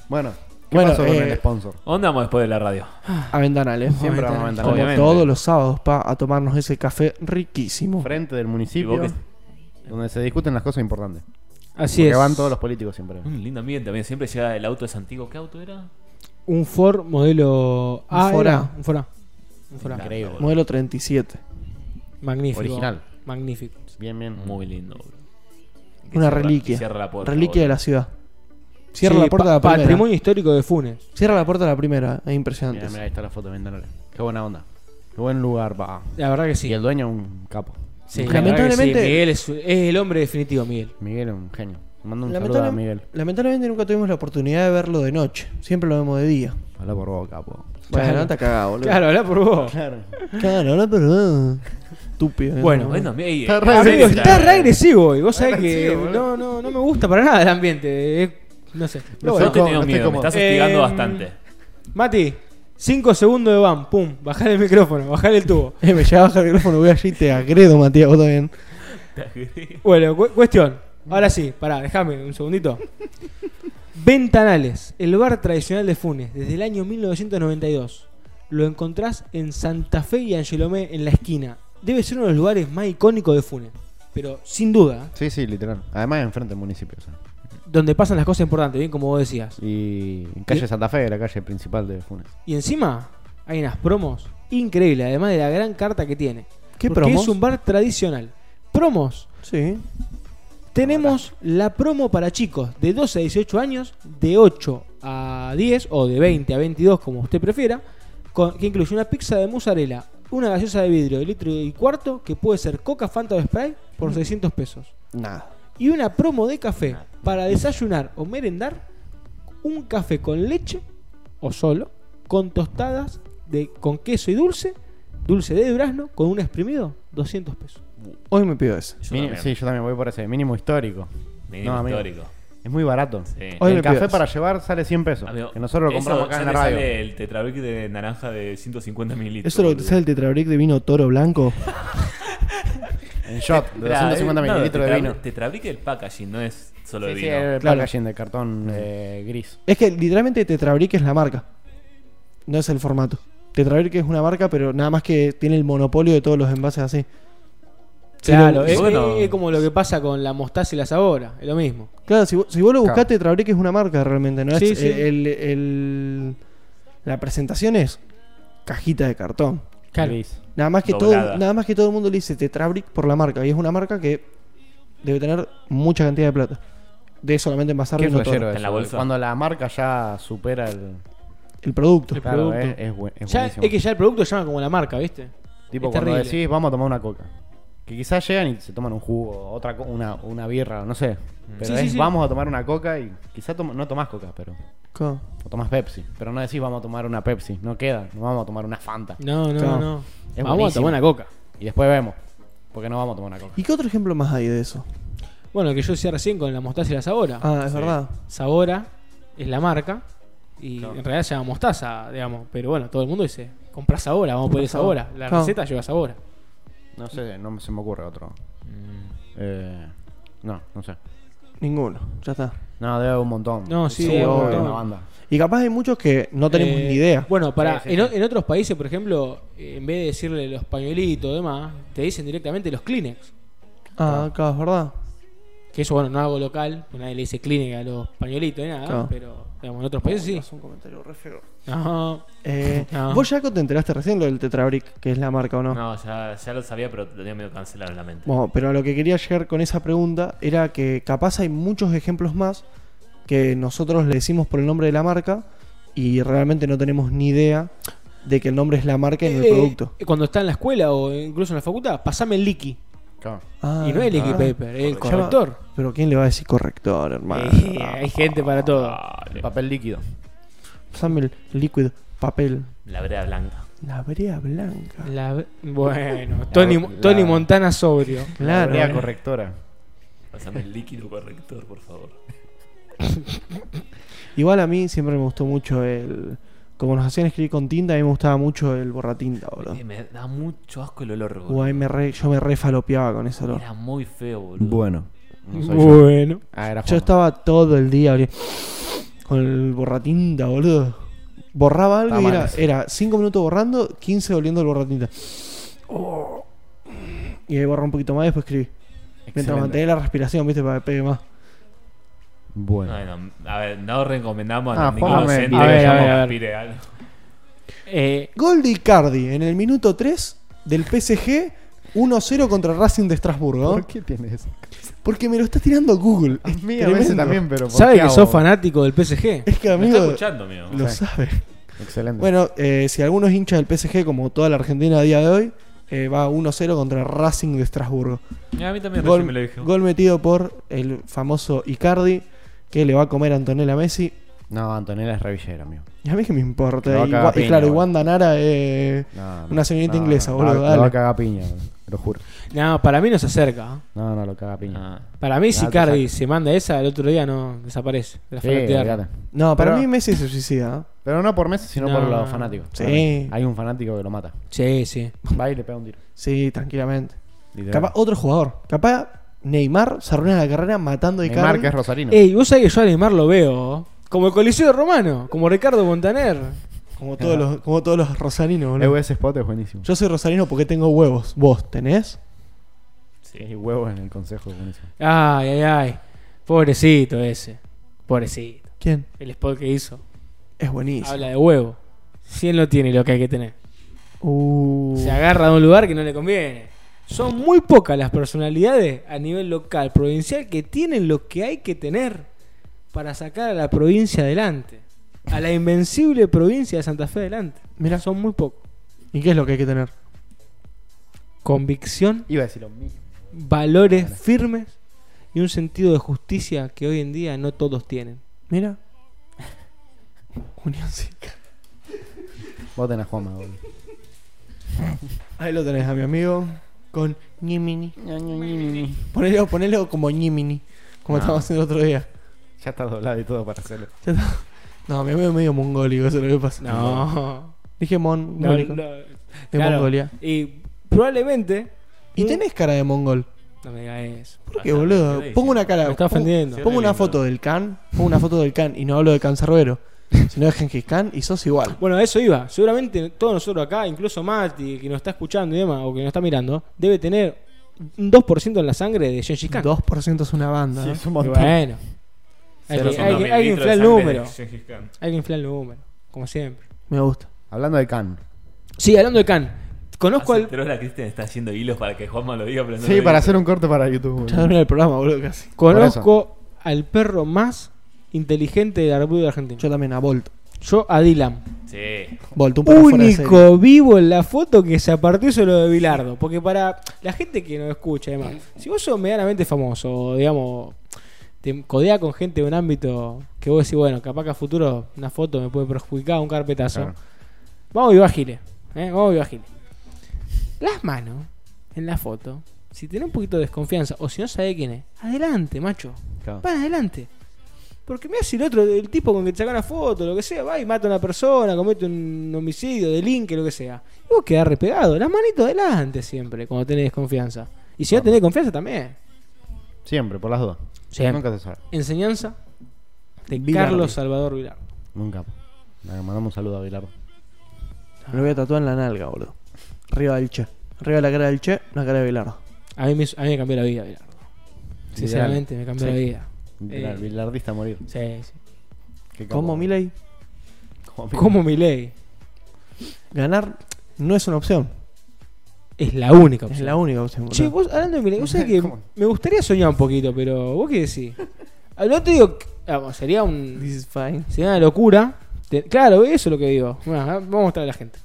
[SPEAKER 1] Bueno, ¿qué
[SPEAKER 4] Bueno,
[SPEAKER 1] pasó con
[SPEAKER 4] eh,
[SPEAKER 1] el sponsor?
[SPEAKER 2] ¿Dónde vamos después de la radio?
[SPEAKER 4] A ventanales.
[SPEAKER 1] Siempre vamos a
[SPEAKER 4] Como
[SPEAKER 1] Ventanales.
[SPEAKER 2] Obviamente.
[SPEAKER 4] todos los sábados, pa, a tomarnos ese café riquísimo.
[SPEAKER 1] Frente del
[SPEAKER 2] Y
[SPEAKER 1] municipio,
[SPEAKER 2] vos
[SPEAKER 1] donde se discuten las cosas importantes.
[SPEAKER 3] Así
[SPEAKER 1] Porque
[SPEAKER 3] es.
[SPEAKER 1] van todos los políticos siempre.
[SPEAKER 2] Un lindo ambiente, amigo. Siempre llega el auto de antiguo. ¿Qué auto era?
[SPEAKER 3] Un Ford modelo A.
[SPEAKER 4] Ford
[SPEAKER 3] era,
[SPEAKER 4] A.
[SPEAKER 3] Un Ford A. Un Ford A.
[SPEAKER 2] Claro,
[SPEAKER 1] Increíble.
[SPEAKER 2] boludo.
[SPEAKER 4] Modelo 37.
[SPEAKER 3] Magnífico.
[SPEAKER 1] Original.
[SPEAKER 3] Magnífico.
[SPEAKER 1] Bien, bien.
[SPEAKER 2] Muy lindo, boludo. Y que
[SPEAKER 4] Una
[SPEAKER 2] cierra-
[SPEAKER 4] reliquia.
[SPEAKER 2] y Cierra la puerta.
[SPEAKER 4] Reliquia de
[SPEAKER 2] boludo.
[SPEAKER 4] la ciudad. Cierra
[SPEAKER 3] Sí,
[SPEAKER 4] la puerta
[SPEAKER 3] pa-
[SPEAKER 4] a la primera.
[SPEAKER 3] Patrimonio histórico de Funes.
[SPEAKER 4] Cierra la puerta a la primera. Es impresionante.
[SPEAKER 1] Mira, mira, ahí está la foto de Ventanales. Qué buena onda. Qué buen lugar, va.
[SPEAKER 3] La verdad que
[SPEAKER 1] Y
[SPEAKER 3] sí.
[SPEAKER 1] el dueño, un capo.
[SPEAKER 3] Sí,
[SPEAKER 1] Un
[SPEAKER 3] la
[SPEAKER 1] genio.
[SPEAKER 3] verdad que sí.
[SPEAKER 4] Lamentablemente-
[SPEAKER 3] Miguel es, es el hombre definitivo, Miguel.
[SPEAKER 1] Miguel, un genio. Mando un
[SPEAKER 4] Lamentable-
[SPEAKER 1] saludo a Miguel.
[SPEAKER 4] Lamentablemente nunca tuvimos la oportunidad de verlo de noche. Siempre lo vemos de día.
[SPEAKER 1] Habla por vos, capo.
[SPEAKER 4] Bueno,
[SPEAKER 3] Claro.
[SPEAKER 4] no te cagado, boludo.
[SPEAKER 3] Claro, habla por vos.
[SPEAKER 1] Claro.
[SPEAKER 4] Claro, no, pero. Estúpido. ¿eh?
[SPEAKER 3] Bueno,
[SPEAKER 2] Bueno, eh, mira, ahí-
[SPEAKER 1] Está re-
[SPEAKER 3] Amigo, está
[SPEAKER 2] Claro.
[SPEAKER 3] re agresivo hoy. Vos sabés
[SPEAKER 1] agresivo,
[SPEAKER 3] que
[SPEAKER 1] boludo.
[SPEAKER 3] no, no, no me gusta para nada el ambiente. Es- no sé.
[SPEAKER 1] No
[SPEAKER 2] Yo
[SPEAKER 1] sé.
[SPEAKER 2] te tengo
[SPEAKER 1] no estoy
[SPEAKER 2] miedo, me
[SPEAKER 1] cómodo.
[SPEAKER 2] estás hostigando
[SPEAKER 3] Eh,
[SPEAKER 2] bastante.
[SPEAKER 3] Mati, 5 segundos de van. Pum, bajar el micrófono, bajar el tubo.
[SPEAKER 4] Eh, me lleva a bajar el micrófono, voy allí y te agredo, Matías, vos también.
[SPEAKER 3] Bueno, cu- cuestión. Ahora sí, pará, déjame un segundito. Ventanales, el bar tradicional de Funes, desde el año 1992. Lo encontrás en Santa Fe y Angelomé en la esquina. Debe ser uno de los lugares más icónicos de Funes. Pero sin duda,
[SPEAKER 1] Sí, sí, literal. Además, enfrente del municipio. o sea.
[SPEAKER 3] donde pasan las cosas importantes, bien como vos decías.
[SPEAKER 1] Y en calle
[SPEAKER 3] ¿Y-
[SPEAKER 1] Santa Fe, la calle principal de Funes.
[SPEAKER 3] Y encima hay unas promos increíbles, además de la gran carta que tiene.
[SPEAKER 4] ¿Qué
[SPEAKER 3] porque
[SPEAKER 4] promos?
[SPEAKER 3] es un bar tradicional. Promos.
[SPEAKER 4] Sí.
[SPEAKER 3] Tenemos la promo para chicos de 12 a 18 años, de 8 a 10 o de 20 a 22, como usted prefiera, con- que incluye una pizza de mozzarella, una gaseosa de vidrio de litro y cuarto, que puede ser coca, fanta o spray, por 600 pesos.
[SPEAKER 4] Nada.
[SPEAKER 3] Y una promo de café para desayunar o merendar, un café con leche o solo, con tostadas de, con queso y dulce, dulce de durazno, con un exprimido, 200 pesos.
[SPEAKER 4] Hoy me pido ese.
[SPEAKER 2] Yo
[SPEAKER 1] Mini-
[SPEAKER 2] también.
[SPEAKER 1] sí, yo también voy por ese. Mínimo histórico.
[SPEAKER 2] Mínimo
[SPEAKER 1] No, amigo.
[SPEAKER 2] histórico.
[SPEAKER 1] Es muy barato.
[SPEAKER 2] Sí.
[SPEAKER 4] Hoy
[SPEAKER 1] el
[SPEAKER 4] me
[SPEAKER 1] café
[SPEAKER 4] pidas.
[SPEAKER 1] para llevar sale 100 pesos.
[SPEAKER 2] Amigo,
[SPEAKER 1] que nosotros lo
[SPEAKER 2] eso
[SPEAKER 1] compramos acá
[SPEAKER 2] ya
[SPEAKER 1] en la
[SPEAKER 2] te
[SPEAKER 1] radio.
[SPEAKER 2] sale el tetrabric de naranja de 150 mililitros.
[SPEAKER 4] ¿Eso es lo que te
[SPEAKER 2] boludo.
[SPEAKER 4] sale el tetrabric de vino toro blanco?
[SPEAKER 1] En shot, de
[SPEAKER 2] Mirá,
[SPEAKER 1] 250
[SPEAKER 2] eh, no,
[SPEAKER 1] mililitros de
[SPEAKER 2] tetrabric-
[SPEAKER 1] vino.
[SPEAKER 2] Tetrabric el packaging, no es solo de
[SPEAKER 1] Sí, eh, sí,
[SPEAKER 2] vino.
[SPEAKER 1] el
[SPEAKER 4] Claro.
[SPEAKER 1] packaging de cartón eh, gris.
[SPEAKER 4] es que literalmente tetrabric es la marca. No es el formato. Tetrabric es una marca, pero nada más que tiene el monopolio de todos los envases así. Si lo-
[SPEAKER 3] Claro,
[SPEAKER 2] y
[SPEAKER 3] es,
[SPEAKER 2] bueno-
[SPEAKER 3] es como lo que pasa con la mostaza y la sabora, es lo mismo.
[SPEAKER 4] Claro, si, vo- si vos lo buscás,
[SPEAKER 1] Claro.
[SPEAKER 4] Tetrabric es una marca realmente, ¿no?
[SPEAKER 3] Sí,
[SPEAKER 4] es eh,
[SPEAKER 3] sí.
[SPEAKER 4] El, el- la presentación es cajita de cartón.
[SPEAKER 1] Gris.
[SPEAKER 4] Nada más, que todo,
[SPEAKER 2] Doblada.
[SPEAKER 4] nada más que todo el mundo le dice Tetrabric por la marca. Y es una marca que debe tener mucha cantidad de plata. De solamente envasar
[SPEAKER 1] Qué
[SPEAKER 4] vino
[SPEAKER 1] flashero
[SPEAKER 4] toro.
[SPEAKER 1] eso.
[SPEAKER 2] En la bolsa.
[SPEAKER 1] Cuando la marca ya supera el.
[SPEAKER 4] eh. El producto.
[SPEAKER 3] El
[SPEAKER 1] Claro, eh,
[SPEAKER 3] producto.
[SPEAKER 1] es, es, bu- es
[SPEAKER 3] Ya- es
[SPEAKER 1] buenísimo.
[SPEAKER 3] que ya el producto llama como la marca, ¿viste?
[SPEAKER 1] tipo,
[SPEAKER 3] es
[SPEAKER 1] cuando
[SPEAKER 3] terrible.
[SPEAKER 1] decís, vamos a tomar una coca. Que quizás llegan y se toman un jugo, otra co- una, una birra, no sé.
[SPEAKER 2] Mm.
[SPEAKER 1] Pero
[SPEAKER 3] Sí,
[SPEAKER 1] es,
[SPEAKER 3] sí, sí.
[SPEAKER 1] vamos a tomar una coca y quizás tom- no tomás coca, pero.
[SPEAKER 4] Claro.
[SPEAKER 1] O tomás Pepsi. Pero no decís, vamos a tomar una Pepsi. No queda. No vamos a tomar una Fanta.
[SPEAKER 3] No, no,
[SPEAKER 4] Claro.
[SPEAKER 3] no. no.
[SPEAKER 1] Es
[SPEAKER 3] Vamos
[SPEAKER 1] buenísimo.
[SPEAKER 3] a tomar una coca.
[SPEAKER 1] Y después vemos. Porque no vamos a tomar una coca.
[SPEAKER 4] ¿Y qué otro ejemplo más hay de eso?
[SPEAKER 3] Bueno, lo que yo decía recién con la mostaza y la sabora.
[SPEAKER 4] Ah, es verdad.
[SPEAKER 3] Sabora es la marca y en realidad se llama mostaza, digamos. Pero bueno, todo el mundo dice, compra sabora, vamos a poner
[SPEAKER 4] Sabora.
[SPEAKER 3] sabora. La
[SPEAKER 4] Claro.
[SPEAKER 3] receta lleva sabora.
[SPEAKER 1] No sé, no se me ocurre otro.
[SPEAKER 3] Mm.
[SPEAKER 1] Eh, no, no sé.
[SPEAKER 4] Ninguno. Ya está.
[SPEAKER 1] No, debe haber un montón.
[SPEAKER 3] No, sí,
[SPEAKER 1] debe
[SPEAKER 3] debe haber un
[SPEAKER 1] haber una
[SPEAKER 3] montón.
[SPEAKER 1] banda.
[SPEAKER 4] Y capaz hay muchos que no tenemos
[SPEAKER 3] Eh,
[SPEAKER 4] ni idea.
[SPEAKER 3] Bueno, para
[SPEAKER 1] Sí, sí,
[SPEAKER 3] en, o-
[SPEAKER 1] sí.
[SPEAKER 3] en otros países, por ejemplo, eh, en vez de decirle los pañuelitos y demás, te dicen directamente los Kleenex.
[SPEAKER 4] Ah, claro, es verdad.
[SPEAKER 3] Que eso, bueno, no hago local, porque nadie le dice Kleenex a los pañuelitos ni nada,
[SPEAKER 4] Claro.
[SPEAKER 3] pero digamos, en otros países sí. Ah.
[SPEAKER 4] Es un comentario re feo.
[SPEAKER 3] Ajá.
[SPEAKER 4] Eh,
[SPEAKER 3] No.
[SPEAKER 4] Vos, Jaco, te enteraste recién lo del Tetrabric, que es la marca o no.
[SPEAKER 2] No, ya, ya lo sabía, pero lo tenía medio cancelado en la mente.
[SPEAKER 4] Bueno, pero a lo que quería llegar con esa pregunta era que capaz hay muchos ejemplos más que nosotros le decimos por el nombre de la marca y realmente no tenemos ni idea de que el nombre es la marca y no el
[SPEAKER 3] Eh,
[SPEAKER 4] producto.
[SPEAKER 3] Cuando está en la escuela o incluso en la facultad, pasame el liqui.
[SPEAKER 1] Claro.
[SPEAKER 4] Ah,
[SPEAKER 3] y no el liqui
[SPEAKER 4] ah.
[SPEAKER 3] paper, el
[SPEAKER 4] Llama-
[SPEAKER 3] corrector.
[SPEAKER 4] Pero ¿quién le va a decir corrector, hermano?
[SPEAKER 3] Eh, hay gente para todo.
[SPEAKER 2] Dale.
[SPEAKER 1] Papel líquido.
[SPEAKER 4] Pasame el líquido, papel,
[SPEAKER 2] La brea blanca.
[SPEAKER 4] la brea blanca.
[SPEAKER 3] La- bueno, Tony,
[SPEAKER 1] La-
[SPEAKER 3] Tony Montana sobrio.
[SPEAKER 1] La
[SPEAKER 4] Claro.
[SPEAKER 3] eh.
[SPEAKER 1] brea correctora.
[SPEAKER 2] Pásame el líquido corrector, por favor.
[SPEAKER 4] Igual a mí siempre me gustó mucho el... Como nos hacían escribir con tinta, a mí me gustaba mucho el borratinta, boludo.
[SPEAKER 2] Eh, Me da mucho asco el olor, boludo.
[SPEAKER 4] Uy, me re- yo me refalopeaba con ese olor.
[SPEAKER 2] Era muy feo, boludo.
[SPEAKER 1] Bueno. yo.
[SPEAKER 3] Bueno.
[SPEAKER 1] Ah, era
[SPEAKER 4] Yo
[SPEAKER 1] Juanma.
[SPEAKER 4] estaba todo el día boludo, con el borratinta, boludo. Borraba algo
[SPEAKER 1] Está
[SPEAKER 4] y
[SPEAKER 1] mal
[SPEAKER 4] era-
[SPEAKER 1] eso.
[SPEAKER 4] era 5 minutos borrando, 15 volviendo el borratinta. Y ahí borré un poquito más y después escribí. Mientras
[SPEAKER 1] Excelente.
[SPEAKER 4] mantenía la respiración, viste, para que pegue más.
[SPEAKER 1] Bueno.
[SPEAKER 2] Bueno, a ver, no recomendamos
[SPEAKER 1] Ah,
[SPEAKER 2] a ningún
[SPEAKER 1] Juanma me-
[SPEAKER 2] docente
[SPEAKER 1] a
[SPEAKER 2] que
[SPEAKER 1] ver, a
[SPEAKER 2] llame
[SPEAKER 1] ver,
[SPEAKER 3] a ver.
[SPEAKER 2] aspire algo.
[SPEAKER 3] Eh,
[SPEAKER 4] Gol de Icardi en el minuto 3 del PSG 1-0 contra Racing de Estrasburgo.
[SPEAKER 1] qué tienes?
[SPEAKER 4] Porque me lo está tirando Google.
[SPEAKER 1] A mí a
[SPEAKER 4] Tremendo.
[SPEAKER 1] veces también, pero. ¿por
[SPEAKER 3] ¿Sabe
[SPEAKER 1] qué
[SPEAKER 3] que
[SPEAKER 1] hago?
[SPEAKER 3] sos fanático del PSG?
[SPEAKER 4] Es que
[SPEAKER 2] Me está
[SPEAKER 4] amigo
[SPEAKER 2] escuchando, mío.
[SPEAKER 4] lo
[SPEAKER 1] Sí.
[SPEAKER 4] sabe.
[SPEAKER 1] Excelente.
[SPEAKER 4] Bueno, eh, si algunos hinchas del PSG, como toda la Argentina a día de hoy, eh, va 1-0 contra Racing de Estrasburgo.
[SPEAKER 2] A mí también
[SPEAKER 4] Gol,
[SPEAKER 2] recién me lo dijo.
[SPEAKER 4] gol metido por el famoso Icardi, que le va a comer a Antonella Messi.
[SPEAKER 1] No, Antonella es revillera, amigo.
[SPEAKER 4] Y a mí que me
[SPEAKER 1] Lo
[SPEAKER 4] importa.
[SPEAKER 1] va a
[SPEAKER 4] Y,
[SPEAKER 1] cagar
[SPEAKER 4] Gua- y
[SPEAKER 1] piña,
[SPEAKER 4] claro, y
[SPEAKER 1] boludo.
[SPEAKER 4] Wanda Nara, eh,
[SPEAKER 1] No, no.
[SPEAKER 4] Una señorita
[SPEAKER 1] No,
[SPEAKER 4] inglesa,
[SPEAKER 1] no,
[SPEAKER 4] boludo,
[SPEAKER 1] lo-
[SPEAKER 4] dale.
[SPEAKER 1] Lo va a cagar piña, boludo. lo juro.
[SPEAKER 3] No, para mí no se acerca. ¿eh?
[SPEAKER 1] No, no, lo caga piña.
[SPEAKER 2] Ah.
[SPEAKER 3] Para mí, si
[SPEAKER 1] Ah, te
[SPEAKER 3] Cardi
[SPEAKER 1] saca.
[SPEAKER 3] se manda esa, el otro día no desaparece. de la
[SPEAKER 1] Sí,
[SPEAKER 3] fanaticada.
[SPEAKER 1] olvídate.
[SPEAKER 4] No, para
[SPEAKER 1] Pero-
[SPEAKER 4] mí Messi se suicida. ¿eh?
[SPEAKER 1] Pero no por Messi, sino
[SPEAKER 3] No.
[SPEAKER 1] por los fanáticos.
[SPEAKER 4] Sí.
[SPEAKER 1] Para mí. Hay un fanático que lo mata.
[SPEAKER 3] sí, sí.
[SPEAKER 1] Va y le pega un tiro.
[SPEAKER 4] Sí, tranquilamente.
[SPEAKER 1] Literal.
[SPEAKER 4] Capaz otro jugador. Capaz Neymar se arruina la carrera matando a
[SPEAKER 1] Neymar,
[SPEAKER 4] Icardi.
[SPEAKER 1] que es rosarino.
[SPEAKER 3] Ey, vos sabés que yo a Neymar lo veo. ¿eh? Como el Coliseo Romano, como Ricardo Montaner.
[SPEAKER 4] como, todos los, como todos los rosarinos, boludo.
[SPEAKER 1] Eh, ese spot es buenísimo.
[SPEAKER 4] Yo soy rosarino porque tengo huevos. ¿Vos tenés?
[SPEAKER 1] Y
[SPEAKER 2] Sí.
[SPEAKER 1] huevos en el consejo, es buenísimo.
[SPEAKER 3] Ay, ay, ay. Pobrecito ese. Pobrecito.
[SPEAKER 4] ¿Quién?
[SPEAKER 3] El spot que hizo.
[SPEAKER 4] Es buenísimo.
[SPEAKER 3] Habla de huevo. Si él no tiene lo que hay que tener.
[SPEAKER 4] Uh.
[SPEAKER 3] Se agarra de un lugar que no le conviene. Son muy pocas las personalidades a nivel local, provincial, que tienen lo que hay que tener para sacar a la provincia adelante. A la invencible provincia de Santa Fe adelante.
[SPEAKER 4] Mirá.
[SPEAKER 3] son muy pocos.
[SPEAKER 4] ¿Y qué es lo que hay que tener?
[SPEAKER 3] Convicción,
[SPEAKER 1] Iba a decir lo mismo.
[SPEAKER 3] valores firmes y un sentido de justicia que hoy en día no todos tienen.
[SPEAKER 4] Mira. Unión Cívica.
[SPEAKER 1] Voten a Juanma, boludo.
[SPEAKER 4] Ahí lo tenés a mi amigo con ñimini. Ponelo, ponelo como ñimini, como
[SPEAKER 1] No.
[SPEAKER 4] estábamos haciendo el otro día.
[SPEAKER 1] Ya está doblado y todo para hacerlo.
[SPEAKER 4] Ya está. No, mi amigo es medio mongólico, eso es lo que pasa.
[SPEAKER 3] No.
[SPEAKER 4] Dije mon,
[SPEAKER 3] No,
[SPEAKER 4] mongólico,
[SPEAKER 3] no.
[SPEAKER 4] de
[SPEAKER 3] Claro.
[SPEAKER 4] Mongolia.
[SPEAKER 3] Y probablemente.
[SPEAKER 4] Y tenés cara de mongol.
[SPEAKER 3] No me digas eso.
[SPEAKER 4] ¿Por qué, boludo? Pongo una cara.
[SPEAKER 3] Me está
[SPEAKER 4] pongo-
[SPEAKER 3] ofendiendo.
[SPEAKER 4] Pongo una foto del Khan, pongo una foto del Khan y no hablo de Cancerbero, sino de Gengis Khan y sos igual.
[SPEAKER 3] Bueno, a eso iba. Seguramente todos nosotros acá, incluso Mati, que nos está escuchando y demás, o que nos está mirando, debe tener un 2% en la sangre de Gengis Khan.
[SPEAKER 4] 2% es una banda.
[SPEAKER 1] Sí,
[SPEAKER 4] ¿no?
[SPEAKER 1] es un
[SPEAKER 3] Y
[SPEAKER 1] montón.
[SPEAKER 3] Bueno. Hay
[SPEAKER 1] Cero
[SPEAKER 3] que,
[SPEAKER 1] son
[SPEAKER 3] hay
[SPEAKER 1] dos
[SPEAKER 3] que- hay que inflar el número. Hay que inflar el número, como siempre.
[SPEAKER 4] Me gusta.
[SPEAKER 1] Hablando de Khan.
[SPEAKER 3] Sí, hablando de Khan. Conozco al...
[SPEAKER 2] la Cristian está haciendo hilos para que Juanma lo diga, pero no lo
[SPEAKER 1] Sí,
[SPEAKER 2] diga.
[SPEAKER 1] para hacer un corte para YouTube. boludo.
[SPEAKER 4] Ya terminé el programa, boludo, casi.
[SPEAKER 3] Conozco al perro más inteligente del arbúreo argentino. Yo,
[SPEAKER 4] Yo también a Volt.
[SPEAKER 3] a Dylan.
[SPEAKER 2] Sí.
[SPEAKER 4] Volt, un perro fuera de serie.
[SPEAKER 3] Único vivo en la foto que se apartó hizo lo de Bilardo. Porque para la gente que nos escucha, además, si vos sos medianamente famoso, o, digamos, te codeas con gente de un ámbito que vos decís, bueno, capaz que a futuro una foto me puede perjudicar, un carpetazo.
[SPEAKER 1] Claro.
[SPEAKER 3] Vamos vivo a Gile, ¿eh? Vamos vivo a Gile. Las manos en la foto, si tenés un poquito de desconfianza o si no sabés quién es, adelante, macho.
[SPEAKER 1] Claro.
[SPEAKER 3] Van adelante. Porque me hace el otro, el tipo con que te saca una foto, lo que sea, va y mata a una persona, comete un homicidio, delinque, lo que sea. Y vos quedás repegado. Las manitos adelante siempre, cuando tenés desconfianza. Y si no
[SPEAKER 1] Vamos.
[SPEAKER 3] tenés confianza también.
[SPEAKER 1] Siempre, por las dudas.
[SPEAKER 3] Siempre.
[SPEAKER 1] Nunca se sabe.
[SPEAKER 3] Enseñanza de
[SPEAKER 4] Vilardi.
[SPEAKER 3] Carlos Salvador Vilar.
[SPEAKER 1] Nunca. Le mandamos un saludo a Bilardo.
[SPEAKER 4] Me lo voy a tatuar en la nalga, boludo. Arriba del che. Arriba de la cara del che, la cara de Bilardo.
[SPEAKER 3] A mí me, hizo- a mí me cambió la vida, Vilar. Sinceramente, me cambió
[SPEAKER 1] Sí.
[SPEAKER 3] la vida.
[SPEAKER 1] Bilar-
[SPEAKER 3] Eh.
[SPEAKER 1] Bilardista a morir.
[SPEAKER 3] Sí, sí.
[SPEAKER 1] Qué capo.
[SPEAKER 4] Como Milei,
[SPEAKER 1] Como Milei.
[SPEAKER 3] Como mi ley
[SPEAKER 4] ganar no es una opción.
[SPEAKER 3] es la única
[SPEAKER 4] Es
[SPEAKER 3] opción.
[SPEAKER 4] la única opción,
[SPEAKER 3] Che,
[SPEAKER 4] boludo.
[SPEAKER 3] vos hablando de Milei, vos sabés que
[SPEAKER 1] ¿Cómo?
[SPEAKER 3] me gustaría soñar un poquito, pero vos qué decís. Ah, No te digo, que- vamos, sería un
[SPEAKER 4] This is fine.
[SPEAKER 3] sería una locura. Te- claro, eso es lo que digo. Bueno, ah, vamos a mostrar a la gente.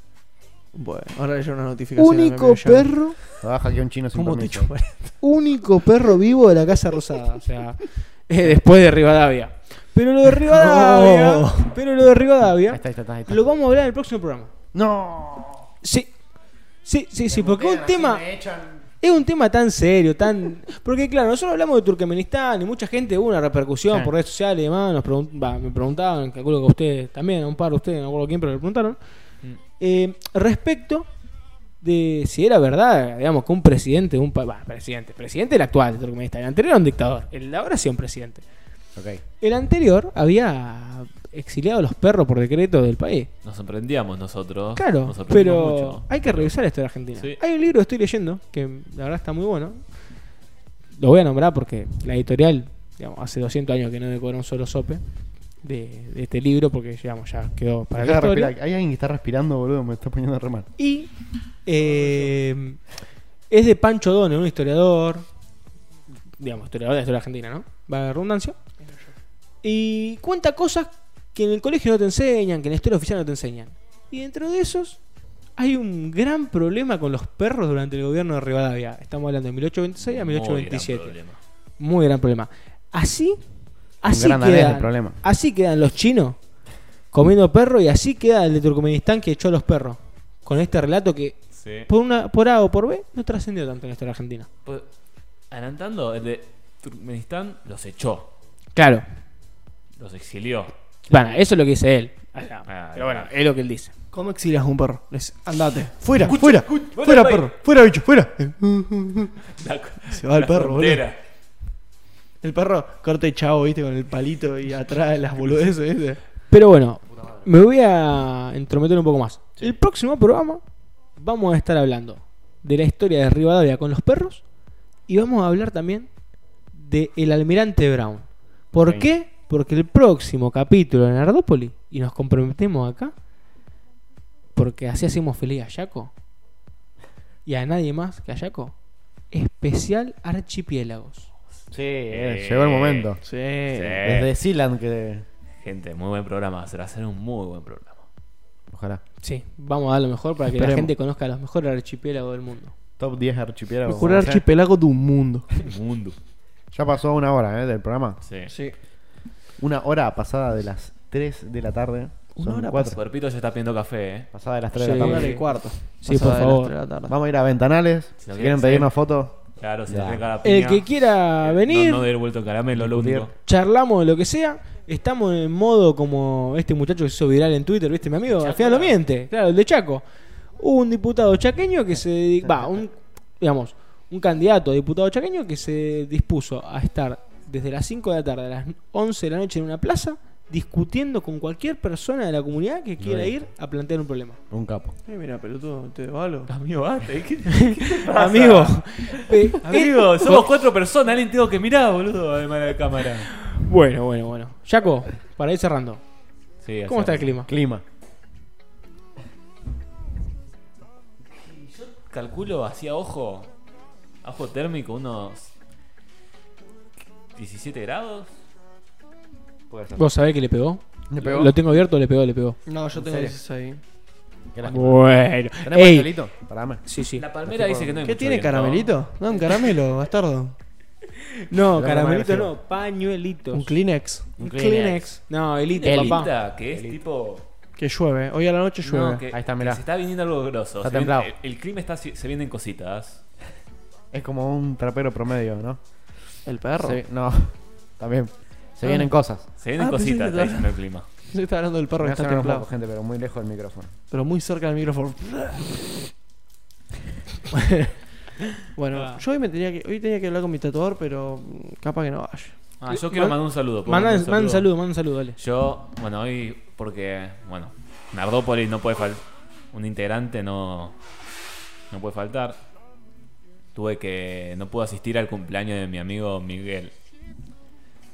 [SPEAKER 4] Bueno, ahora le llega una notificación. a mi
[SPEAKER 3] Único
[SPEAKER 4] amigo Jeremy.
[SPEAKER 3] perro,
[SPEAKER 1] Trabaja aquí un chino sin
[SPEAKER 4] ¿Cómo te
[SPEAKER 1] permiso.
[SPEAKER 4] chupa?
[SPEAKER 3] único perro vivo de la Casa Rosada, o sea, eh, después de Rivadavia. Pero lo de Rivadavia,
[SPEAKER 4] No.
[SPEAKER 3] pero lo de Rivadavia
[SPEAKER 1] Ahí está, ahí está, ahí está.
[SPEAKER 3] lo vamos a hablar en el próximo programa.
[SPEAKER 1] ¡No!
[SPEAKER 3] Sí. Sí, sí, sí, porque es
[SPEAKER 1] Mutean,
[SPEAKER 3] un
[SPEAKER 1] así
[SPEAKER 3] tema
[SPEAKER 1] me echan.
[SPEAKER 3] Es un tema tan serio, tan. Porque, claro, nosotros hablamos de Turkmenistán y mucha gente hubo una repercusión
[SPEAKER 1] Sí.
[SPEAKER 3] por redes sociales y demás. Nos pregun- va, me preguntaban, calculo que ustedes también, a un par de ustedes, no acuerdo quién, pero le preguntaron.
[SPEAKER 2] Mm.
[SPEAKER 3] eh, respecto de si era verdad, digamos, que un presidente de un país. presidente, presidente el actual de Turkmenistán. El anterior era un dictador, el de ahora sí un presidente.
[SPEAKER 1] Ok.
[SPEAKER 3] El anterior había exiliado a los perros por decreto del país.
[SPEAKER 2] Nos sorprendíamos nosotros.
[SPEAKER 3] Claro,
[SPEAKER 2] Nos sorprendimos
[SPEAKER 3] pero
[SPEAKER 2] mucho.
[SPEAKER 3] hay que revisar esto de Argentina.
[SPEAKER 2] Sí.
[SPEAKER 3] Hay un libro que estoy leyendo que la verdad está muy bueno. Lo voy a nombrar porque la editorial, digamos, hace 200 años que no me cobró un solo sope de, de este libro porque digamos, ya quedó para la
[SPEAKER 1] Acá respira-
[SPEAKER 3] historia.
[SPEAKER 1] Hay alguien que está respirando, boludo. Me está poniendo re mal.
[SPEAKER 3] Y eh, es de Pancho Dono, un historiador, digamos, historiador de la historia argentina, ¿no? Va de redundancia. Y cuenta cosas que en el colegio no te enseñan, que en la historia oficial no te enseñan. Y dentro de esos hay un gran problema con los perros durante el gobierno de Rivadavia. Estamos hablando de 1826 a
[SPEAKER 2] Muy gran
[SPEAKER 3] 1827.
[SPEAKER 2] problema.
[SPEAKER 3] Muy gran problema. Así, así
[SPEAKER 1] gran danés
[SPEAKER 3] quedan,
[SPEAKER 1] el problema.
[SPEAKER 3] así quedan los chinos comiendo perro y así queda el de Turkmenistán que echó a los perros. Con este relato que
[SPEAKER 2] Sí.
[SPEAKER 3] por una por A o por B no trascendió tanto en la historia argentina.
[SPEAKER 2] Pues, adelantando, el de Turkmenistán los echó.
[SPEAKER 3] Claro.
[SPEAKER 2] Los exilió.
[SPEAKER 3] Bueno, eso es lo que dice él. Pero bueno,
[SPEAKER 1] eh,
[SPEAKER 2] ah.
[SPEAKER 3] es lo que él dice.
[SPEAKER 4] ¿Cómo exilias a un perro? Les, andate. Fuera, fuera.
[SPEAKER 2] escucha,
[SPEAKER 4] fuera,
[SPEAKER 2] voy.
[SPEAKER 4] perro. Fuera, bicho, fuera.
[SPEAKER 2] La-
[SPEAKER 4] Se va el
[SPEAKER 2] la
[SPEAKER 4] perro, boludo.
[SPEAKER 2] frontera.
[SPEAKER 4] El perro corta y chavo, viste, con el palito y atrás las boludeces, viste.
[SPEAKER 3] Pero bueno, me voy a entrometer un poco más. El próximo programa vamos a estar hablando de la historia de Rivadavia con los perros y vamos a hablar también de el almirante Brown. ¿Por
[SPEAKER 1] Ok.
[SPEAKER 3] qué? Porque el próximo capítulo en Ardópoli, y nos comprometemos acá, porque así hacemos feliz a Yaco y a nadie más que a Yaco, especial Archipiélagos.
[SPEAKER 1] Sí, eh, llegó el momento.
[SPEAKER 4] Sí.
[SPEAKER 1] Desde Sealand que.
[SPEAKER 2] Gente, muy buen programa. Se va a hacer un muy buen programa.
[SPEAKER 1] Ojalá.
[SPEAKER 3] Sí, vamos a dar lo mejor para que la
[SPEAKER 4] Esperemos.
[SPEAKER 3] gente conozca los mejores archipiélagos del mundo.
[SPEAKER 1] Top 10 archipiélagos.
[SPEAKER 4] Mejor
[SPEAKER 1] vamos a hacer.
[SPEAKER 4] archipiélago de un mundo.
[SPEAKER 2] Mundo.
[SPEAKER 1] Ya pasó una hora eh, del programa.
[SPEAKER 2] Sí.
[SPEAKER 4] Sí.
[SPEAKER 1] Una hora pasada de las 3 de la tarde.
[SPEAKER 4] Una
[SPEAKER 1] Son
[SPEAKER 4] hora
[SPEAKER 1] cuatro.
[SPEAKER 2] Cuerpito ya está pidiendo café, ¿eh?
[SPEAKER 1] Pasada de las 3 de
[SPEAKER 3] Sí.
[SPEAKER 1] la
[SPEAKER 4] Una
[SPEAKER 1] tarde.
[SPEAKER 4] hora y cuarto.
[SPEAKER 3] Sí,
[SPEAKER 4] Pasada
[SPEAKER 3] por
[SPEAKER 4] de las
[SPEAKER 3] favor.
[SPEAKER 4] tres de la tarde.
[SPEAKER 1] Vamos a ir a Ventanales.
[SPEAKER 2] Si
[SPEAKER 1] Si,
[SPEAKER 2] lo
[SPEAKER 1] quieren
[SPEAKER 2] quieren
[SPEAKER 1] pedirnos
[SPEAKER 2] hacer.
[SPEAKER 1] fotos.
[SPEAKER 2] Claro, se
[SPEAKER 1] Ya.
[SPEAKER 2] arranca la
[SPEAKER 3] El
[SPEAKER 2] piña.
[SPEAKER 3] que quiera
[SPEAKER 2] No-
[SPEAKER 3] venir,
[SPEAKER 2] No, del vuelto el caramelo, lo
[SPEAKER 1] Discutir.
[SPEAKER 2] único.
[SPEAKER 3] charlamos de lo que sea. Estamos en modo como este muchacho que se hizo viral en Twitter, ¿viste, mi amigo? Al final lo miente, claro, el de Chaco. Hubo un diputado chaqueño que se dedi- va, un, digamos, un candidato a diputado chaqueño que se dispuso a estar desde las 5 de la tarde a las 11 de la noche en una plaza discutiendo con cualquier persona de la comunidad que quiera
[SPEAKER 1] hay.
[SPEAKER 3] ir a plantear un problema.
[SPEAKER 1] Un capo.
[SPEAKER 4] Eh, mira, pelotudo, te valo.
[SPEAKER 2] Amigo, bate. ¿Qué,
[SPEAKER 3] Amigo, eh,
[SPEAKER 2] Amigo, somos cuatro personas. Alguien tengo que mirar, boludo, además de la cámara.
[SPEAKER 3] Bueno, bueno, bueno. Jaco, para ir cerrando,
[SPEAKER 2] Sí,
[SPEAKER 3] ¿cómo está el clima?
[SPEAKER 1] Clima.
[SPEAKER 2] Calculo así a ojo, a ojo térmico, unos 17 grados.
[SPEAKER 1] Puede ser.
[SPEAKER 3] ¿Vos sabés que le pegó?
[SPEAKER 1] ¿Le pegó?
[SPEAKER 3] Lo tengo abierto, le pegó, le pegó.
[SPEAKER 4] No, yo tengo
[SPEAKER 1] serio?
[SPEAKER 4] 16.
[SPEAKER 1] Qué lástima.
[SPEAKER 3] Bueno.
[SPEAKER 1] ¿Tenemos
[SPEAKER 3] Ey.
[SPEAKER 1] pañuelito? Parame.
[SPEAKER 3] Sí, sí.
[SPEAKER 2] La palmera dice que no hay
[SPEAKER 4] ¿Qué
[SPEAKER 2] mucho
[SPEAKER 4] tiene
[SPEAKER 2] viento.
[SPEAKER 4] caramelito? No, un caramelo, bastardo.
[SPEAKER 3] No,
[SPEAKER 1] Pero
[SPEAKER 3] caramelito
[SPEAKER 1] no,
[SPEAKER 3] no, pañuelitos.
[SPEAKER 4] Un Kleenex.
[SPEAKER 3] Un Kleenex. No, elite,
[SPEAKER 2] Elita,
[SPEAKER 3] papá.
[SPEAKER 2] que es tipo.
[SPEAKER 4] Que llueve. Hoy a la noche llueve.
[SPEAKER 2] No, que-
[SPEAKER 1] Ahí está,
[SPEAKER 2] que
[SPEAKER 1] mirá.
[SPEAKER 2] Se está viniendo algo grosso.
[SPEAKER 1] Está
[SPEAKER 2] Se viene-
[SPEAKER 1] templado.
[SPEAKER 2] el, el clima está, se vienen cositas.
[SPEAKER 1] Es como un trapero promedio, ¿no?
[SPEAKER 4] El perro.
[SPEAKER 1] Se- no, también. Se
[SPEAKER 4] Ah.
[SPEAKER 1] vienen cosas.
[SPEAKER 2] Se vienen
[SPEAKER 4] Ah, pensé que
[SPEAKER 2] cositas, está
[SPEAKER 4] te-
[SPEAKER 2] diciendo el clima.
[SPEAKER 4] Yo estaba hablando del perro
[SPEAKER 1] Me
[SPEAKER 4] que
[SPEAKER 1] hace
[SPEAKER 4] está
[SPEAKER 1] hablar un
[SPEAKER 4] templado.
[SPEAKER 1] poco, gente, pero muy lejos del micrófono.
[SPEAKER 4] Pero muy cerca del micrófono. bueno,
[SPEAKER 3] Ah.
[SPEAKER 4] yo hoy, me tenía que, hoy tenía que hablar con mi tatuador, pero mm, capaz que no vaya.
[SPEAKER 2] Ah, yo quiero
[SPEAKER 3] man-
[SPEAKER 2] mandar un saludo. ¿puedo
[SPEAKER 3] Manda
[SPEAKER 2] mandar
[SPEAKER 3] un manda un saludo, manda un saludo, dale.
[SPEAKER 2] Yo, bueno, hoy, porque, bueno, Nardópolis no puede faltar. Un integrante no, no puede faltar. Tuve que. No pude asistir al cumpleaños de mi amigo Miguel.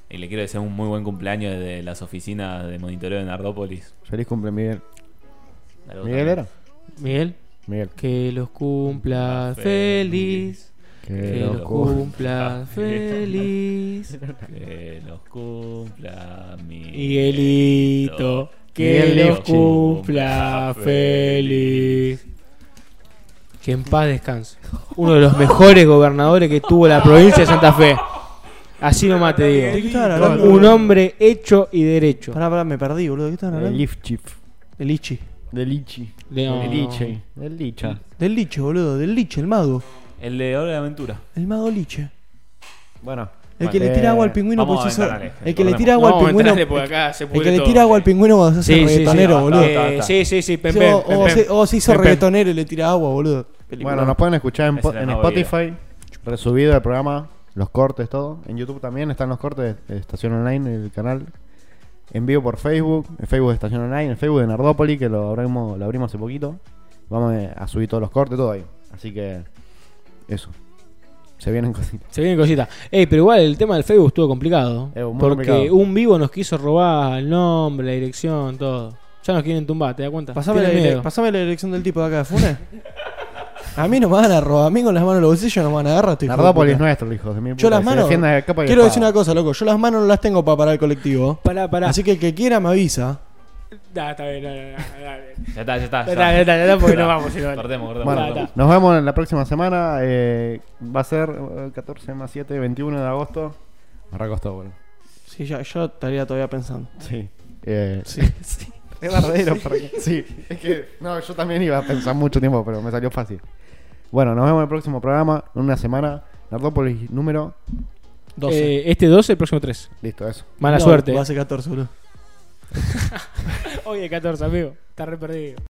[SPEAKER 2] Y le quiero desear un muy buen cumpleaños desde las oficinas de monitoreo de Nardópolis.
[SPEAKER 1] Feliz cumple, Miguel.
[SPEAKER 2] Algo
[SPEAKER 1] ¿Miguel
[SPEAKER 2] también.
[SPEAKER 1] era?
[SPEAKER 3] Miguel,
[SPEAKER 1] Miguel.
[SPEAKER 3] que los cumpla feliz.
[SPEAKER 2] feliz.
[SPEAKER 3] Que los cumpla feliz.
[SPEAKER 2] Que los cumpla Miguelito.
[SPEAKER 3] Miguelito, que los cumpla feliz. Que en paz descanse. Uno de los mejores gobernadores que tuvo la provincia de Santa Fe. Así nomás te
[SPEAKER 4] ¿De qué
[SPEAKER 3] digo.
[SPEAKER 4] estaban hablando?
[SPEAKER 3] Un hombre hecho y derecho.
[SPEAKER 4] Pará, pará, me perdí, boludo. ¿De qué estaban
[SPEAKER 1] Del
[SPEAKER 4] hablando?
[SPEAKER 1] Leaf Chief.
[SPEAKER 4] Del Lichi.
[SPEAKER 1] Del Lichi.
[SPEAKER 3] No.
[SPEAKER 1] Del Lichi. Del Licha.
[SPEAKER 4] Del Liche, boludo. Del Liche, el mago.
[SPEAKER 2] El de Hora de Aventura.
[SPEAKER 4] El mago Liche.
[SPEAKER 1] Bueno.
[SPEAKER 4] El que le
[SPEAKER 1] eh,
[SPEAKER 4] tira agua al pingüino
[SPEAKER 2] vamos
[SPEAKER 4] por
[SPEAKER 2] a
[SPEAKER 4] sí solo.
[SPEAKER 2] Ventanales,
[SPEAKER 4] El que le
[SPEAKER 2] recordemos.
[SPEAKER 4] tira agua al pingüino. El que le tira agua al pingüino cuando se hace
[SPEAKER 3] Sí, sí, sí.
[SPEAKER 4] reggaetonero,
[SPEAKER 2] Ah,
[SPEAKER 4] boludo.
[SPEAKER 2] está, está,
[SPEAKER 3] Eh,
[SPEAKER 2] está.
[SPEAKER 3] sí, sí, sí, pen,
[SPEAKER 4] Sí,
[SPEAKER 3] pen,
[SPEAKER 4] o,
[SPEAKER 3] pen,
[SPEAKER 4] o
[SPEAKER 3] pen.
[SPEAKER 4] se, o se hizo
[SPEAKER 3] Pen, pen.
[SPEAKER 4] reggaetonero y le tira agua, boludo.
[SPEAKER 1] Bueno, nos pueden escuchar en,
[SPEAKER 2] Esa
[SPEAKER 1] po-
[SPEAKER 2] es la
[SPEAKER 1] en
[SPEAKER 2] movida.
[SPEAKER 1] Spotify. Resubido el programa. Los cortes, todo. En YouTube también están los cortes de Estación Online, el canal. En vivo por Facebook. En Facebook de Estación Online. En Facebook de Nardópolis, que lo abrimos, lo abrimos hace poquito. Vamos eh, a subir todos los cortes, todo ahí. Así que. Eso. Se vienen cositas.
[SPEAKER 3] Se vienen cositas. Ey, pero igual el tema del Facebook estuvo complicado.
[SPEAKER 1] Eh, muy
[SPEAKER 3] porque
[SPEAKER 1] complicado.
[SPEAKER 3] un vivo nos quiso robar el nombre, la dirección, todo. Ya nos quieren tumbar, ¿te das cuenta?
[SPEAKER 4] Pasame la,
[SPEAKER 3] Tienen
[SPEAKER 4] dire-
[SPEAKER 3] miedo.
[SPEAKER 4] pasame la dirección del tipo de acá de Funes. a mí no me van a robar. A mí con las manos en los bolsillos no me van a agarrar. tío, hijo de
[SPEAKER 1] Nardópolis es
[SPEAKER 4] puta.
[SPEAKER 1] nuestro, hijos de mi puta,
[SPEAKER 4] Yo las
[SPEAKER 1] se
[SPEAKER 4] manos.
[SPEAKER 1] defienden a capa y
[SPEAKER 4] Quiero decir
[SPEAKER 1] espada.
[SPEAKER 4] una cosa, loco. Yo las manos no las tengo para parar el colectivo.
[SPEAKER 3] Pará, pará.
[SPEAKER 4] Así que el que quiera me avisa.
[SPEAKER 3] Da, Ah, está bien, da, da, da, da, da.
[SPEAKER 2] Ya está, ya está.
[SPEAKER 3] Ya está, ya está, ya está, porque no
[SPEAKER 2] Ya.
[SPEAKER 3] vamos, si no vale.
[SPEAKER 2] Cortemos, cortemos,
[SPEAKER 1] Bueno,
[SPEAKER 2] cortemos.
[SPEAKER 1] nos vemos en la próxima semana. eh, va a ser eh, 14 más 7, 21 de agosto. Me recostó, boludo.
[SPEAKER 4] Sí, ya, yo estaría todavía pensando.
[SPEAKER 1] Sí. Eh,
[SPEAKER 4] Sí.
[SPEAKER 1] Es verdadero, porque. Sí, es que. No, yo también iba a pensar mucho tiempo, pero me salió fácil. Bueno, nos vemos en el próximo programa, en una semana. Nardópolis número.
[SPEAKER 4] 12.
[SPEAKER 3] Eh, este 12, el próximo 3.
[SPEAKER 1] Listo, eso.
[SPEAKER 3] Mala
[SPEAKER 4] No,
[SPEAKER 3] suerte.
[SPEAKER 4] Va a ser 14, boludo.
[SPEAKER 3] Oye, 14, amigo. Está re perdido.